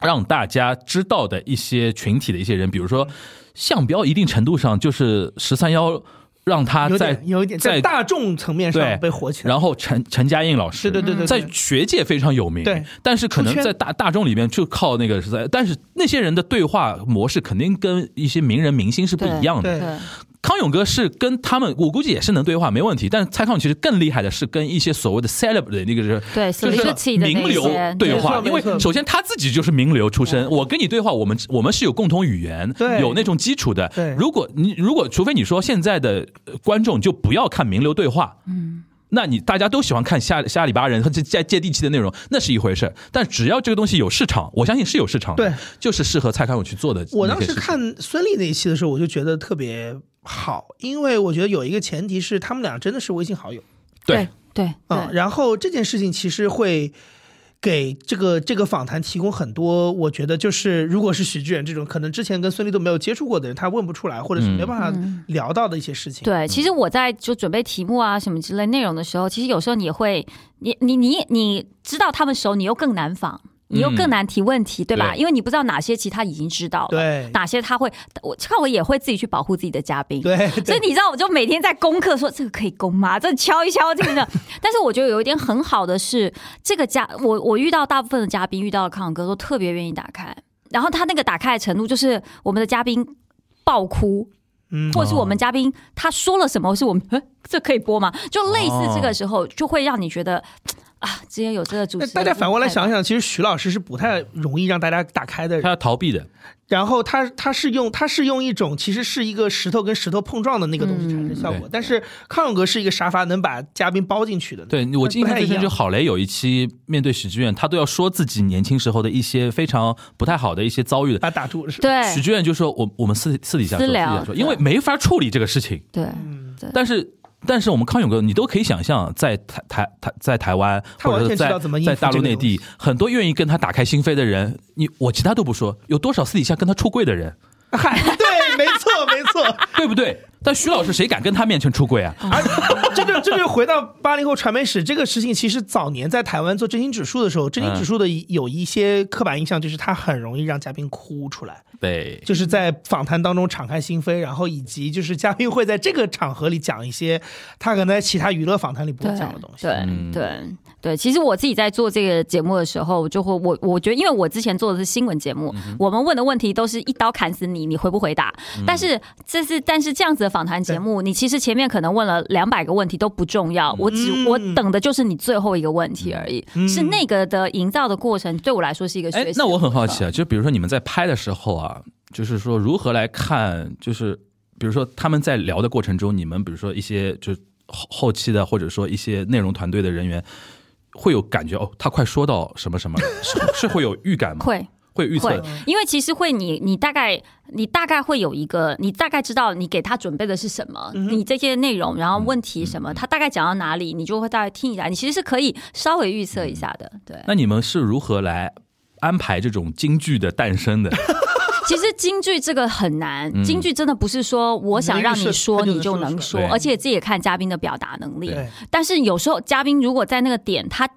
S2: 让大家知道的一些群体的一些人，比如
S4: 嗯
S2: 说项彪，一定程度上就是十三幺让他
S4: 有
S2: 在
S4: 点有一点在
S2: 在
S4: 大众层面上
S2: 对
S4: 被火起来。
S2: 然后陈陈嘉映老师，
S4: 对对对对对
S2: 在学界非常有名，
S4: 对
S2: 但是可能
S4: 出圈
S2: 在大大众里面就靠那个是在，但是那些人的对话模式肯定跟一些名人明星是不一样的。
S4: 对
S3: 对
S2: 康永哥是跟他们，我估计也是能对话，没问题。但是蔡康永其实更厉害的是跟一些所谓的 celeb 的那个是。
S3: 对
S2: 就
S3: celebrity
S2: 是
S3: 的那
S2: 名流
S3: 些
S2: 对话，因
S4: 没
S2: 为
S4: 错没错哦
S2: 首先他自己就是名流出身，我跟你对话，我们我们是有共同语言，
S4: 对
S2: 有那种基础的
S4: 对。
S2: 如果你如果除非你说现在的呃观众就不要看名流对话，嗯，那你大家都喜欢看瞎瞎里巴人和接接接地气的内容，那是一回事儿。但只要这个东西有市场，我相信是有市场的，
S4: 对，
S2: 就是适合蔡康永去做的。
S4: 我当时，看孙俪那一期的时候，我就觉得特别好，因为我觉得有一个前提是他们俩真的是微信好友。
S2: 对
S3: 对
S4: 啊、然后这件事情其实会给这个这个访谈提供很多，我觉得就是如果是许志远这种可能之前跟孙俪都没有接触过的人，他问不出来，或者是没办法聊到的一些事情。
S3: 对，其实我在就准备题目啊什么之类内容的时候，其实有时候你也会，你你你你知道他们熟，你又更难仿。你又更难提问题，对吧？
S2: 嗯对
S3: 因为你不知道哪些其实他已经知道了，
S4: 对
S3: 哪些他会，我看我也会自己去保护自己的嘉 宾，
S4: 对
S3: 所以你知道，我就每天在攻克说这个可以攻吗？ 这敲一敲这个呢。 但是我觉得有一点很好的是，这个嘉我我遇到大部分的嘉宾遇到的康永哥都特别愿意打开，然后他那个打开的程度就是我们的嘉宾爆哭，
S4: 嗯
S3: 或者是我们嘉宾他说了什么，是我们呃这可以播吗？就类似这个时候，就会让你觉得啊，之前有这个主
S4: 那
S3: 持人，
S4: 哦哎大家反过来想想，其实徐老师是不太容易让大家打开的
S2: 他
S4: 人，
S2: 要逃避的，
S4: 然后他他是用他是用一种其实是一个石头跟石头碰撞的那个东西产生效果，但是康永哥是一个沙发能把嘉宾包进去的，
S2: 对我印象
S4: 不太
S2: 最
S4: 一
S2: 深
S4: 样
S2: 就郝蕾有一期面对许志远，他都要说自己年轻时候的一些非常不太好的一些遭遇的。
S4: 把他打住了 是吧？
S3: 对
S2: 许志远就说：“我我们私私底下说，私底
S3: 私聊
S2: 下说，
S3: 对
S2: 因为没法处理这个事情。
S3: 对
S4: 嗯
S2: 但是，但是我们康永哥，你都可以想象，在台台台在台湾
S4: 他
S2: 或
S4: 完
S2: 者
S4: 全知
S2: 在
S4: 道怎么应付
S2: 在大陆
S4: 这个
S2: 内地，很多愿意跟他打开心扉的人，你我其他都不说，有多少私底下跟他出柜的人，
S4: 嗨，对，没错没错。
S2: 对不对？但徐老师谁敢跟他面前出柜啊？
S4: 而哎这就这就回到八零后传媒史这个事情，其实早年在台湾做真情指数的时候，真情指数的有一些刻板印象，就是它很容易让嘉宾哭出来，
S2: 对，
S4: 就是在访谈当中敞开心扉，然后以及就是嘉宾会在这个场合里讲一些他可能在其他娱乐访谈里不
S3: 对
S4: 会讲的东西。
S3: 对
S2: 嗯
S3: 对对，其实我自己在做这个节目的时候，我就会我我觉得，因为我之前做的是新闻节目，
S2: 嗯
S3: 我们问的问题都是一刀砍死你，你回不回答？
S2: 嗯
S3: 但是这是但是这样子的访谈节目，你其实前面可能问了两百个问题都不重要，我只
S4: 嗯
S3: 我等的就是你最后一个问题
S2: 嗯
S3: 而已，是那个的营造的过程对我来说是一个学习
S2: 哎
S3: 的，过程。
S2: 那我很好奇啊，就比如说你们在拍的时候啊，就是说如何来看，就是比如说他们在聊的过程中，你们比如说一些就是后后期的，或者说一些内容团队的人员，会有感觉哦，他快说到什么什 么了，是是会有预感吗？
S3: 会。
S2: 会预测
S3: 会，因为其实会你你大概你大概会有一个，你大概知道你给他准备的是什么，你这些内容，然后问题什么，他大概讲到哪里，你就会大概听一下，你其实是可以稍微预测一下的。对，
S2: 那你们是如何来安排这种京剧的诞生 的？
S3: 其实京剧这个很难，京剧真的不是说我想让你说
S4: 你那个
S3: 你嗯就
S4: 设
S3: 能
S4: 计
S3: 说
S2: 对，
S3: 而且这也看嘉宾的表达能力
S4: 对。
S3: 但是有时候嘉宾如果在那个点他。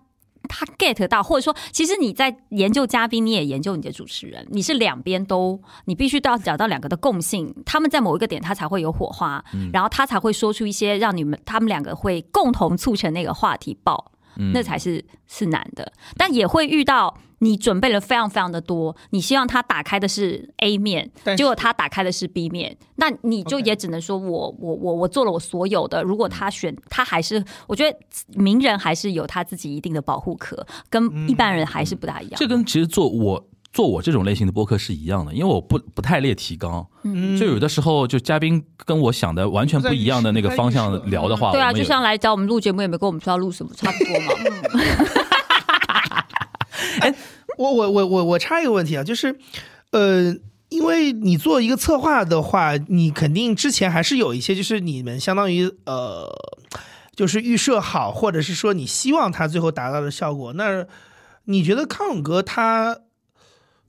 S3: 他 get 到，或者说，其实你在研究嘉宾，你也研究你的主持人，你是两边都，你必须都要找到两个的共性，他们在某一个点他才会有火花，然后他才会说出一些让你们他们两个会共同促成那个话题爆。
S2: 嗯
S3: 那才是是难的，但也会遇到你准备了非常非常的多，你希望他打开的是 A 面
S4: 但，是
S3: 结果他打开的是 B 面，那你就
S4: OK
S3: 也只能说我我我我做了我所有的，如果他选
S4: 嗯
S3: 他还是，我觉得名人还是有他自己一定的保护壳，
S4: 嗯
S3: 跟一般人还是不大一样。
S2: 这跟其实做我做我这种类型的播客是一样的，因为我不不太列提纲，
S4: 嗯
S2: 就有的时候就嘉宾跟我想的完全不一样的那个方
S4: 不在
S2: 向
S4: 预设
S2: 聊的话，
S3: 对啊，
S2: 我们
S3: 就
S2: 也
S3: 像来找我们录节目，也没跟我们说要录什么，差不多嘛。 嗯
S4: 我我我我我插一个问题啊，就是，呃，因为你做一个策划的话，你肯定之前还是有一些，就是你们相当于呃，就是预设好，或者是说你希望它最后达到的效果。那你觉得康永哥他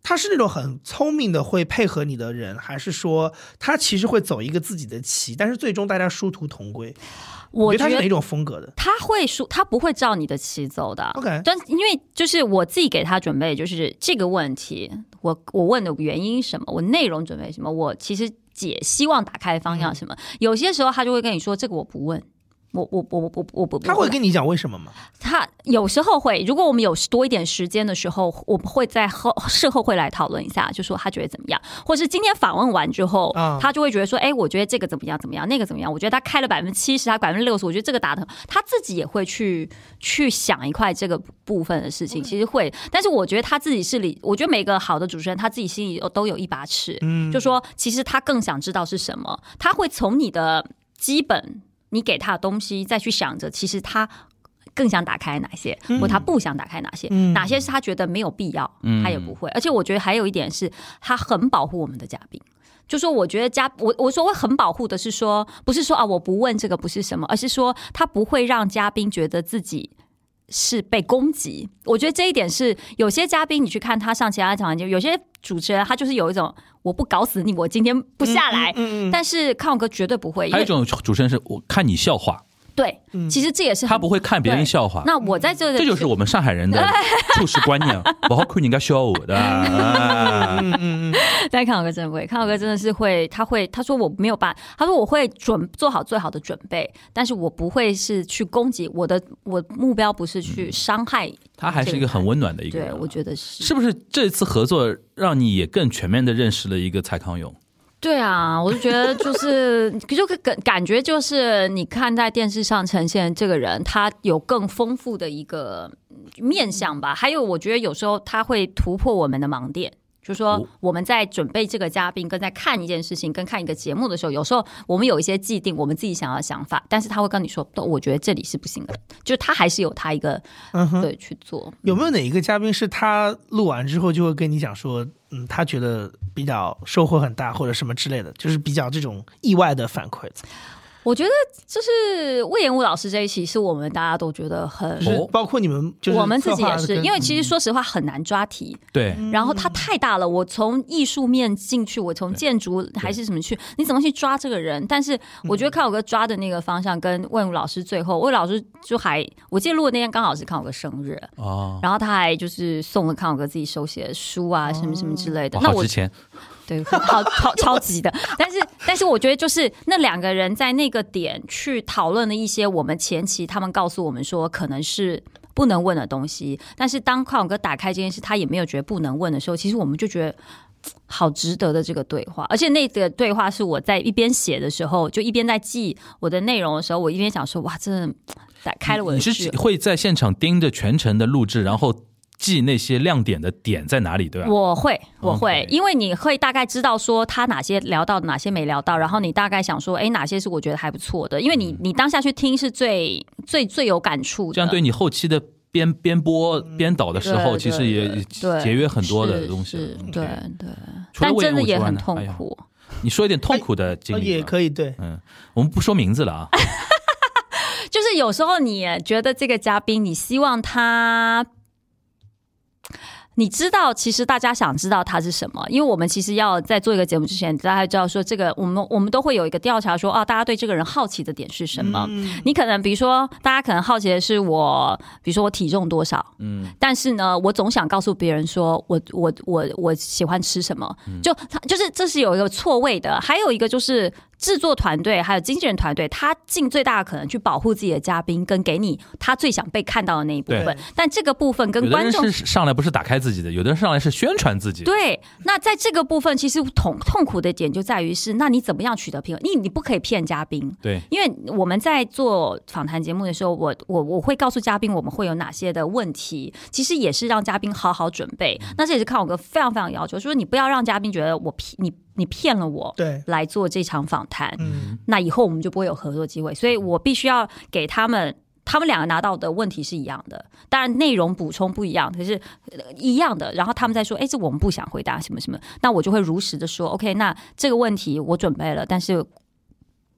S4: 他是那种很聪明的会配合你的人，还是说他其实会走一个自己的棋，但是最终大家殊途同归？
S3: 我
S4: 你觉得他
S3: 觉
S4: 是
S3: 得
S4: 哪种风格的？
S3: 他会说，他不会照你的棋走的。
S4: OK
S3: 但因为就是我自己给他准备，就是这个问题，我我问的原因是什么，我内容准备什么，我其实解希望打开的方
S4: 嗯
S3: 向是什么。有些时候他就会跟你说，这个我不问。我我我我我我不
S4: 他会跟你讲为什么吗？
S3: 他有时候会，如果我们有多一点时间的时候，我们会在后事后会来讨论一下，就说他觉得怎么样，或是今天访问完之后，
S4: 啊
S3: 他就会觉得说，哎，我觉得这个怎么样怎么样，那个怎么样，我觉得他开了百分之七十，他百分之六十，我觉得这个打的，他自己也会去去想一块这个部分的事情，其实会，但是我觉得他自己是理，我觉得每个好的主持人他自己心里都有一把尺，
S4: 嗯
S3: 就说其实他更想知道是什么，他会从你的基本你给他的东西再去想着，其实他更想打开哪些，或他不想打开哪些，
S4: 嗯
S3: 哪些是他觉得没有必要，
S2: 嗯
S3: 他也不会。而且我觉得还有一点是，他很保护我们的嘉宾。就说我觉得嘉我我所谓很保护的是说，不是说啊我不问这个不是什么，而是说他不会让嘉宾觉得自己是被攻击。我觉得这一点是有些嘉宾，你去看他上其他场节目，有些主持人他就是有一种我不搞死你，我今天不下来。
S4: 嗯嗯
S3: 但是康永哥绝对不会，因
S2: 还有一
S3: 为
S2: 种主持人是我看你笑话，
S3: 对，
S4: 嗯
S3: 其实这也是很
S2: 他不会嗯看别人笑话。
S3: 那我在这里，
S2: 这就是我们上海人 的处事观念，不好看人家笑我的 啊。
S4: 嗯嗯嗯，
S3: 但康永哥真的不会，康永哥真的是会，他会，他说我没有办，他说我会准做好最好的准备，但是我不会是去攻击我的，我目标不是去伤害。
S2: 他还是嗯一个很温暖的一个人
S3: 对，
S2: 啊。
S3: 我觉得是，
S2: 是不是这次合作让你也更全面的认识了一个蔡康永？
S3: 对啊，我就觉得就是就感感觉就是你看在电视上呈现这个人，他有更丰富的一个面相吧，还有我觉得有时候他会突破我们的盲点。就是说
S2: 哦，
S3: 我们在准备这个嘉宾，跟在看一件事情，跟看一个节目的时候，有时候我们有一些既定我们自己想要的想法，但是他会跟你说，哦不我觉得这里是不行的，就是他还是有他一个
S4: 嗯哼。
S3: 对去做。
S4: 有没有哪一个嘉宾是他录完之后就会跟你讲说，嗯，他觉得比较收获很大或者什么之类的，就是比较这种意外的反馈，
S3: 我觉得就是魏延武老师这一期是我们大家都觉得很
S4: 就是包括你们就是
S3: 我们自己也
S4: 策划
S3: 是，
S4: 跟嗯
S3: 因为其实说实话很难抓题，
S2: 对，
S3: 然后它太大了。我从艺术面进去，我从建筑还是什么去，你怎么去抓这个人？但是我
S4: 嗯
S3: 觉得康永哥抓的那个方向跟魏武老师最后，魏老师就还我记得录的那天刚好是康永哥生日，
S2: 哦，
S3: 然后他还就是送了康永哥自己手写的书啊，什么什么
S4: 哦
S3: 之类的。那
S2: 哦好
S3: 我
S2: 值钱。
S3: 对，好超超级的。但是，但是我觉得就是那两个人在那个点去讨论了一些我们前期他们告诉我们说可能是不能问的东西，但是当康永哥打开这件事，他也没有觉得不能问的时候，其实我们就觉得。嘖好值得的这个对话，而且那个对话是我在一边写的时候，就一边在记我的内容的时候，我一边想说，哇，真的嘖打开了我的
S2: 你
S3: 视
S2: 是
S3: 野。
S2: 会在现场盯着全程的录制，然后记那些亮点的点在哪里，对吧？啊哦
S3: 我会，我会
S2: OK
S3: 因为你会大概知道说他哪些聊到，哪些没聊到，然后你大概想说，哎，哪些是我觉得还不错的，因为你你当下去听是最最最有感触的。
S2: 嗯这样对你后期的编编播编导的时候，
S3: 对
S2: 其实也
S3: 对
S2: 节约很多的
S3: 是
S2: 东西
S3: 是
S2: 了。嗯
S3: 对
S2: OK
S3: 对，
S2: 除了
S3: 但
S2: 魏延
S3: 真
S2: 武
S3: 的也
S2: 之外
S3: 很
S2: 呢
S3: 痛。
S2: 哎呦
S3: 苦。
S2: 你说一点痛苦的经
S4: 呃
S2: 历吧，
S4: 也可以对，
S2: 我们不说名字了
S3: 哎
S2: 啊。
S3: 就是有时候你觉得这个嘉宾，你希望他你知道，其实大家想知道它是什么，因为我们其实要在做一个节目之前，大家知道说这个，我们我们都会有一个调查说，啊，大家对这个人好奇的点是什么？你可能比如说，大家可能好奇的是我，比如说我体重多少，嗯，但是呢，我总想告诉别人说我我我我喜欢吃什么，
S2: 嗯
S3: 就他就是这是有一个错位的，还有一个就是。制作团队还有经纪人团队，他尽最大的可能去保护自己的嘉宾，跟给你他最想被看到的那一部
S4: 对
S3: 分。但这个部分跟
S2: 有的
S3: 观
S2: 人
S3: 众
S2: 是上来不是打开自己的，有的人上来是宣传自己。，
S3: 对，那在这个部分，其实痛痛苦的点就在于是，那你怎么样取得平衡？你你不可以骗嘉宾，
S6: 对，
S3: 因为我们在做访谈节目的时候，我我我会告诉嘉宾我们会有哪些的问题，其实也是让嘉宾好好准备。那这也是看我个非常非常要求，说你不要让嘉宾觉得我骗你你骗了我，
S4: 对
S3: 来做这场访谈，
S4: 嗯，
S3: 那以后我们就不会有合作机会，所以我必须要给他们。他们两个拿到的问题是一样的，当然内容补充不一样，可是呃一样的。然后他们再说，哎，这我们不想回答什么什么，那我就会如实的说，OK，那这个问题我准备了，但是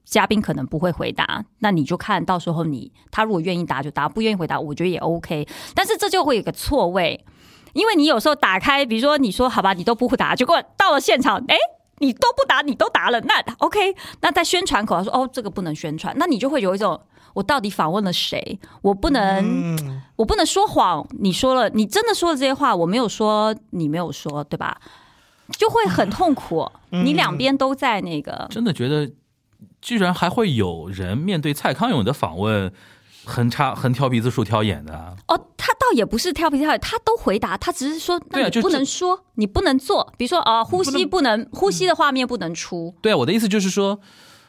S3: 嘉宾可能不会回答，那你就看到时候你他如果愿意答就答，不愿意回答我觉得也 OK，但是这就会有一个错位，因为你有时候打开，比如说你说好吧，你都不答，结果到了现场，哎。你都不答，你都答了，那 OK，那在宣传口他说哦，这个不能宣传，那你就会有一种我到底访问了谁？我不
S4: 嗯
S3: 能，我不能说谎。你说了，你真的说了这些话，我没有说，你没有说，对吧？就会很痛苦，你两边都在那个，
S2: 真的觉得居然还会有人面对蔡康永的访问，很差，很挑鼻子竖挑眼的啊。
S3: 哦，他倒也不是挑皮挑脸，他都回答，他只是说，
S2: 对
S3: 那
S2: 啊
S3: 你
S2: 就
S3: 不
S2: 这
S3: 能说，你不能做，比如说啊、呃呼吸不能，呼吸的画面不能出，
S2: 对啊，我的意思就是说，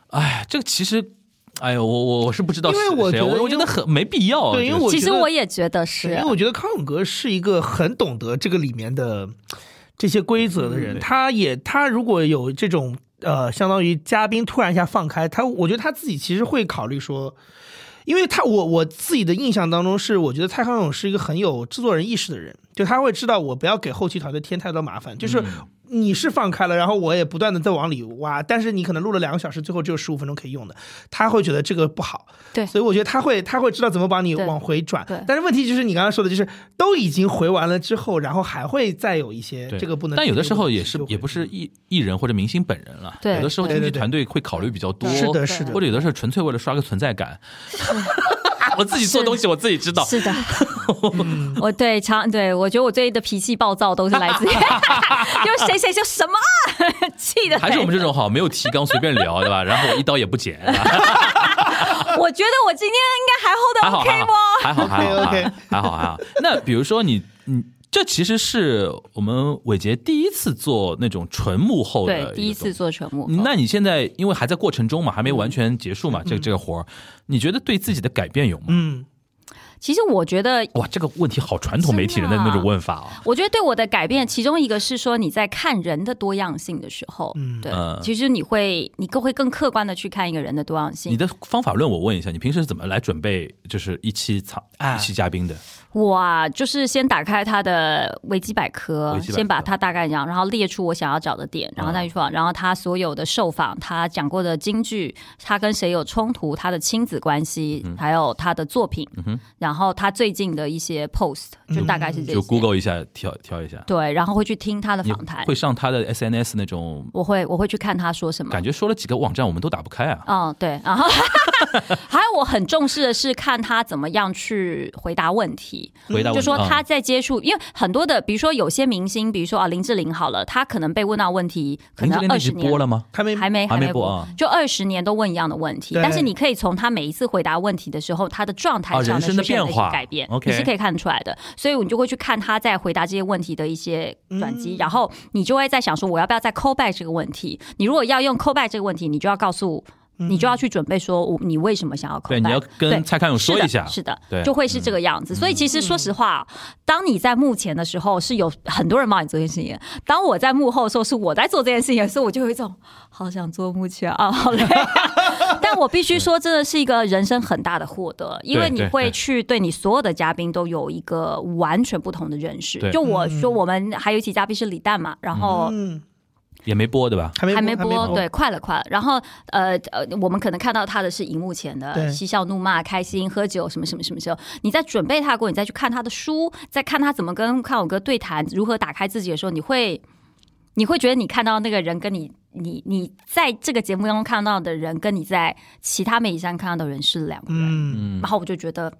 S2: 哎，这个其实，哎呦，我我我是不知道
S4: 因
S2: 是
S4: 为
S2: 谁，
S4: 我觉得
S2: 我我觉得很没必要啊。
S4: 对，
S2: 这
S4: 因为
S2: 个
S4: 我
S3: 其
S4: 觉
S3: 实
S4: 得
S3: 我也觉得
S4: 对
S3: 是
S4: 因为，我觉得康永哥是一个很懂得这个里面的这些规则的人，他也他如果有这种呃，相当于嘉宾突然一下放开，他我觉得他自己其实会考虑说。因为他，我我自己的印象当中是，我觉得蔡康永是一个很有制作人意识的人，就他会知道我不要给后期团队添太多麻烦，就是你是放开了，然后我也不断的在往里挖，但是你可能录了两个小时，最后只有十五分钟可以用的，他会觉得这个不好，
S3: 对
S4: 所以我觉得他会他会知道怎么把你
S3: 对
S4: 往回转
S3: 对，
S4: 但是问题就是你刚刚说的，就是都已经回完了之后，然后还会再有一些
S2: 对
S4: 哎这个不能，
S2: 但有的时候也
S4: 这
S2: 是
S4: 个不能
S2: 也不是艺艺人或者明星本人了，
S3: 对
S2: 有的时候经
S4: 对
S2: 纪
S4: 对对
S2: 团队会考虑比较多，
S4: 是的，是的
S2: 或，者有的时候纯粹为了刷个存在 感。我自己做东西，我自己知道。
S3: 是的，我对常对我觉得我最近的脾气暴躁都是来自于， 就谁谁就什么啊 气的，
S2: 还是我们这种好，没有提纲随便聊，对吧？然后我一刀也不剪，对吧
S3: 我觉得我今天应该
S2: 还
S3: 还 hold
S2: 好
S3: 得
S2: 还
S3: OK
S2: 好
S3: 吗？
S2: 还好 还好
S4: OK，OK
S2: 还好还好还好。那比如说你你。这其实是我们伟杰第一次做那种嗯纯幕后的一
S3: 对
S2: 个，
S3: 第一
S2: 东
S3: 次做嗯全幕后，
S2: 那你现在因为还在过程中嘛，还没完全结束嘛，这这个活儿，你觉得对自己的改变有吗？
S4: 嗯，
S3: 其实我觉得
S2: 哇，这个问题好传统媒体人的那种问法啊！
S3: 我觉得对我的改变，其中一个是说你在看人的多样性的时候，
S4: 嗯
S3: 对
S2: 嗯，
S3: 其实你会你更会更客观的去看一个人的多样
S2: 你
S3: 性。
S2: 的方法论，我问一下，你平时是怎么来准备就是一期场
S4: 哎
S3: 啊
S2: 一期嘉宾的？
S3: 我啊，就是先打开他的维基百科，
S2: 维基百科啊
S3: 先把它大概讲，然后列出我想要找的点，然后再去访，然后他所有的受访，他讲过的金句，他跟谁有冲突，他的亲子关
S2: 嗯
S3: 系，还有他的作品，然后他最近的一些 post，就大概是这些。
S2: 就嗯 Google 一下，挑挑一下。
S3: 对，然后会去听他的
S2: 你
S3: 访谈
S2: 会，上他的 SNS 那种，
S3: 我会我会去看他说什么。
S2: 感觉说了几个网站我们都打不开啊。
S3: 嗯，对，然后 还有我很重视的是看他怎么样去回答问题，
S2: 回答问
S3: 就
S2: 题
S3: 说他
S2: 嗯
S3: 在接触，因为很多的，比如说有些明星，比如说啊林志玲好了，他可能被问到问题，可
S2: 林志玲
S3: 能
S2: 那
S3: 二
S2: 集
S3: 十年
S2: 播了吗？
S4: 还没
S3: 还没
S2: 还没
S3: 没
S2: 播啊
S3: 就二十年都问一样的问题，
S4: 对
S3: 但是你可以从他每一次回答问题的时候，他的状态
S2: 啊
S3: 上
S2: 人生的
S3: 出现了
S2: 变
S3: 一
S2: 化
S3: 些改变，
S2: OK
S3: 你是可以看得出来的。所以你就会去看他在回答这些问题的一些
S2: 嗯
S3: 转机，然后你就会在想说，我要不要再 call back 这个问题？你如果要用 call back 这个问题，你就要告诉。你就要去准备说，我你为什么想要 call back？
S2: 对你要跟
S3: 对
S2: 蔡康永说一下
S3: 是的，是
S2: 对嗯
S3: 的，就会是这个样子。所以其实说实话，当你在幕前的时候，是有很多人帮你做这件事情；当我在幕后的时候，是我在做这件事情的时候，我就有一种好想做幕前啊，好 累、 但我必须说，真的是一个人生很大的获得，因为
S2: 对
S3: 你
S2: 对
S3: 会
S2: 对
S3: 去对你所有的嘉宾都有一个完全不同的认识
S2: 对。
S3: 就我说，我们还有一期嘉宾是李诞嘛，然后
S4: 嗯
S2: 也没播对吧？
S4: 还没
S3: 还
S4: 没
S3: 没播，对，快了快了。然后呃呃，我们可能看到他的是荧幕前
S4: 对
S3: 的嬉笑怒骂、开心喝酒什么什么什么时候，你在准备他过，你再去看他的书，再看他怎么跟看我哥对谈，如何打开自己的时候，你会你会觉得你看到那个人跟你。你你在这个节目当中看到的人，跟你在其他媒体上看到的人是两个人，
S4: 嗯，
S3: 然后我就觉得，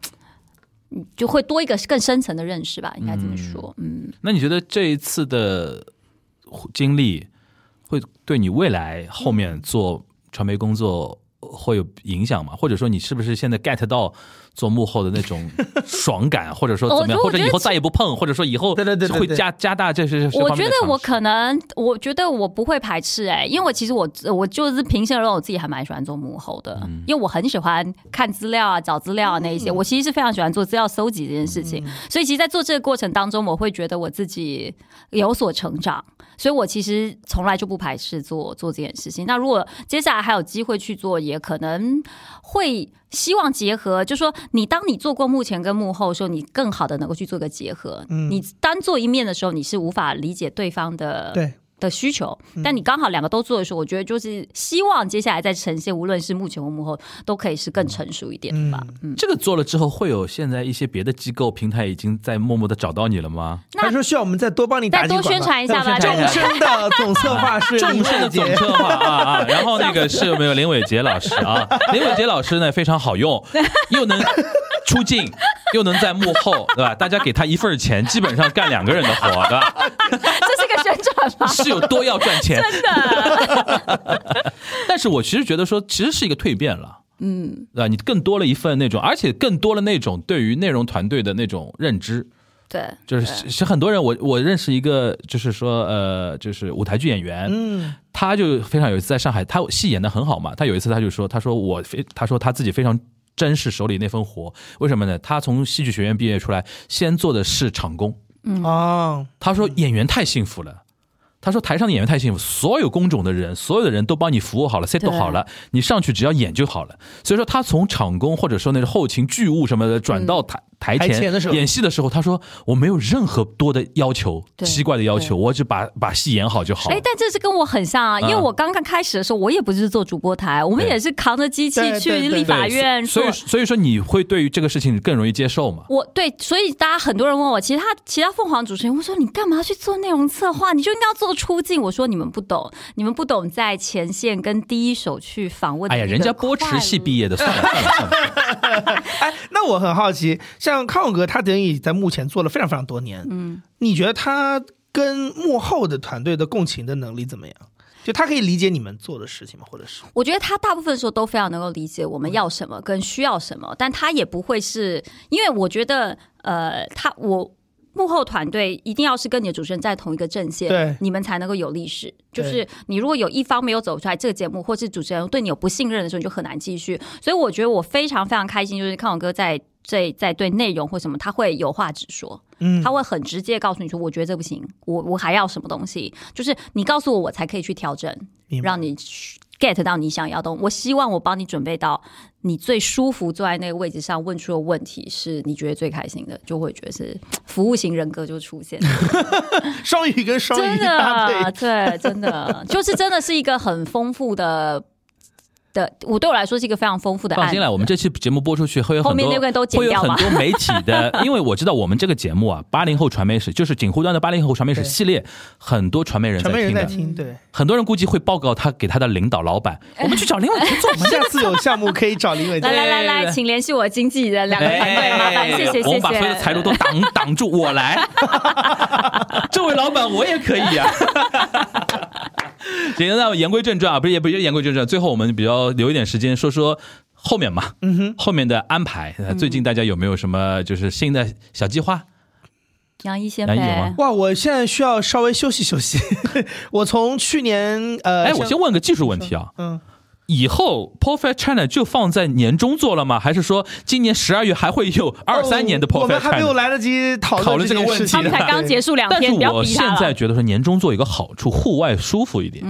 S3: 你就会多一个更深层的认识吧，应该这么说。嗯，
S2: 那你觉得这一次的经历会对你未来后面做传媒工作会有影响吗？或者说你是不是现在 get 到做幕后的那种爽感，或者说怎么样，或
S3: 我哦我觉
S2: 者
S3: 得
S2: 以后再也不碰，或者说以后
S4: 对对对对
S2: 会
S4: 对
S2: 加加大这些？这
S3: 我
S2: 方面
S3: 觉
S2: 的
S3: 得我
S2: 尝试
S3: 可能，我觉得我不会排斥哎、因为我其实我我就是平心而论，我自己还蛮喜欢做幕后的，
S2: 嗯
S3: 因为我很喜欢看资料啊、找资料啊那一些，我其实是非常喜欢做资料搜集这件事情，所以其实，在做这个过程当中，我会觉得我自己有所成长，所以我其实从来就不排斥做做这件事情。那如果接下来还有机会去做，也可能会希望结合，就说你当你做过幕前跟幕后的时候，你更好的能够去做一个结合。
S4: 嗯
S3: 你单做一面的时候，你是无法理解对方的
S4: 对。嗯
S3: 的需求，但你刚好两个都做的时候，我觉得就是希望接下来再呈现，无论是幕前或幕后，都可以是更成熟一点的吧。嗯，
S2: 这个做了之后，会有现在一些别的机构平台已经在默默的找到你了吗？
S3: 那
S4: 他说需要我们再多帮你打
S3: 再
S4: 几
S3: 多
S4: 管
S3: 宣
S4: 吧
S3: 传一下吧
S4: 众
S3: 再多
S4: 生 的总策划是
S2: 重视的总
S4: 姐，
S2: 策划啊啊，然后那个是没有林伟杰老师啊，林伟杰老师呢非常好用，又能出镜，又能在幕后，对吧？大家给他一份钱，基本上干两个人的活，对吧？？
S3: 这是个宣传吧
S2: 是有多要赚钱，
S3: 真的，啊
S2: 但是我其实觉得说，其实是一个蜕变了。嗯，对吧？你更多了一份那种，而且更多了那种对于内容团队的那种认知，
S3: 对，
S2: 就是是是很多人，我我认识一个，就是说呃，就是舞台剧演员，
S4: 嗯，
S2: 他就非常有一次在上海，他戏演的很好嘛。他有一次他就说，他说我非，他说他自己非常珍视手里那份活，为什么呢？他从戏剧学院毕业出来，先做的是场工。
S4: 哦，
S2: 他说演员太幸福了。他说：“台上的演员太幸福，所有工种的人，所有的人都帮你服务好了，set
S3: 对
S2: 好了，你上去只要演就好了。所以说，他从场工或者说那是后勤剧务什么的，转到台、台前
S4: 嗯台前的时候
S2: 演戏的时候，他说我没有任何多的要求，
S3: 对
S2: 奇怪的要
S3: 对
S2: 求，我只把把戏演好就好了。
S3: 哎，但这是跟我很像啊，因为
S2: 嗯
S3: 我刚刚开始的时候，我也不是做主播台，我们
S2: 哎对
S3: 也是扛着机器
S4: 对
S3: 去
S4: 对对
S3: 立
S4: 对
S3: 法院
S2: 所
S3: 做
S2: 以所以说你会对于这个事情更容易接受嘛？
S3: 我对，所以大家很多人问我，其他其他凤凰主持人，我说你干嘛去做内容策划？你就应该要做出镜。我说你们不懂，你们不懂在前线跟第一手去访问。
S2: 哎呀，人家波驰系毕
S3: 业，
S2: 业的，算了算 了算了，
S4: 哎，那我很好奇，像康永哥，他等于在幕前做了非常非常多年，嗯，你觉得他跟幕后的团队的共情的能力怎么样？就他可以理解你们做的事情吗？或者是
S3: 我觉得他大部分时候都非常能够理解
S4: 嗯
S3: 我们要什么跟需要什么，但他也不会是因为我觉得，呃，他我。幕后团队一定要是跟你的主持人在同一个阵线，
S4: 对
S3: 你们才能够有历史。就
S4: 对
S3: 是你如果有一方没有走出来，这个节目或是主持人对你有不信任的时候，你就很难继续。所以我觉得我非常非常开心，就是康永哥在这在对内容或什么，他会有话直说，
S4: 嗯
S3: 他会很直接告诉你说，我觉得这不行，我我还要什么东西，就是你告诉我，我才可以去调整，
S4: 明白
S3: 让你去 get 到你想要的东西。我希望我帮你准备到你最舒服坐在那个位置上问出的问题，是你觉得最开心的，就会觉得是服务型人格就出现了。
S4: 双语跟双
S3: 真
S4: 语搭
S3: 的，啊
S4: 配，
S3: 对，真的，就是真的是一个很丰富的的，我对我来说是一个非常丰富的案
S2: 放
S3: 子。
S2: 心 了，我们这期节目播出去会有很
S3: 后面
S2: 多
S3: 那个都剪
S2: 会有
S3: 掉
S2: 很
S3: 吧
S2: 多媒体的， 因为我知道我们这个节目啊，八零后传媒史就是锦湖端的八零后传媒史
S4: 对
S2: 系列，很多传媒人在
S4: 全被人
S2: 听
S4: 在
S2: 的，
S4: 听， 对。
S2: 很多人估计会报告他给他的领导老板，我们去找林伟杰做
S4: 我。们下次有项目可以找林伟
S3: 来
S4: 杰，
S3: 来来来，请联系我经纪人两个团队，
S2: 哎
S3: 麻烦谢谢
S2: 我
S3: 谢
S2: 们把所有的财
S3: 谢。
S2: 路都挡挡住，我来。 这位老板，我也可以呀、啊 行，那言归正传啊，不是也不是言归正传，最后我们比较留一点时间说说。后面嘛，嗯哼，后面的安排，呃最近大家有没有什么就是新的小计划？
S3: 杨一先
S2: 杨一有
S3: 呗
S2: 吗，
S4: 哇，我现在需要稍微休息休息。 我从去年呃，
S2: 哎，我
S4: 像
S2: 先问个技术问题啊，
S4: 嗯，
S2: 以后 Perfect China 就放在年终做了吗？还是说今年十二月还会有二三年的
S3: 哦
S4: 我
S2: Perfect
S4: 们还没
S2: China？
S4: 有来得及讨
S2: 考虑
S4: 论
S2: 这个
S4: 件
S2: 问
S4: 事
S2: 题
S4: 情
S3: 他们才
S4: 对
S3: 刚结束两
S2: 但是
S3: 天，不要
S2: 我
S3: 逼
S2: 现
S3: 他
S2: 在
S3: 了。嗯
S2: 觉得说年终做一个好处，户外舒服一点。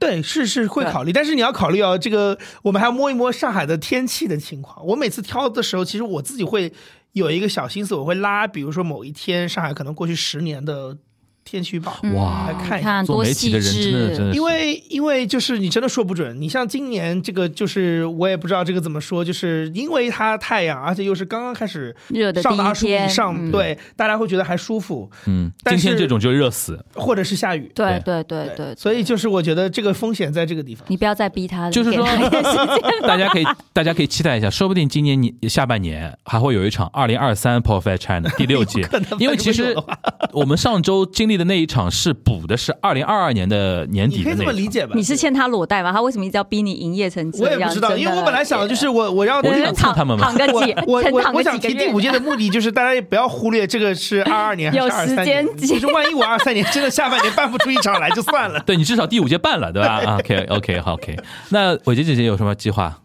S4: 对，是是会
S3: 对
S4: 考虑，但是你要考虑啊，这个我们还要摸一摸上海的天气的情况。我每次挑的时候，其实我自己会有一个小心思，我会拉，比如说某一天上海可能过去十年的天气预报。
S2: 哇
S4: 来看一下
S3: 看
S2: 做
S3: 多
S2: 媒
S3: 细
S2: 体的人真的真
S3: 致，
S2: 的是
S4: 因为因为就是你真的说不准，你像今年这个就是我也不知道这个怎么说，就是因为它太阳，而且又是刚刚开始
S3: 热的第
S4: 上的
S3: 一
S4: 二十五以
S3: 天
S4: 上，
S3: 嗯
S4: 对，大家会觉得还舒服，
S2: 嗯，
S4: 但
S2: 今
S4: 是
S2: 天这种就热死，
S4: 或者是下雨，
S3: 对对对对，
S4: 所以就是我觉得这个风险在这个地方。
S3: 你不要再逼他了，
S2: 就是
S3: 给
S2: 说
S3: 他一点时 间
S2: 大家可以大家可以期待一下，说不定今年你下半年还会有一场二零二三 p o f i t China 第六届
S4: 可能，
S2: 因为其
S4: 如
S2: 实
S4: 果有的
S2: 我们上周经历的那一场是补的是二零二二年的年
S4: 你
S2: 底
S4: 可
S2: 的
S4: 以
S2: 那
S4: 这么
S2: 一
S4: 理
S2: 场。
S4: 解吧？
S3: 你是欠他裸贷吧？他为什么一直要逼你营业成这
S4: 我
S3: 样？
S4: 也不知道，
S3: 真的
S4: 因为我本来想的就是我我要
S2: 我就
S3: 人
S2: 想蹭
S3: 躺
S2: 他们嘛。
S3: 躺个
S4: 我
S3: 几，
S4: 我
S3: 先
S4: 我
S3: 躺
S4: 我
S3: 个
S4: 想
S3: 几
S4: 提
S3: 个
S4: 第
S3: 月
S4: 五届的目的就是大家也不要忽略这个是二二年还是
S3: 有
S4: 二三
S3: 时间
S4: 年，
S3: 紧
S4: 就是万一我二三年真的下半年办不出一场来就算 了
S2: 对你至少第五届办了，对 吧？OK OK 好 OK。那伟杰姐姐有什么计划？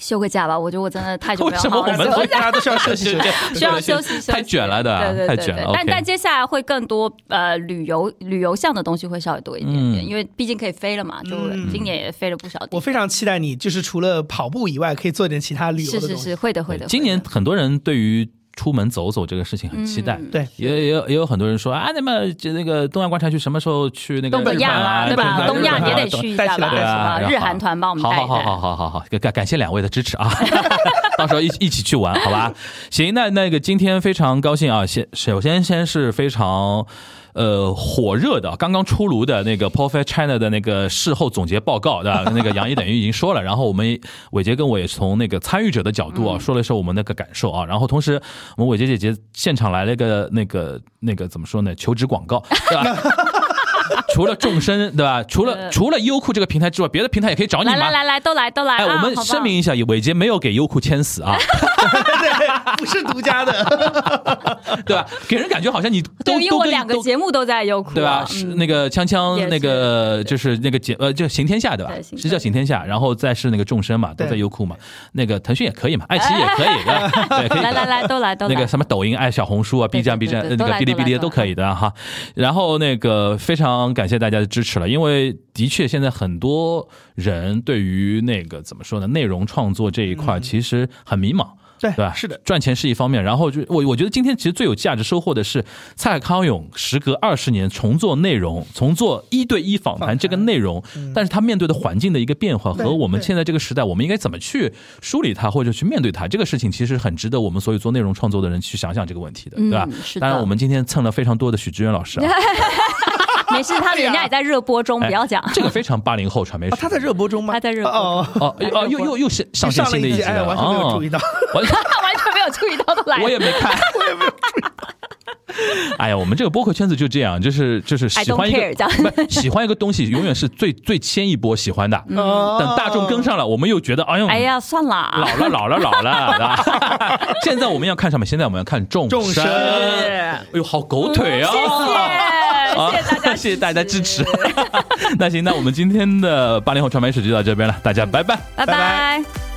S3: 休个假吧，我觉得我真的太 久
S2: 为
S3: 没有
S2: 什么
S3: 好
S2: 我
S3: 好
S2: 们
S3: 休
S4: 所以
S3: 假
S4: 大家都是要休息休息。
S3: 需要休息，休息
S2: 太卷了的
S3: 对对
S2: 太
S3: 对
S2: 卷了
S3: 对
S2: OK
S3: 但但接下来会更多呃旅游旅游项的东西会稍微多一点点，
S2: 嗯
S3: 因为毕竟可以飞了嘛，就
S4: 嗯
S3: 今年也飞了不少地
S4: 我
S3: 方。
S4: 非常期待你，就是除了跑步以外，可以做点其他旅游
S3: 是
S4: 的东西。
S3: 是是，会的会的。
S2: 今
S3: 会的
S2: 年很多人对于出门走走这个事情很期待。
S3: 嗯
S4: 对，
S2: 也也有也有很多人说啊，那么这那个东亚观察局什么时候去那个
S3: 东北
S2: 日
S3: 亚
S2: 本啊去日
S3: 嘛，对吧？
S2: 本啊
S3: 东亚也
S2: 日本啊
S3: 得去一下吧，
S4: 带起来带起
S2: 对啊，
S4: 来
S3: 是吧？
S2: 然后
S3: 日韩团帮我们
S2: 好
S3: 带一带。
S2: 好好好好好好，感感谢两位的支持啊， 到时候一起一起去玩，好吧？行，那那个今天非常高兴啊，先首先先是非常。呃，火热的，刚刚出炉的那个 p o f e t China 的那个事后总结报告，对 吧？那个杨一等于已经说了，然后我们伟杰跟我也从那个参与者的角度
S3: 嗯
S2: 啊，说了一说我们那个感受啊，然后同时我们伟杰姐姐现场来了一个那个那个怎么说呢？求职广告，对吧？ 除了众生，对吧？除了除了优酷这个平台之外，别的平台也可以找你嘛。
S3: 来呃来来来，都来都来
S2: 哎，
S3: 啊！
S2: 我们
S3: 好不好
S2: 声明一下，伟杰没有给优酷签死啊，
S4: 对，不是独家的。
S2: 哦对吧？给人感觉好像你都
S3: 对，因为
S2: 都
S3: 我
S2: 跟
S3: 两个
S2: 都
S3: 节目都在优酷啊，
S2: 对吧？
S3: 嗯
S2: 是那个锵锵
S3: 也，是
S2: 那个就是那个节呃，就行天下对吧
S3: 对？行
S2: 是叫行天下，然后再是那个众生嘛，都
S4: 对
S2: 在优酷嘛。那个腾讯也可以嘛，爱奇艺也可以，对 吧对，可以
S3: 来来来，都来都来。
S2: 那个什么抖音、哎小红书啊、B
S3: 对
S2: 站、B
S3: 对
S2: 站
S3: 对
S2: 呃
S3: 对
S2: 那
S3: 都
S2: 个
S3: 来
S2: 哔哩哔
S3: 都
S2: 哩
S3: 来
S2: 都可以的哈。然后那个非常感谢大家的支持了，因为的确现在很多人对于那个怎么说呢，内容创作这一块其实很迷茫。
S4: 嗯对
S2: 对吧？
S4: 是的，
S2: 赚钱是一方面，然后就我我觉得今天其实最有价值收获的是蔡康永时隔二十年重做内容，重做一对一访
S4: 访谈
S2: 谈这个内容，但是他面对的环境的一个变化
S4: 嗯对
S2: 和我们
S4: 对
S2: 现在这个时代，我们应该怎么去梳理它或者去面对它，这个事情其实很值得我们所有做内容创作的人去想想这个问题的，对吧
S3: 嗯是？的
S2: 当然，我们今天蹭了非常多的许知远老师啊，
S3: 没事，
S2: 哎
S3: 他人家也在热播中， 不 要讲。
S2: 这个非常八零后传媒
S4: 啊
S2: 史，
S4: 他在热播中吗？
S3: 他在热播中
S4: 哦，
S2: 哦哦又又又是上线
S4: 上了
S2: 新的
S4: 一
S2: 集
S4: 集，哎，
S2: 了，
S4: 完全没有注意到。
S2: 哦完
S3: 他完全没有注意到，都来了。
S2: 我也没看， 我也没有注意。哎呀，我们这个播客圈子就这样，就是就是喜欢一
S3: I don't care，这
S2: 个
S3: 样
S2: 不是喜欢一个东西，永远是最最先一波喜欢的。
S4: 哦
S2: 等大众跟上了，我们又觉得嗯哎呦，
S3: 哎呀，算
S2: 老
S3: 了，
S2: 了老了老了。对吧 现在我们要看什么？现在我们要看众
S4: 众
S2: 生。
S4: 生
S2: 哎呦，好狗腿啊！
S3: 谢谢，谢谢大家，
S2: 哦谢谢大 家支持。 那行，那我们今天的八零后传媒史就到这边了，大家拜拜。
S3: 拜
S4: 拜
S3: 拜
S4: 拜。